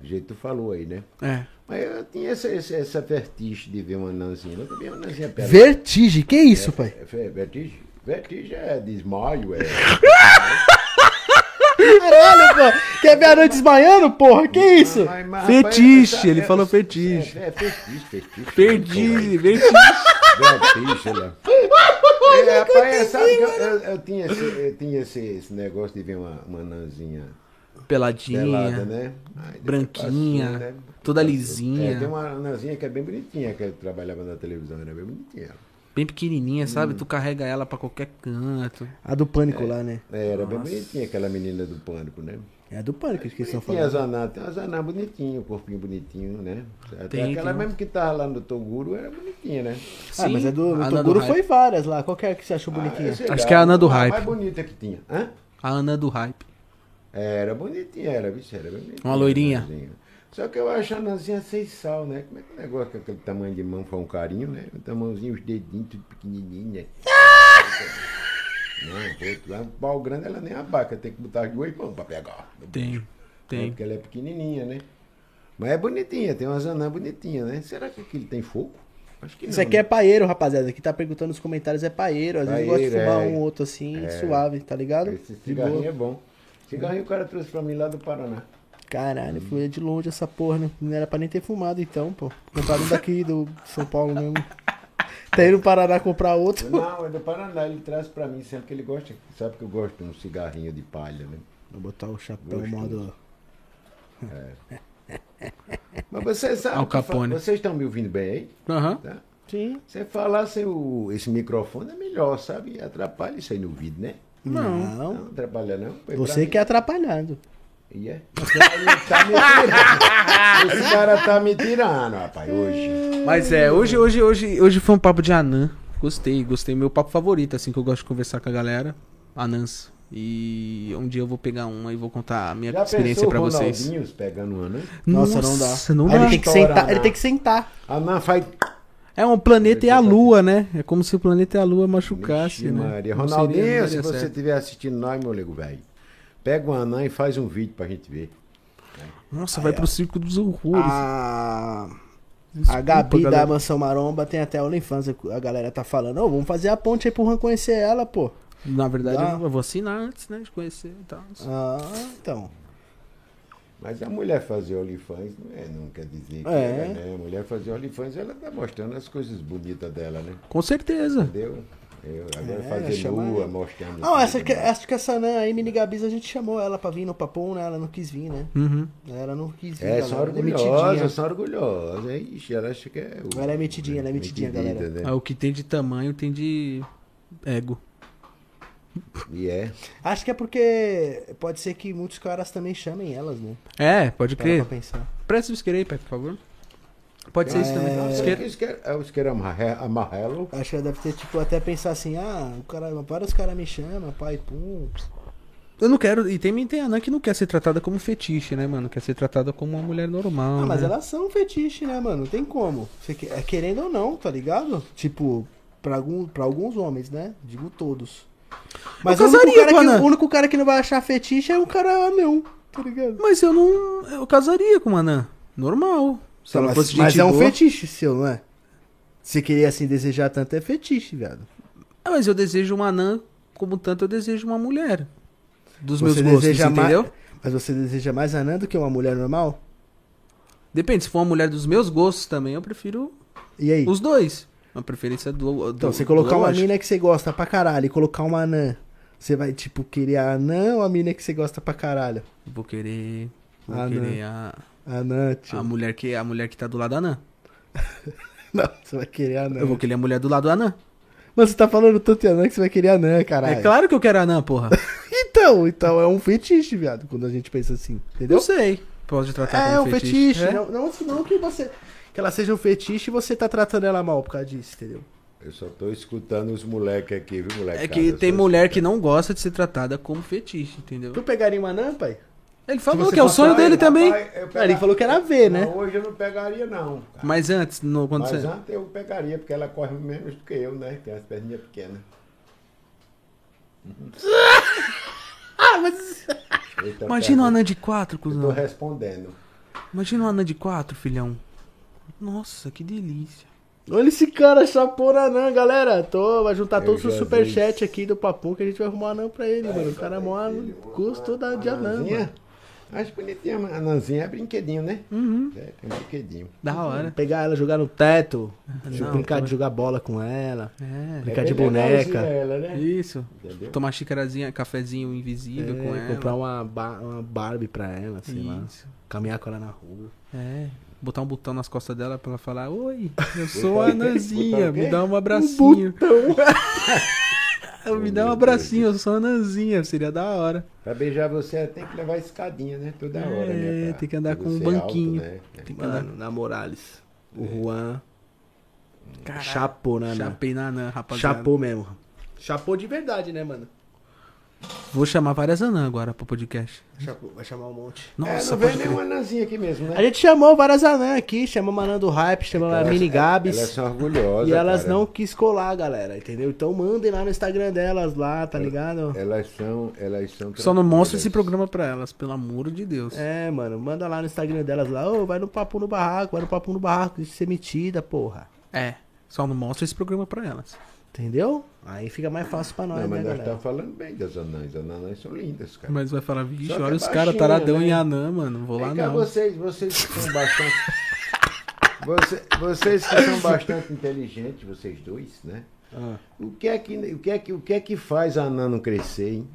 Do jeito que tu falou aí, né? É. Mas eu tinha essa, essa, essa vertigem de ver uma anãzinha. Nunca vi uma anãzinha pelada. Vertigem, que isso, pai? É, fe- vertigem? Vertigem é <laughs> desmaio, é. Caralho, pô. Quer ver a noite desmaiando, porra? Que isso? Mas- mas, Fetiche, rapaz, essa- ele é- falou é- fetiche. É, é fetiche, fetiche. né, Perdi, perdi. Vertigem, né? É, rapaz, né? sabe que eu, eu, eu tinha, esse, eu tinha esse, esse negócio de ver uma, uma anãzinha Peladinha. pelada, né? Aí depois branquinha, toda lisinha. né? É, tem uma anãzinha que é bem bonitinha, que eu trabalhava na televisão, era bem bonitinha. Bem pequenininha, sabe? Tu carrega ela pra qualquer canto. A do pânico lá, né? É, era bem bonitinha aquela menina do pânico, né? É a do pânico que eles estão Tinha falando. as anãs, tem as anãs bonitinhas, o corpinho bonitinho, né? Até Tem, um. aquela tem. mesmo que tava lá no Toguro era bonitinha, né? Ah, mas a do, a do Ana Toguro Hype. foi várias lá. Qual que é que você achou bonitinha? Ah, sei Acho lá, que é a Ana do a Hype. mais bonita que tinha. Hã? A Ana do Hype. Era bonitinha, era, bicho, era bem bonitinha. Uma loirinha. anãzinha. Só que eu acho a anãzinha sem sal, né? Como é que o negócio com aquele tamanho de mão foi um carinho, né? O tamanhozinho, os dedinhos, tudo pequenininho, né? Não, pô, tu é um pau grande, ela nem abaca, tem que botar as duas mãos pra pegar. Tem, É, tem. Porque ela é pequenininha, né? Mas é bonitinha, tem umas anãs bonitinhas, né? Será que aquilo tem fogo? Acho que Isso não, aqui é né? paieiro, rapaziada. Quem tá perguntando nos comentários é paieiro. Às vezes gosta de Paieiro, fumar é. um outro assim, suave, tá ligado? Esse De boa. cigarrinho é bom. Cigarrinho o cara trouxe pra mim lá do Paraná. Caralho, fui de longe essa porra, né? Não era pra nem ter fumado então, pô. Compraram daqui do São Paulo <laughs> mesmo. Tá indo no Paraná comprar outro. Não, é do Paraná, ele traz pra mim sempre que ele gosta. Sabe que eu gosto de um cigarrinho de palha, né? Vou botar o chapéu Gostoso. modo. Mas vocês sabem. Al que fa- É um Capone. Vocês estão me ouvindo bem aí? Aham. Tá? Sim. Você falar sem o, esse microfone é melhor, sabe? Atrapalha isso aí no vídeo, né? Não. Não atrapalha, não. Foi pra Você mim. que é atrapalhado. E é. Esse cara tá me tirando. Esse cara tá me tirando, rapaz, hoje. Mas é, hoje, hoje, hoje, hoje foi um papo de anã. Gostei, gostei. Meu papo favorito, assim, que eu gosto de conversar com a galera. Anãs. E um dia eu vou pegar uma e vou contar a minha Já experiência pensou o pra vocês. Ronaldinho pegando uma, né? Nossa, não dá. não Aí dá. ele tem que Estoura, sentar. Ele né? tem que sentar. A Ana faz. É um planeta e a lua, né? É como se o planeta e a lua machucasse, Ixi, né? Maria. Não seria- Ronaldinho, não se daria você certo. estiver assistindo nós, meu nego, velho, pega uma anã e faz um vídeo pra gente ver. Nossa, vai pro circo dos horrores. Ah, A, Desculpa, a Gabi da galera. Mansão Maromba tem até OnlyFans, a galera tá falando. Ô, vamos fazer a ponte aí pro Juan conhecer ela, pô. Na verdade, Dá. eu vou assinar antes, né? De conhecer e tal. Ah, então. Mas a mulher fazer OnlyFans não, é, não quer dizer que É. é, né? A mulher fazer OnlyFans, ela tá mostrando as coisas bonitas dela, né? Com certeza. Entendeu? Eu, agora É, fazer chama- lua, mostrando. Não, tudo, essa que, é- né? acho que essa Nan aí, mini Gabiz, a gente chamou ela pra vir no papum, né? Ela não quis vir, né? Uhum. Ela não quis vir. É, galera. são Ela metidinha. orgulhosas, são orgulhosas. Ixi, ela acha que é. o- Ela é metidinha, ela é metidinha, galera. né? Ah, o que tem de tamanho tem de ego. E é. Acho que é porque pode ser que muitos caras também chamem elas, né? É, pode Para crer. pra pensar. Presta o isqueiro aí, Pepe, por favor. Pode ser isso também. Isqueiro. Isqueiro. Isqueiro, é o isqueiro amarre- amarelo. Acho que ela deve ter, tipo, até pensar assim, ah, o cara, vários caras me chamam, pai, pum. Eu não quero. E tem, tem a Ana que não quer ser tratada como fetiche, né, mano? Quer ser tratada como uma mulher normal. Ah, mas né? elas são um fetiche, né, mano? Não tem como. Você que- é querendo ou não, tá ligado? Tipo, pra, algum, pra alguns homens, né? Digo todos. Mas o Eu único, casaria cara com a que, Ana. o único cara que não vai achar fetiche é o cara meu, tá ligado? Mas eu não. Eu casaria com uma Anã. Normal. Se ela mas fosse gente mas é um boa. fetiche seu, não é? Se querer assim desejar tanto é fetiche, viado. Ah, mas eu desejo uma Anã como tanto eu desejo uma mulher. Dos Você meus gostos, deseja mais- entendeu? Mas você deseja mais anã do que uma mulher normal? Depende, se for uma mulher dos meus gostos também, eu prefiro E aí? os dois. Uma preferência do. do Então, você colocar do uma lógico. mina que você gosta pra caralho e colocar uma anã, você vai, tipo, querer a anã ou a mina que você gosta pra caralho? Vou querer. Vou Ah, querer a, Anã, a tio. mulher que a mulher que tá do lado da Anã. Não, você vai querer anã. Eu vou querer a mulher do lado da Anã. Mas você tá falando tanto de anã que você vai querer anã, caralho. É claro que eu quero a Anã, porra. Então, então é um fetiche, viado, quando a gente pensa assim, Eu entendeu? sei. Pode tratar É como um fetiche. É? Não, não, não que você... Que ela seja um fetiche e você tá tratando ela mal por causa disso, entendeu? Eu só tô escutando os moleques aqui, viu, moleque? É que tem mulher que não gosta de ser tratada como fetiche, Tu entendeu? pegaria uma anã, pai? Ele falou que é o sonho dele também. Não, ele falou que era ver, né? Não, hoje eu não pegaria, não. cara. Mas antes, no, quando Mas você. antes eu pegaria, porque ela corre menos do que eu, né? Tem as perninhas <laughs> pequenas. Eita, Ah, Imagina né? uma perna. anã de quatro, Eu tô cuzão. respondendo. Imagina uma anã de quatro, filhão. Nossa, que delícia. Olha esse cara, Chaporanã, galera. Tô, vai juntar todos Eu os já superchat vi. aqui do Papu que a gente vai arrumar anã pra ele, mano. O cara é mó custo Tá da de anã, mano. Anãzinha? Acho bonitinha, mas a anãzinha é brinquedinho, né? Uhum. É, tem um brinquedinho. Da hora. Pegar ela, jogar no teto, Não, brincar também. de jogar bola com ela, É. brincar É de bem boneca, legalzinha Ela, né? Isso. Entendeu? Tomar xicarazinha, cafezinho invisível é, com ela. comprar uma, ba- uma Barbie pra ela, sei lá. Isso. Caminhar com ela na rua. É. Botar um botão nas costas dela pra ela falar: Oi, <laughs> eu sou a Ananzinha, Botar o quê? me dá um abracinho. <laughs> me dá um abracinho, eu sou a Ananzinha, seria da hora. Pra beijar você ela tem que levar escadinha, né? Toda hora, É, né? Pra- tem que andar pra com um você alto, banquinho. né? Tem que andar. É. Mano, na Morales. O Juan. Caralho. Chapou, Ah, né? Chapou, Chapei na anã, rapaziada. Chapou mesmo. Chapou de verdade, né, mano? Vou chamar várias anã agora pro podcast. Chapou, vai chamar um monte. É, Nossa, não pode vem crer. nenhuma anãzinha aqui mesmo, A né? gente chamou várias anã aqui, chamamos a anã do hype, chamamos Então, a mini Gabs. é Elas são orgulhosas. E elas cara. não quis colar, galera, entendeu? Então mandem lá no Instagram delas lá, É. tá ligado? Elas são. Elas são Só não mostra tranquilas. esse programa pra elas, pelo amor de Deus. É, mano, manda lá no Instagram delas lá, ô, vai no papo no barraco, vai no papo no barraco, deixa de ser metida, porra. É. Só não mostra esse programa pra elas. Entendeu? Aí fica mais fácil pra nós, Não, né, mas nós galera? estamos falando bem das anãs. As anãs são lindas, cara. Mas vai falar, vixe, Só que olha é os caras baixinha, taradão né? é em anã, mano. Não vou lá Vem cá, não. vocês, vocês que são <laughs> bastante. Você- vocês que são bastante inteligentes, vocês dois, né? Ah. O, que é que, o, que é que, o que é que faz a anã não crescer, hein?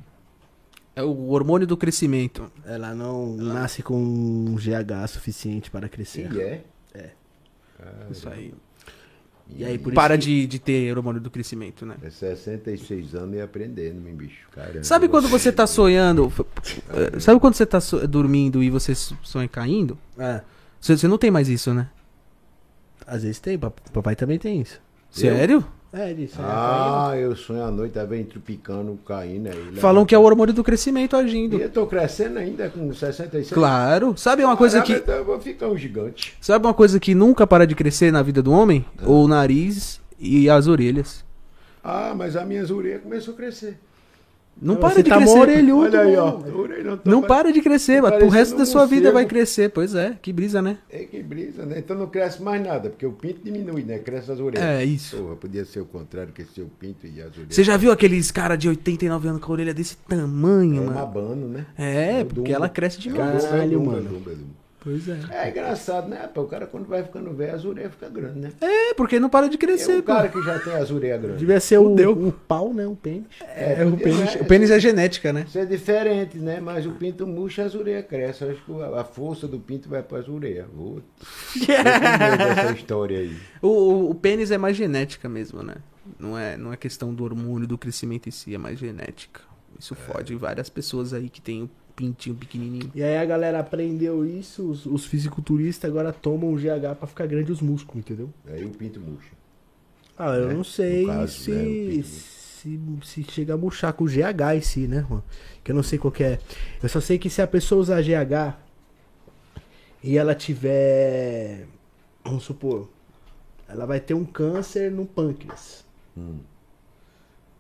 É o hormônio do crescimento. tá- Ela não nasce com um GH suficiente para crescer. E é. Isso aí. E aí, por Para isso de, de ter hormônio do crescimento, né? É 66 anos e aprendendo, meu bicho. Caramba. Sabe quando você tá sonhando? eh, Sabe quando você tá so- dormindo e você so- sonha caindo? que... Ah, Você você não tem mais isso, né? às vezes tem, pap- papai também tem isso. Sério? É, disso. Ah, eu sonho à noite, tá vendo, trupicando, caindo aí. Falam que é o hormônio do crescimento agindo. E eu tô crescendo ainda com 66. Claro. Sabe uma coisa Caramba, que então eu vou ficar um gigante. sabe uma coisa que nunca para de crescer na vida do homem? O nariz e as orelhas. Ah, mas a minha orelhas começou a crescer. Não Você para de tá crescer. mó orelhudo, Olha aí, ó. mano. a orelha tá Não pare- para de crescer, mas pro parecendo resto da um sua vida morcego. vai crescer. Pois é, que brisa, né? É que brisa, né? Então não cresce mais nada, porque o pinto diminui, né? Cresce as orelhas. É, isso. Porra, podia ser o contrário, que ser o pinto e as orelhas. Você já viu aqueles cara de 89 anos com a orelha desse é tamanho, mano? mabano, né? É, o porque Dumbo. ela cresce É o demais. Dumbo, é o Caralho, Dumbo, é o mano. Dumbo, é o Dumbo. Pois é. É engraçado, né? Pô, o cara quando vai ficando velho, as orelhas ficam grandes, né? É, porque não para de É crescer, o cara que já tem as orelhas grandes. né? Devia ser o, Fudeu. o pau, né? O pênis. É, o pênis, é, o pênis é genética, né? Isso é diferente, né? Mas o pinto murcha, as orelhas crescem. Eu Acho que a a força do pinto vai para as orelhas. <laughs> Vou essa história aí. O, o, o pênis é mais genética mesmo, né? Não é, não é questão do hormônio, do crescimento em si, é mais genética. Isso fode várias pessoas aí que tem o pintinho pequenininho. E aí a galera aprendeu isso, os, os fisiculturistas agora tomam o GH pra ficar grande os músculos, entendeu? Aí o pinto murcha. Ah, eu É, não sei no caso, se, né, o se, pitbull. se chega a murchar com o GH em si, né, Juan? Que eu não sei qual que é. Eu só sei que se a pessoa usar GH e ela tiver, vamos supor, ela vai ter um câncer no pâncreas. Hum.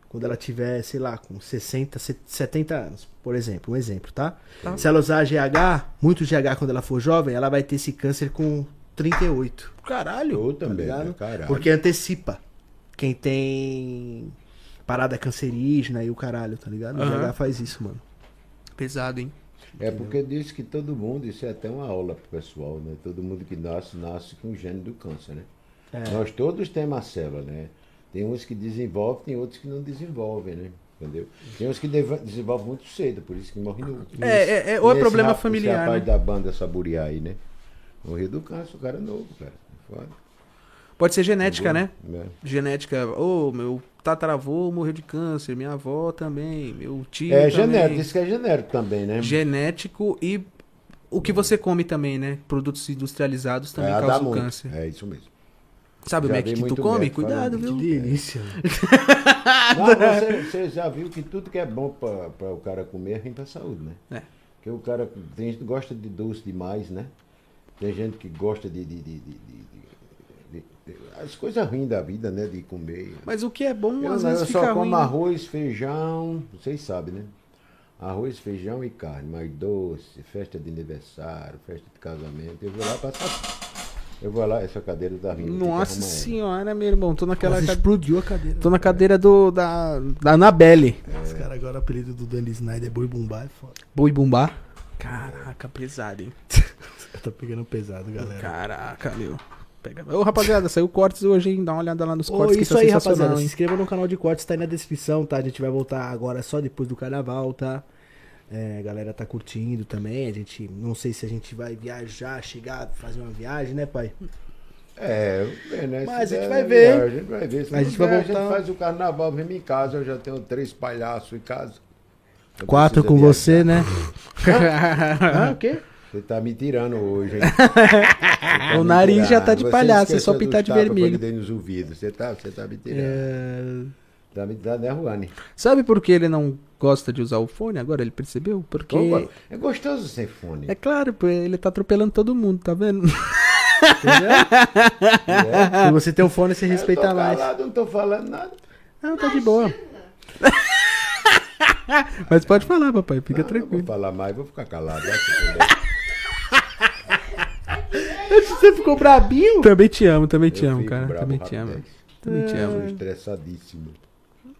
Quando ela tiver, sei lá, com 60, 70 anos, por exemplo, um exemplo, tá? Se ela usar GH, muito GH quando ela for jovem, ela vai ter esse câncer com 38. Caralho! Eu também, ligado? né? Caralho. Porque antecipa. Quem tem parada cancerígena e o caralho, tá ligado? O Aham. GH faz isso, mano. Pesado, hein? É porque diz que todo mundo, isso é até uma aula pro pessoal, né? Todo mundo que nasce, nasce com o gene do câncer, né? É. Nós todos temos a célula, né? Tem uns que desenvolvem, tem outros que não desenvolvem, né? Entendeu? Tem uns que deva- desenvolvem muito cedo, por isso que morrem novo. É, é, é, ou é Esse problema rap- esse familiar, rapaz né? da banda Saburiá aí, né? Morreu do câncer, o cara é novo, cara. Foda. Pode ser genética, né? Né? Genética. Ô, meu tataravô morreu de câncer, minha avó também, meu tio. É também. genérico, diz que é genérico também, né? Genético e o que você come também, né? Produtos industrializados também É, dá causam muito. câncer. É isso mesmo. Sabe o Já Mac vi que tu muito come? médico Cuidado, viu? falando disso. Delícia. mano. Não, você, você já viu que tudo que é bom para o cara comer vem para saúde, né? É. Porque o cara tem gente que gosta de doce demais, né? Tem gente que gosta de, de, de- de- de- de- de- de- as coisas ruins da vida, né? De comer. Mas o que é bom, eu às não, vezes eu fica só como ruim. né? arroz, feijão, vocês sabem, né? Arroz, feijão e carne, mais doce, festa de aniversário, festa de casamento. Eu vou lá passar. Eu vou lá, essa cadeira tá rindo. tem que Nossa arrumar ela. senhora, meu irmão. Tô naquela Nossa, cade- explodiu a cadeira. Tô na cadeira do, da, da Anabelle. Os caras agora, o apelido do Danny Snyder é Boi Bumbá, é foda. Boi bumbá. Caraca, pesado, hein? Tá pegando pesado, galera. Caraca, meu. Pega... Ô, rapaziada, saiu cortes hoje, hein? Dá uma olhada lá nos Ô, cortes que isso tá aí, sensacional, rapaziada. Se hein? inscreva no canal de cortes, tá aí na descrição, tá? A gente vai voltar agora só depois do carnaval, tá? É, a galera tá curtindo também. A gente, não sei se a gente vai viajar, chegar, fazer uma viagem, né, pai? É, bem, né? Mas Se a gente der, vai né, ver, A gente vai ver. Se A não gente vai der, voltar. faz o carnaval, vem em casa, eu já tenho três palhaços em casa. Eu Quatro preciso com viajar. você, <laughs> né? Ah, o quê? Você tá me tirando hoje, <laughs> hein? é O nariz já tá de palhaço, é só pintar de vermelho. É. Eu nos ouvidos. Você tá, você tá me tirando. Tá me tá derrubando. hein? Sabe por que ele não gosta de usar o fone agora? Ele percebeu? Porque. Opa, É gostoso sem fone. É claro, pô, ele tá atropelando todo mundo, tá vendo? né? Se você tem um fone, você Eu respeita tô mais. calado, não tô falando nada. Não, tá de boa. Mas pode falar, papai, fica Ah, Não vou tranquilo. falar mais, vou ficar calado. né? Você ficou brabinho? Também te amo, também <laughs> te Eu amo, fico cara. bravo Também te amo. rapidez. Também te Tô amo. estressadíssimo.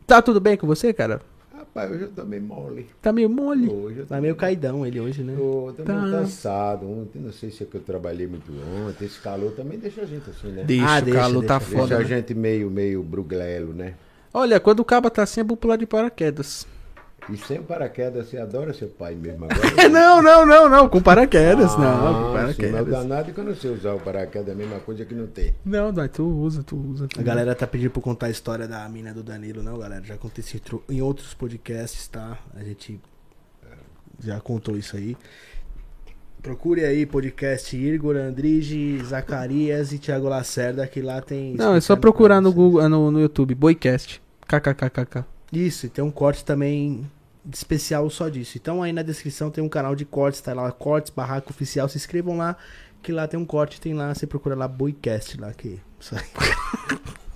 Tá tudo bem com você, cara? Rapaz, hoje eu tô meio mole. Tá meio mole. Hoje eu tô Tá meio caidão ele hoje, né? Tô, tô Tá. meio cansado ontem, não sei se é que eu trabalhei muito ontem. Esse calor também deixa a gente assim, né? Deixa, Ah, o deixa, calor tá deixa, deixa foda. a né? gente meio, meio bruglelo, né? Olha, quando o caba tá assim, é bom pular de paraquedas. E sem o paraquedas, você adora seu pai <laughs> mesmo agora? Ah, não, não, não, não. Com paraquedas, É não. Com sim, mas o paraquedas. danado é que eu não sei usar o paraquedas, é a mesma coisa que não tem. Não, não, tu usa, tu usa. tu A galera tá pedindo pra eu contar a história da mina do Danilo, não, galera. Já aconteceu em tro- em outros podcasts, tá? A gente já contou isso aí. Procure aí podcast Igor Andrige, Zacarias e Thiago Lacerda, que lá tem. Não, é só explicando procurar pra no vocês. Google, no, no YouTube, Boycast. KKKKK. Isso, e tem um corte também especial só disso. Então aí na descrição tem um canal de cortes, tá lá, cortes, barraco oficial, se inscrevam lá, que lá tem um corte, tem lá, você procura lá Boicast lá, que. isso aí. <laughs>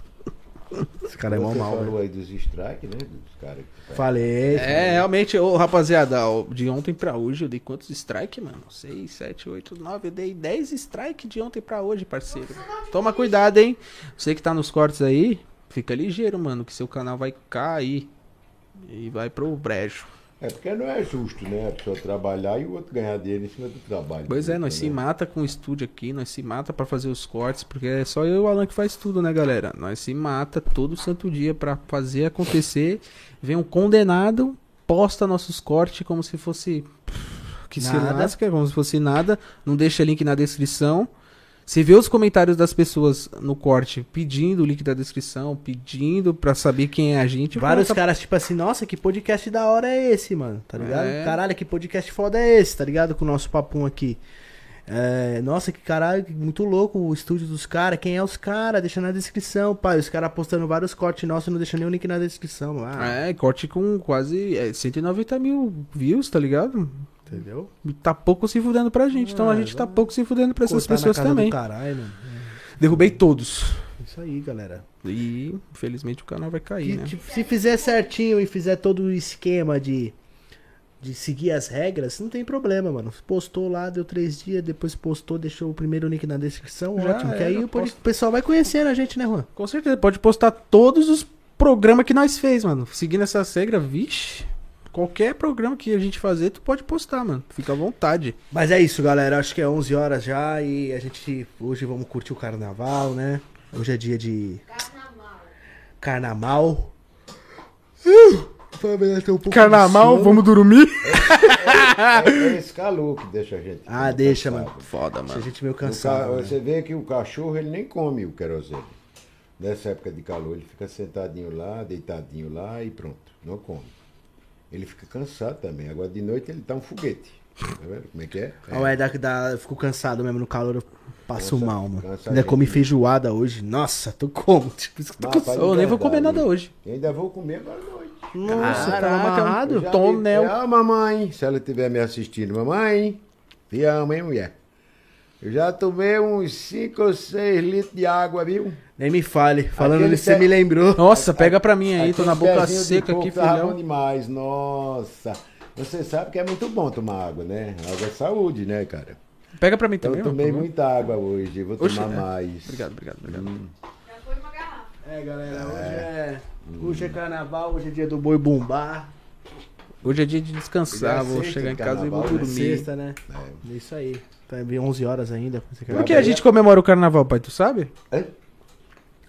Esse cara é mó Você mal, velho. falou aí dos strikes, né? Dos caras que faz. Falei. É, realmente, ô, rapaziada, ó, de ontem pra hoje eu dei quantos strike, mano? 6, 7, 8, 9, eu dei 10 strike de ontem pra hoje, parceiro. Toma cuidado, hein? Você que tá nos cortes aí, fica ligeiro, mano, que seu canal vai cair e vai pro brejo. É porque não é justo, né? A pessoa trabalhar e o outro ganhar dinheiro em cima do trabalho. né, Pois é, nós se mata com o estúdio aqui, nós se mata para fazer os cortes, porque é só eu e o Alan que faz tudo, né, galera? Nós se mata todo santo dia para fazer acontecer. Vem um condenado, posta nossos cortes como se fosse pff, que se Nada. lasca, como se fosse nada, não deixa link na descrição. Se vê os comentários das pessoas no corte pedindo o link da descrição, pedindo pra saber quem é a gente, Vários pronto, caras, tipo assim, nossa, que podcast da hora é esse, mano? Tá ligado? É. Caralho, que podcast foda é esse, tá ligado? Com o nosso papum aqui. É, nossa, que caralho, que muito louco o estúdio dos caras. Quem é os caras? Deixa na descrição, pai. Os caras postando vários cortes nossos e não deixa nem o link na descrição lá. É, corte com quase é, 190 mil views, tá ligado? Entendeu? Tá pouco se fudendo pra gente. Então Ah, a gente tá pouco se fudendo pra essas Cortar na pessoas casa do também. Caralho, mano. Derrubei todos. É Isso aí, galera. E infelizmente o canal vai cair, E, né? tipo, se fizer certinho e fizer todo o esquema de, de seguir as regras, não tem problema, mano. Postou lá, deu três dias, depois postou, deixou o primeiro link na descrição, Já ótimo. Que era, aí o, pod- posta. o pessoal vai conhecendo a gente, né, Juan? Com certeza, pode postar todos os programas que nós fez, mano. Seguindo essa regra, vixe. Qualquer programa que a gente fazer, tu pode postar, mano. Fica à vontade. Mas é isso, galera. Acho que é 11 horas já e a gente hoje vamos curtir o carnaval, né? Hoje é dia de Carnaval. carnaval. Família tem um <laughs> pouco de sono. dormir? É, é esse calor que deixa a gente. Ah, deixa, cansado. mano. Foda, Deixa mano. a gente meio O ca- cansado. né? Você vê que o cachorro ele nem come o querosene. Nessa época de calor, ele fica sentadinho lá, deitadinho lá e pronto, não come. Ele fica cansado também. Agora de noite ele tá um foguete. Tá vendo como é que é? Ah, ué, dá, dá, eu fico cansado mesmo no calor, eu passo Cansa- mal, mano. cansa Ainda a comi gente. feijoada hoje. Nossa, tô como? <laughs> Tipo, isso que eu tô Mas, com rapaz, Tá Eu de nem vou verdade, comer nada hein? hoje. Eu ainda vou comer agora à noite. Nossa, tá Caraca, amarrado? Eu já Tonel. Me... Ah, mamãe, se ela estiver me assistindo, mamãe, te amo, hein, mulher? Eu já tomei uns 5 ou 6 litros de água, viu? Nem me fale. Falando Aquele nisso, você pé- me lembrou. Nossa, pega pra mim aí, tô Aquele na boca pezinho de seca coco tá aqui, tava bom filhão. demais, nossa. Você sabe que é muito bom tomar água, né? Água é saúde, né, cara? Pega pra mim Então, também, eu tomei mano. muita água hoje, vou Oxe, tomar é. mais. Obrigado, obrigado, obrigado. Já foi uma garrafa. É, galera, hoje é. Hoje é carnaval, hoje é dia do boi bombar. Hoje é dia de descansar, Já vou sexta, chegar em casa e vou carnaval, né? dormir. Sexta, né? É. Isso aí. Tá bem 11 horas ainda. Por que a gente comemora o carnaval, pai? Tu sabe? Hã?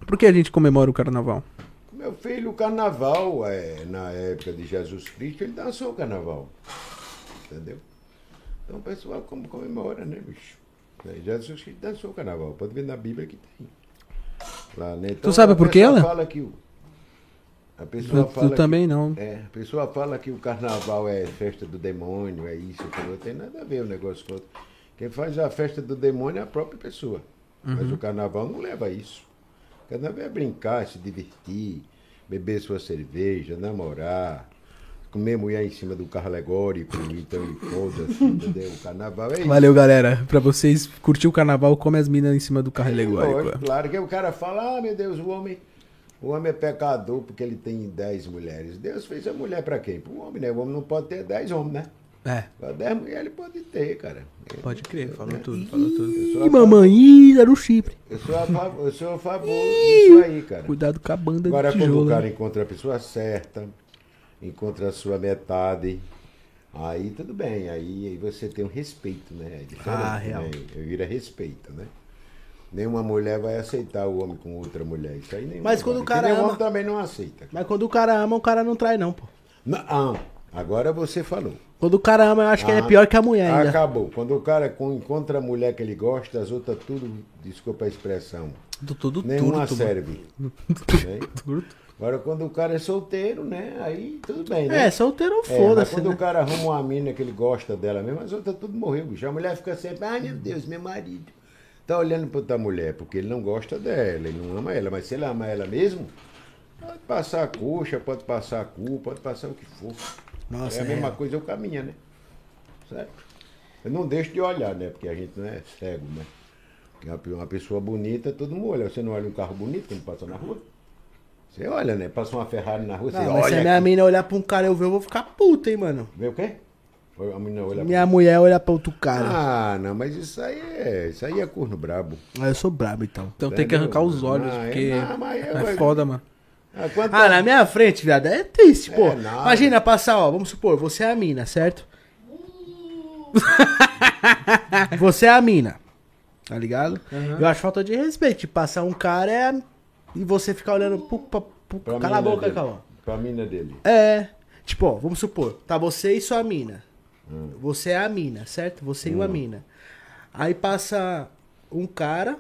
Por que a gente comemora o carnaval? Meu filho, o carnaval, é, na época de Jesus Cristo, ele dançou o carnaval. Entendeu? Então o pessoal como comemora, né, bicho? É, Jesus Cristo dançou o carnaval. Pode ver na Bíblia que tem. Lá, né? Então, sabe a por quê, pessoa Alan? Fala que o, a pessoa Eu, fala eu também não. Que, é, a pessoa fala que o carnaval é festa do demônio, é isso, aquilo. Não tem nada a ver o negócio com outro. Quem faz a festa do demônio é a própria pessoa. Mas Uhum. o carnaval não leva a isso. Carnaval é brincar, se divertir, beber sua cerveja, namorar, comer mulher em cima do carro alegórico, então e <laughs> foda-se, entendeu? O carnaval é isso. Valeu, galera. Pra vocês curtir o carnaval, come as minas em cima do carro Lógico, alegórico. é. Claro que o cara fala, ah, meu Deus, o homem, o homem é pecador porque ele tem 10 mulheres. Deus fez a mulher pra quem? Pro homem, né? O homem não pode ter 10 homens, né? É, Pra 10 mulheres ele pode ter, cara. pode crer, falou tudo, falou tudo. Eu sou Ih, a, mamãe, ih, era o chifre. eu sou a, fav- eu sou a favor disso aí, cara. Cuidado com a banda Agora, é de quando o tijolo. né? né? cara encontra a pessoa certa, encontra a sua metade, aí tudo bem, aí, aí você tem um respeito, né? É diferente, Ah, real. Né? Eu vira respeito, né? Nenhuma mulher vai aceitar o homem com outra mulher. Isso aí nenhuma Mas quando vai. o cara E nem ama- homem também não aceita. Mas quando o cara ama, o cara não trai, não, pô. Não, ah, agora você falou. Quando o cara ama, eu acho que ele é Ah, pior que a mulher ainda. Acabou. Quando o cara com- encontra a mulher que ele gosta, as outras tudo, desculpa a expressão, Tô todo nenhuma turto, mano. <laughs> serve. Né? Turto. Agora quando o cara é solteiro, né? Aí tudo bem, né? É, solteiro, É, mas foda-se. quando o Né? cara arruma uma mina que ele gosta dela mesmo, as outras tudo morreu, bicho. A mulher fica sempre, ai meu Deus, meu marido. Tá olhando pra outra mulher, porque ele não gosta dela, ele não ama ela, mas se ele ama ela mesmo, pode passar a coxa, pode passar a cu, pode passar o que for. Nossa, é a é. mesma coisa, eu caminho, né? Certo? Eu não deixo de olhar, né? Porque a gente não é cego, né? Porque uma pe- uma pessoa bonita, todo mundo olha. Você não olha um carro bonito quando passa na rua? Você olha, né? Passa uma Ferrari na rua, você Ah, olha. mas se a minha aqui. mina olhar pra um cara e eu ver, eu vou ficar puta, hein, mano. Vê o quê? A menina olha pra Minha mulher olhar pra outro cara. ah, não, mas isso aí é. Isso aí é corno brabo. Ah, eu sou brabo, então. Então tem que arrancar os olhos, Ah, é- porque não, mas eu- é foda, mano. Ah, quanto- Ah, na minha frente, viado, é triste, pô. É nada. Imagina passar, ó, vamos supor, você é a mina, <laughs> certo? você é a mina, tá ligado? Eu acho falta de respeito, de passar um cara é... e você ficar olhando... Pro, pra- pro- pra Cala a mina né, boca, dele. Calma. Pra mina dele. É. Tipo, ó, vamos supor, tá você e sua mina. Você é a mina, certo? Você Hum. e uma mina. Aí passa um cara,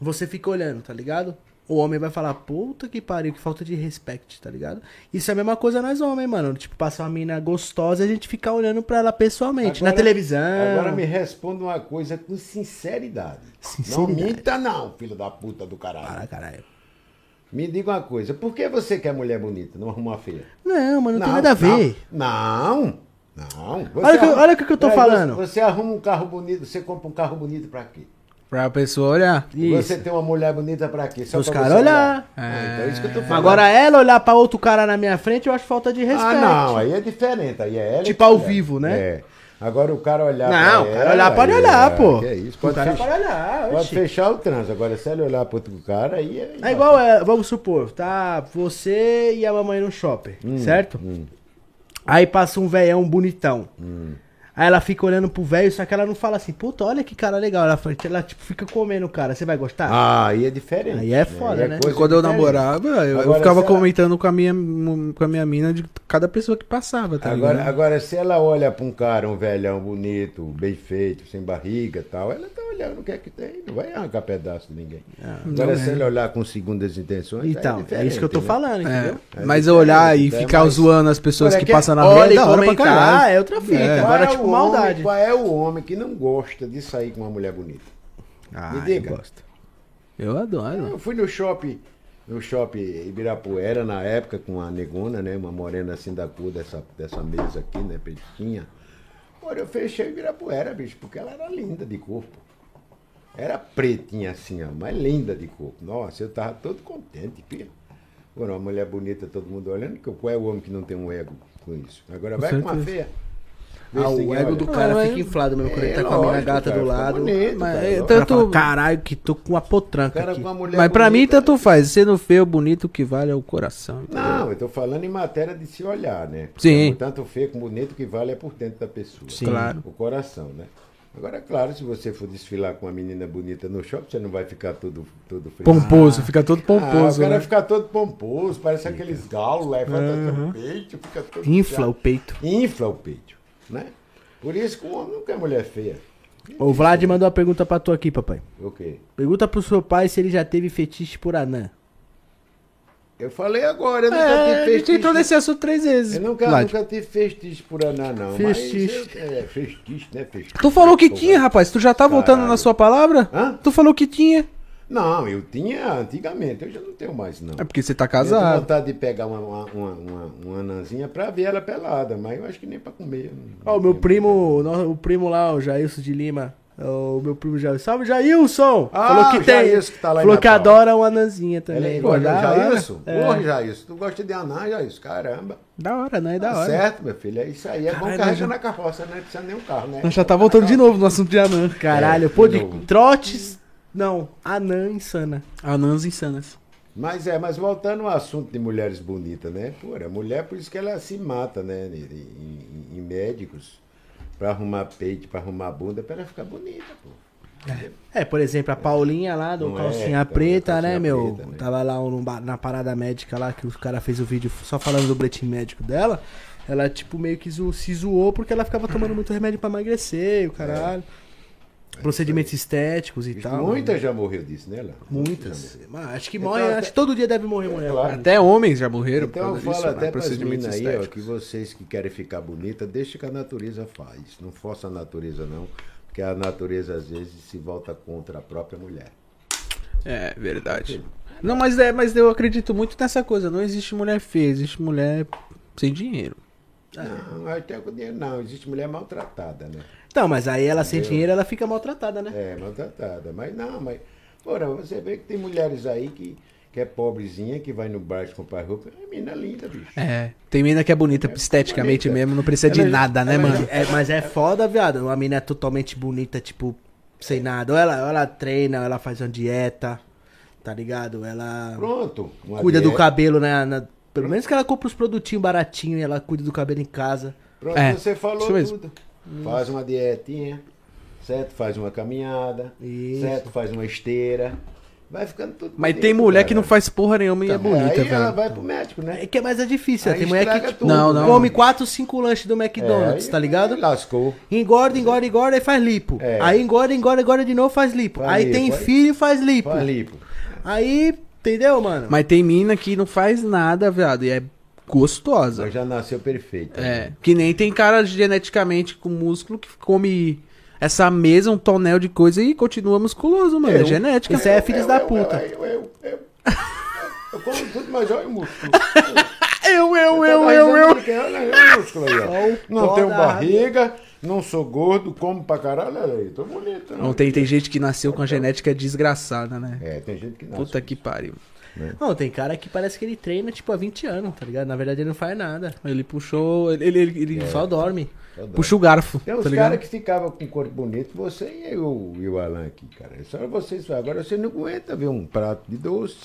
você fica olhando, tá ligado? O homem vai falar, puta que pariu, que falta de respeito, tá ligado? Isso é a mesma coisa nós homens, mano. Tipo, passa uma mina gostosa e a gente fica olhando pra ela pessoalmente, na Agora- televisão. Agora me responda uma coisa com sinceridade. Sinceridade. Não minta não, filho da puta do caralho. Ah, caralho. Me diga uma coisa, por que você quer mulher bonita, não arruma feia? Não, mano, não, tem nada a ver. Não, não. Você Olha o que eu- olha o que eu tô Peraí, falando. Você, você arruma um carro bonito, você compra um carro bonito pra quê? Pra pessoa Ah, olhar. Você tem uma mulher bonita pra quê? Só Os pra caras você olhar. Ah, então é isso que eu tô falando. Agora ela olhar pra outro cara na minha frente, eu acho falta de respeito. Ah, não, aí é diferente. Aí é ela e Tipo ao ela. vivo, né? É. Agora o cara olhar Não, pra o cara ela, olhar pode aí, olhar, ah, pô. que é isso, O pode, cara fechar, pode olhar, pode oxi. fechar o trânsito. Agora se ele olhar pro outro cara, aí é... É igual, é, vamos supor, tá você e a mamãe no shopping, Hum, certo? Aí passa um velhão bonitão. Hum. Aí ela fica olhando pro velho, só que ela não fala assim, puta, olha que cara legal. Ela, fala- ela tipo, fica comendo o cara, você vai gostar? Ah, aí é diferente. Aí é foda, né? coisa Quando eu diferente. namorava, eu, eu Agora, ficava será- comentando com a, minha, com a minha mina de cada pessoa que passava, tá Agora, ligado? agora, se ela olha pra um cara, um velhão bonito, bem feito, sem barriga e tal, ela tá olhando o que é que tem, não vai arrancar pedaço de ninguém. agora, se ele olhar com segundas intenções. aí Ah, é. então, é, isso que eu tô diferente, né? falando, É, entendeu? mas eu olhar e É, ficar mas- zoando as pessoas Olha, que que- passam na rua Olha é e da hora pra comentar, caralho. é outra fita. É. Agora, Qual é tipo, o maldade. Homem, qual é o homem que não gosta de sair com uma mulher bonita? Ah, Me diga. eu gosto. Eu adoro. Eu fui no shopping, no shopping Ibirapuera na época com a negona, né? Uma morena assim da cor dessa, dessa mesa aqui, né? Petinha. Olha, eu fechei Ibirapuera, bicho, porque ela era linda de corpo. Era pretinha assim, ó, mas linda de corpo. Nossa, eu tava todo contente, filha. Agora, uma mulher bonita, todo mundo olhando, que qual é o homem que não tem um ego com isso? Agora vai com uma feia. Vê Ah, se o ninguém ego olha. do cara mas- fica inflado mesmo quando É, ele tá com a mina lógico, gata cara, do fica lado. bonito, mas cara, eu- lógico. o cara Tanto- fala, caralho, que tô com uma O potranca cara aqui. com uma mulher Mas pra mim, bonita- tanto faz. Sendo feio ou bonito, o que vale é o coração. entendeu? Não, eu tô falando em matéria de se olhar, né? Sim. Tanto feio como bonito que vale é por dentro da pessoa. Sim. Claro. O coração, né? Agora, é claro, se você for desfilar com uma menina bonita no shopping, você não vai ficar todo, todo frio. <laughs> Pomposo, fica todo Ah, pomposo, o né? cara vai ficar todo pomposo, parece aqueles galos, levanta seu peito, fica todo... Infla o peito. Infla o peito, né? Por isso que o homem não quer mulher feia. O Vlad mandou uma pergunta pra tu aqui, papai. O quê? Pergunta pro seu pai se ele já teve fetiche por anã. Eu falei agora, né? eu nunca É, a tive gente entrou fetiche nesse assunto três vezes. Eu nunca, Vlad. nunca tive festiche por aná, não. Festiche. Mas, é, é, festiche, né? Festiche. Tu falou que Pô, tinha, rapaz. Tu já tá voltando na Caralho. sua palavra? Hã? Tu falou que tinha. Não, eu tinha antigamente, eu já não tenho mais, não. É porque você tá Eu tenho casado. vontade de pegar uma, uma, uma, uma, uma anãzinha pra ver ela pelada, mas eu acho que nem pra comer. eu não- Ó, o meu primo, o no- o primo lá, o Jailson de Lima. É O meu primo Jailson. Salve, Jailson! Ah, falou o que tem. Jailson que tá lá em falou que Natal. adora uma anãzinha Ela também. é Pô, igual da a hora. É, Jailson? é. Porra, Jailson, tu gosta de anã, Jailson? Caramba. Da hora, né? Da Tá hora. certo, meu filho, é isso aí. É Caralho, bom carregar já- na carroça, né? Não precisa nem um carro, né? Nós já tá voltando de novo no assunto de anã. Caralho, É, pô, de de novo. trotes. Não, anã insana. Anãs insanas. Mas é, mas voltando ao assunto de mulheres bonitas, né? Porra, mulher, por isso que ela se mata, né? Em, em- em médicos, pra arrumar peito, pra arrumar bunda, pra ela ficar bonita, pô. É, por exemplo, a Paulinha lá do Não é, Calcinha então, Preta, Calcinha né, meu? Preta, né? Tava lá um- ba- na parada médica lá, que os cara fez o vídeo só falando do boletim médico dela. Ela, tipo, meio que zo- se zoou porque ela ficava tomando muito remédio pra emagrecer, o caralho. É. Procedimentos estéticos e né? tal. Muitas já morreu disso, né, Léo? Muitas. Já Mas acho que morre, Então, acho que todo dia deve morrer mulher. morreu. Claro. Até homens já morreram Então eu por falo causa disso, né? até para as procedimentos meninas aí, ó, estéticos. que vocês que querem ficar bonita, deixa que a natureza faz. Não força a natureza, não. Porque a natureza, às vezes, se volta contra a própria mulher. É, verdade. Não, mas, é, mas eu acredito muito nessa coisa. Não existe mulher feia, existe mulher sem dinheiro. É. Não, até com dinheiro não. Existe mulher maltratada, né? Então, mas aí ela sem dinheiro, ela fica maltratada, né? É, maltratada. Mas não, mas. Porra, você vê que tem mulheres aí que, que é pobrezinha, que vai no bar comprar roupa. É mina linda, bicho. É. Tem menina que é bonita esteticamente bonita. mesmo, não precisa de Ela- nada, né, ela- mano? É, mas é foda, viado. Uma mina é totalmente bonita, tipo, sem nada. Ou ela, ou ela treina, ou ela faz uma dieta. Tá ligado? Ela Pronto. É. uma cuida do dieta. cabelo, né? na- pelo menos que ela compra os produtinhos baratinhos e ela cuida do cabelo em casa. Pronto, É, você falou isso mesmo. tudo. Faz uma dietinha, certo? Faz uma caminhada, Isso. certo? Faz uma esteira. Vai ficando tudo. Mas bonito, tem mulher cara. que não faz porra nenhuma e é Também. bonita, Tá Aí ela velho. vai pro médico, né? É que é mais é difícil, né? Aí Tem mulher que estraga tipo, tudo. né? Não, não. come 4, 5 lanches do McDonald's, É, tá aí ligado? Lascou. É Engorda, engorda, engorda e faz lipo. É. Aí engorda, engorda, engorda de novo faz lipo. Faz aí lipo, tem aí- filho e faz lipo. Faz lipo. Aí, entendeu, mano? Mas tem mina que não faz nada, viado, e é gostosa. Mas já nasceu perfeita. É, que nem tem cara geneticamente com músculo que come essa mesa, um tonel de coisa e continua musculoso, mano. É, Eu. genética. Isso é filhos da puta. Eu, eu, eu, eu, eu como tudo, mas olha <laughs> o músculo. Eu, eu, tá Olha aí o músculo é, né, aí, ó. Não pó tenho da- barriga, não sou gordo, como pra caralho. Olha aí, tô bonito. né? Não, tem, tem gente que nasceu com a genética desgraçada, né? É, tem gente que nasce. Puta que pariu. Não, tem cara que parece que ele treina, tipo, há 20 anos, tá ligado? Na verdade, ele não faz nada. Ele puxou. Ele, ele, ele- ele Só dorme. Eu adoro. puxa o garfo. É, Tem tá uns ligado? caras que ficavam com corpo bonito, você e eu e o Alan aqui, cara. É Só vocês falam. Agora você não aguenta ver um prato de doce.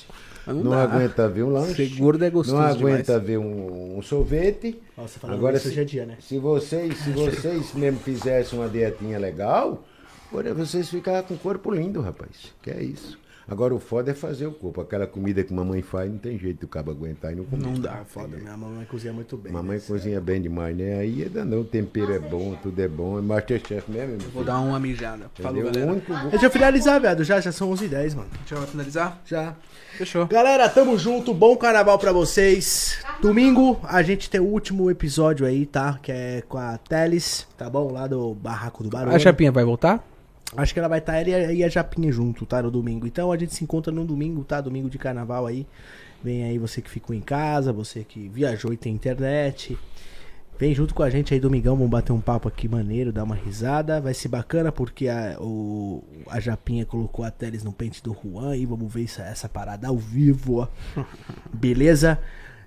Mas Não, não dá. aguenta ver um lanche. Ser gordo é gostoso Não aguenta ver um, um sorvete. Nossa, falando Agora, isso se, hoje é dia, né? se vocês, se vocês mesmo fizessem uma dietinha legal, porra, vocês ficavam com o corpo lindo, rapaz. Que é isso. Agora o foda é fazer o corpo. Aquela comida que mamãe faz, não tem jeito do cabo aguentar e não comer. Não dá, É Foda, minha mamãe cozinha muito bem. né, Mamãe cozinha bem demais, né? Aí é danão, o tempero é bom, tudo é bom. É Masterchef mesmo. meu Vou filho. dar uma mijada. Falou, Entendeu? galera. O único bom- Deixa eu finalizar, viado. Já, já são 11h10, mano. Deixa eu finalizar. Já. Tá Fechou. Galera, tamo junto. Bom carnaval pra vocês. Domingo a gente tem o último episódio aí, tá? Que é com a Teles, tá bom? Lá do Barraco do Barulho. A Chapinha vai voltar? Acho que ela vai estar ela e a- e a Japinha junto, tá? No domingo. Então a gente se encontra no domingo, tá? Domingo de carnaval aí. Vem aí você que ficou em casa, você que viajou e tem internet. Vem junto com a gente aí domingão, vamos bater um papo aqui maneiro, dar uma risada. Vai ser bacana porque a, o, a Japinha colocou a Teles no pente do Juan e vamos ver essa, essa parada ao vivo, <laughs> ó. Beleza?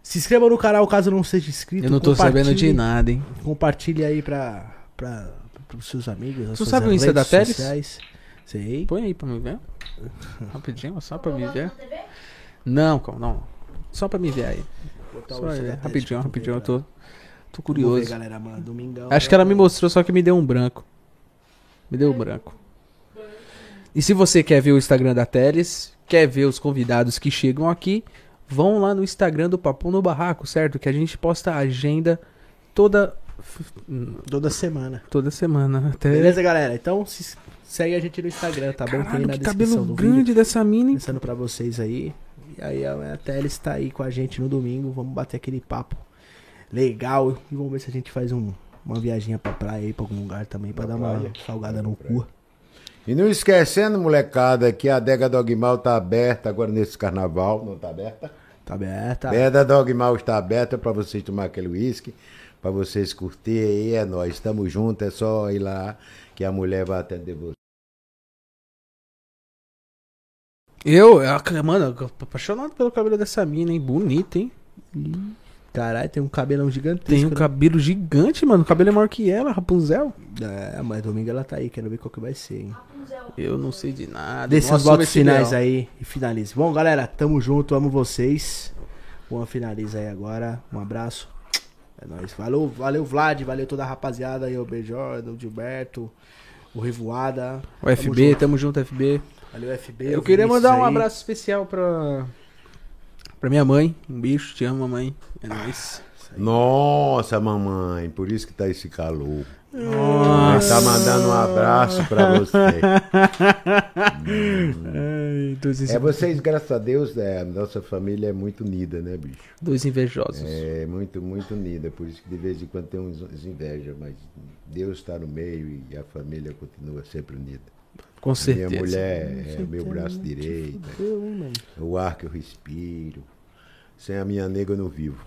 Se inscreva no canal caso não seja inscrito. Eu não tô sabendo de compartilhe- nada, hein? Compartilhe aí pra, pra, pros seus amigos. Tu sabe o Insta da Teles? Teles? Sei. Põe aí pra mim <laughs> ver. Rapidinho, só pra Vamos mim lá ver. na TV? Não, calma, não. Só pra me ver aí. Tá, Botar o Só Insta aí. da Teles Rapidinho, pra tu rapidinho. ver, Eu tô, tô né? pra- Vamos ver, curioso. galera, mano. Domingão. Então, né? Acho que ela me mostrou, só que me deu um branco. Me deu um branco. E se você quer ver o Instagram da Teles, quer ver os convidados que chegam aqui, vão lá no Instagram do Papo no Barraco, certo? Que a gente posta a agenda toda Toda semana. toda semana. Até... Beleza, galera? Então se- segue a gente no Instagram, tá bom? Tem Caralho, na que descrição cabelo do grande vídeo. dessa mina, hein? Pensando pra vocês aí. E aí a a Teles tá aí com a gente no domingo. Vamos bater aquele papo legal. E vamos ver se a gente faz um- uma viaginha pra praia aí, pra algum lugar também, pra dar uma salgada no cu. E não esquecendo, molecada, que a adega Dogmal tá aberta agora nesse carnaval. Não tá aberta? Tá aberta. A adega Dogmal está aberta pra vocês tomar aquele uísque, pra vocês curtir aí, é nós. Estamos juntos, é só ir lá que a mulher vai atender você. Eu, eu- mano, eu tô apaixonado pelo cabelo dessa mina, hein? Bonita, hein? Caralho, tem um cabelão gigantesco. Tem um né? cabelo gigante, mano. O cabelo é maior que ela, Rapunzel. É, mas domingo ela tá aí, quero ver qual que vai ser, hein? Eu não sei de nada. Dê não seus assumo votos esse finais ideal. aí e finalize. Bom, galera, tamo junto, amo vocês. Juan finaliza aí agora. Um abraço. É nóis. Valeu, valeu, Vlad, valeu toda a rapaziada aí, o BJ, o Gilberto, o Revoada. O FB, tamo junto, FB. Valeu, FB. Eu o queria Vinícius mandar um aí. abraço especial pra. Pra minha mãe. Um beijo, te amo, mamãe. É Ah. nóis. Nossa, mamãe, por isso que tá esse calor. Nossa. Tá mandando um abraço pra você. Ai, dois, É vocês, graças a Deus, é, a nossa família é muito unida, né, bicho? dois invejosos. É muito, muito unida. Por isso que de vez em quando tem uns, uns inveja, mas Deus está no meio e a família continua sempre unida. Com Minha certeza. mulher é meu né? braço direito, o ar que eu respiro. Sem a minha nega eu não vivo.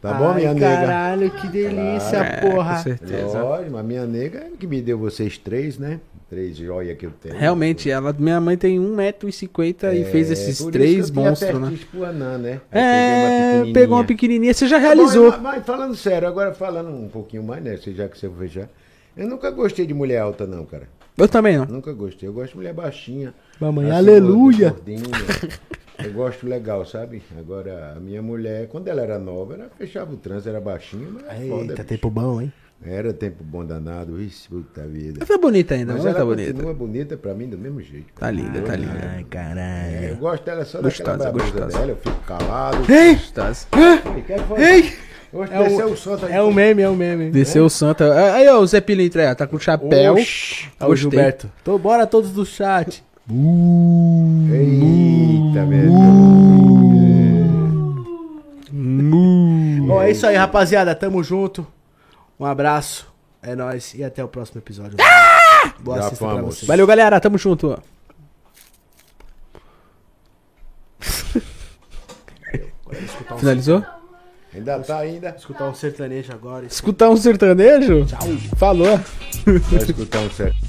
Tá bom, Ai, minha nega? Caralho, que delícia, É, porra. Com certeza. Lógico, a minha nega é que me deu vocês três, né? Três joias que eu tenho. Realmente, ela, minha mãe tem 1,50m e fez É, esses por isso três que eu tinha monstros, né? fetiche pro anã, né? Aí É, pegou peguei pequenininha. Tá uma pequenininha. Você já realizou. Mas, mas falando sério, agora falando um pouquinho mais, né? você- Já que você vai já. Eu nunca gostei de mulher alta, não, cara. Eu também não. Nunca gostei. Eu gosto de mulher baixinha. Mamãe, assim, aleluia! gordinha. Eu gosto legal, sabe? Agora, a minha mulher, quando ela era nova, ela fechava o trânsito, era baixinha, mas era é foda, Eita, bicho. tempo bom, hein? Era tempo bom danado, isso, puta vida. Ela tá bonita ainda, Mas mas ela ela tá bonita. continua bonita pra mim do mesmo jeito. Tá linda, tá linda. Ai, caralho. Eu gosto dela só Gostosa, daquela babusa gostosa. dela, eu fico calado. Ei! Gostosa. Ei, quero falar. Ei! Eu acho que É esse é o, o som, tá é o meme, é o meme. Desceu o Santa. Aí, ó, o Zé Pilintra aí, ó, tá com o chapéu. Oxi, é o Gostei. Gilberto. Tô, bora todos do chat. Eita, velho. Bom, é isso aí, rapaziada. Tamo junto. Um abraço. É nóis. E até o próximo episódio. Boa Já sexta pra fomos. vocês. Valeu, galera. Tamo junto. ó. Finalizou? Ainda tá ainda. Escutar um sertanejo agora. Escutar um sertanejo? Falou. Vai escutar um certo.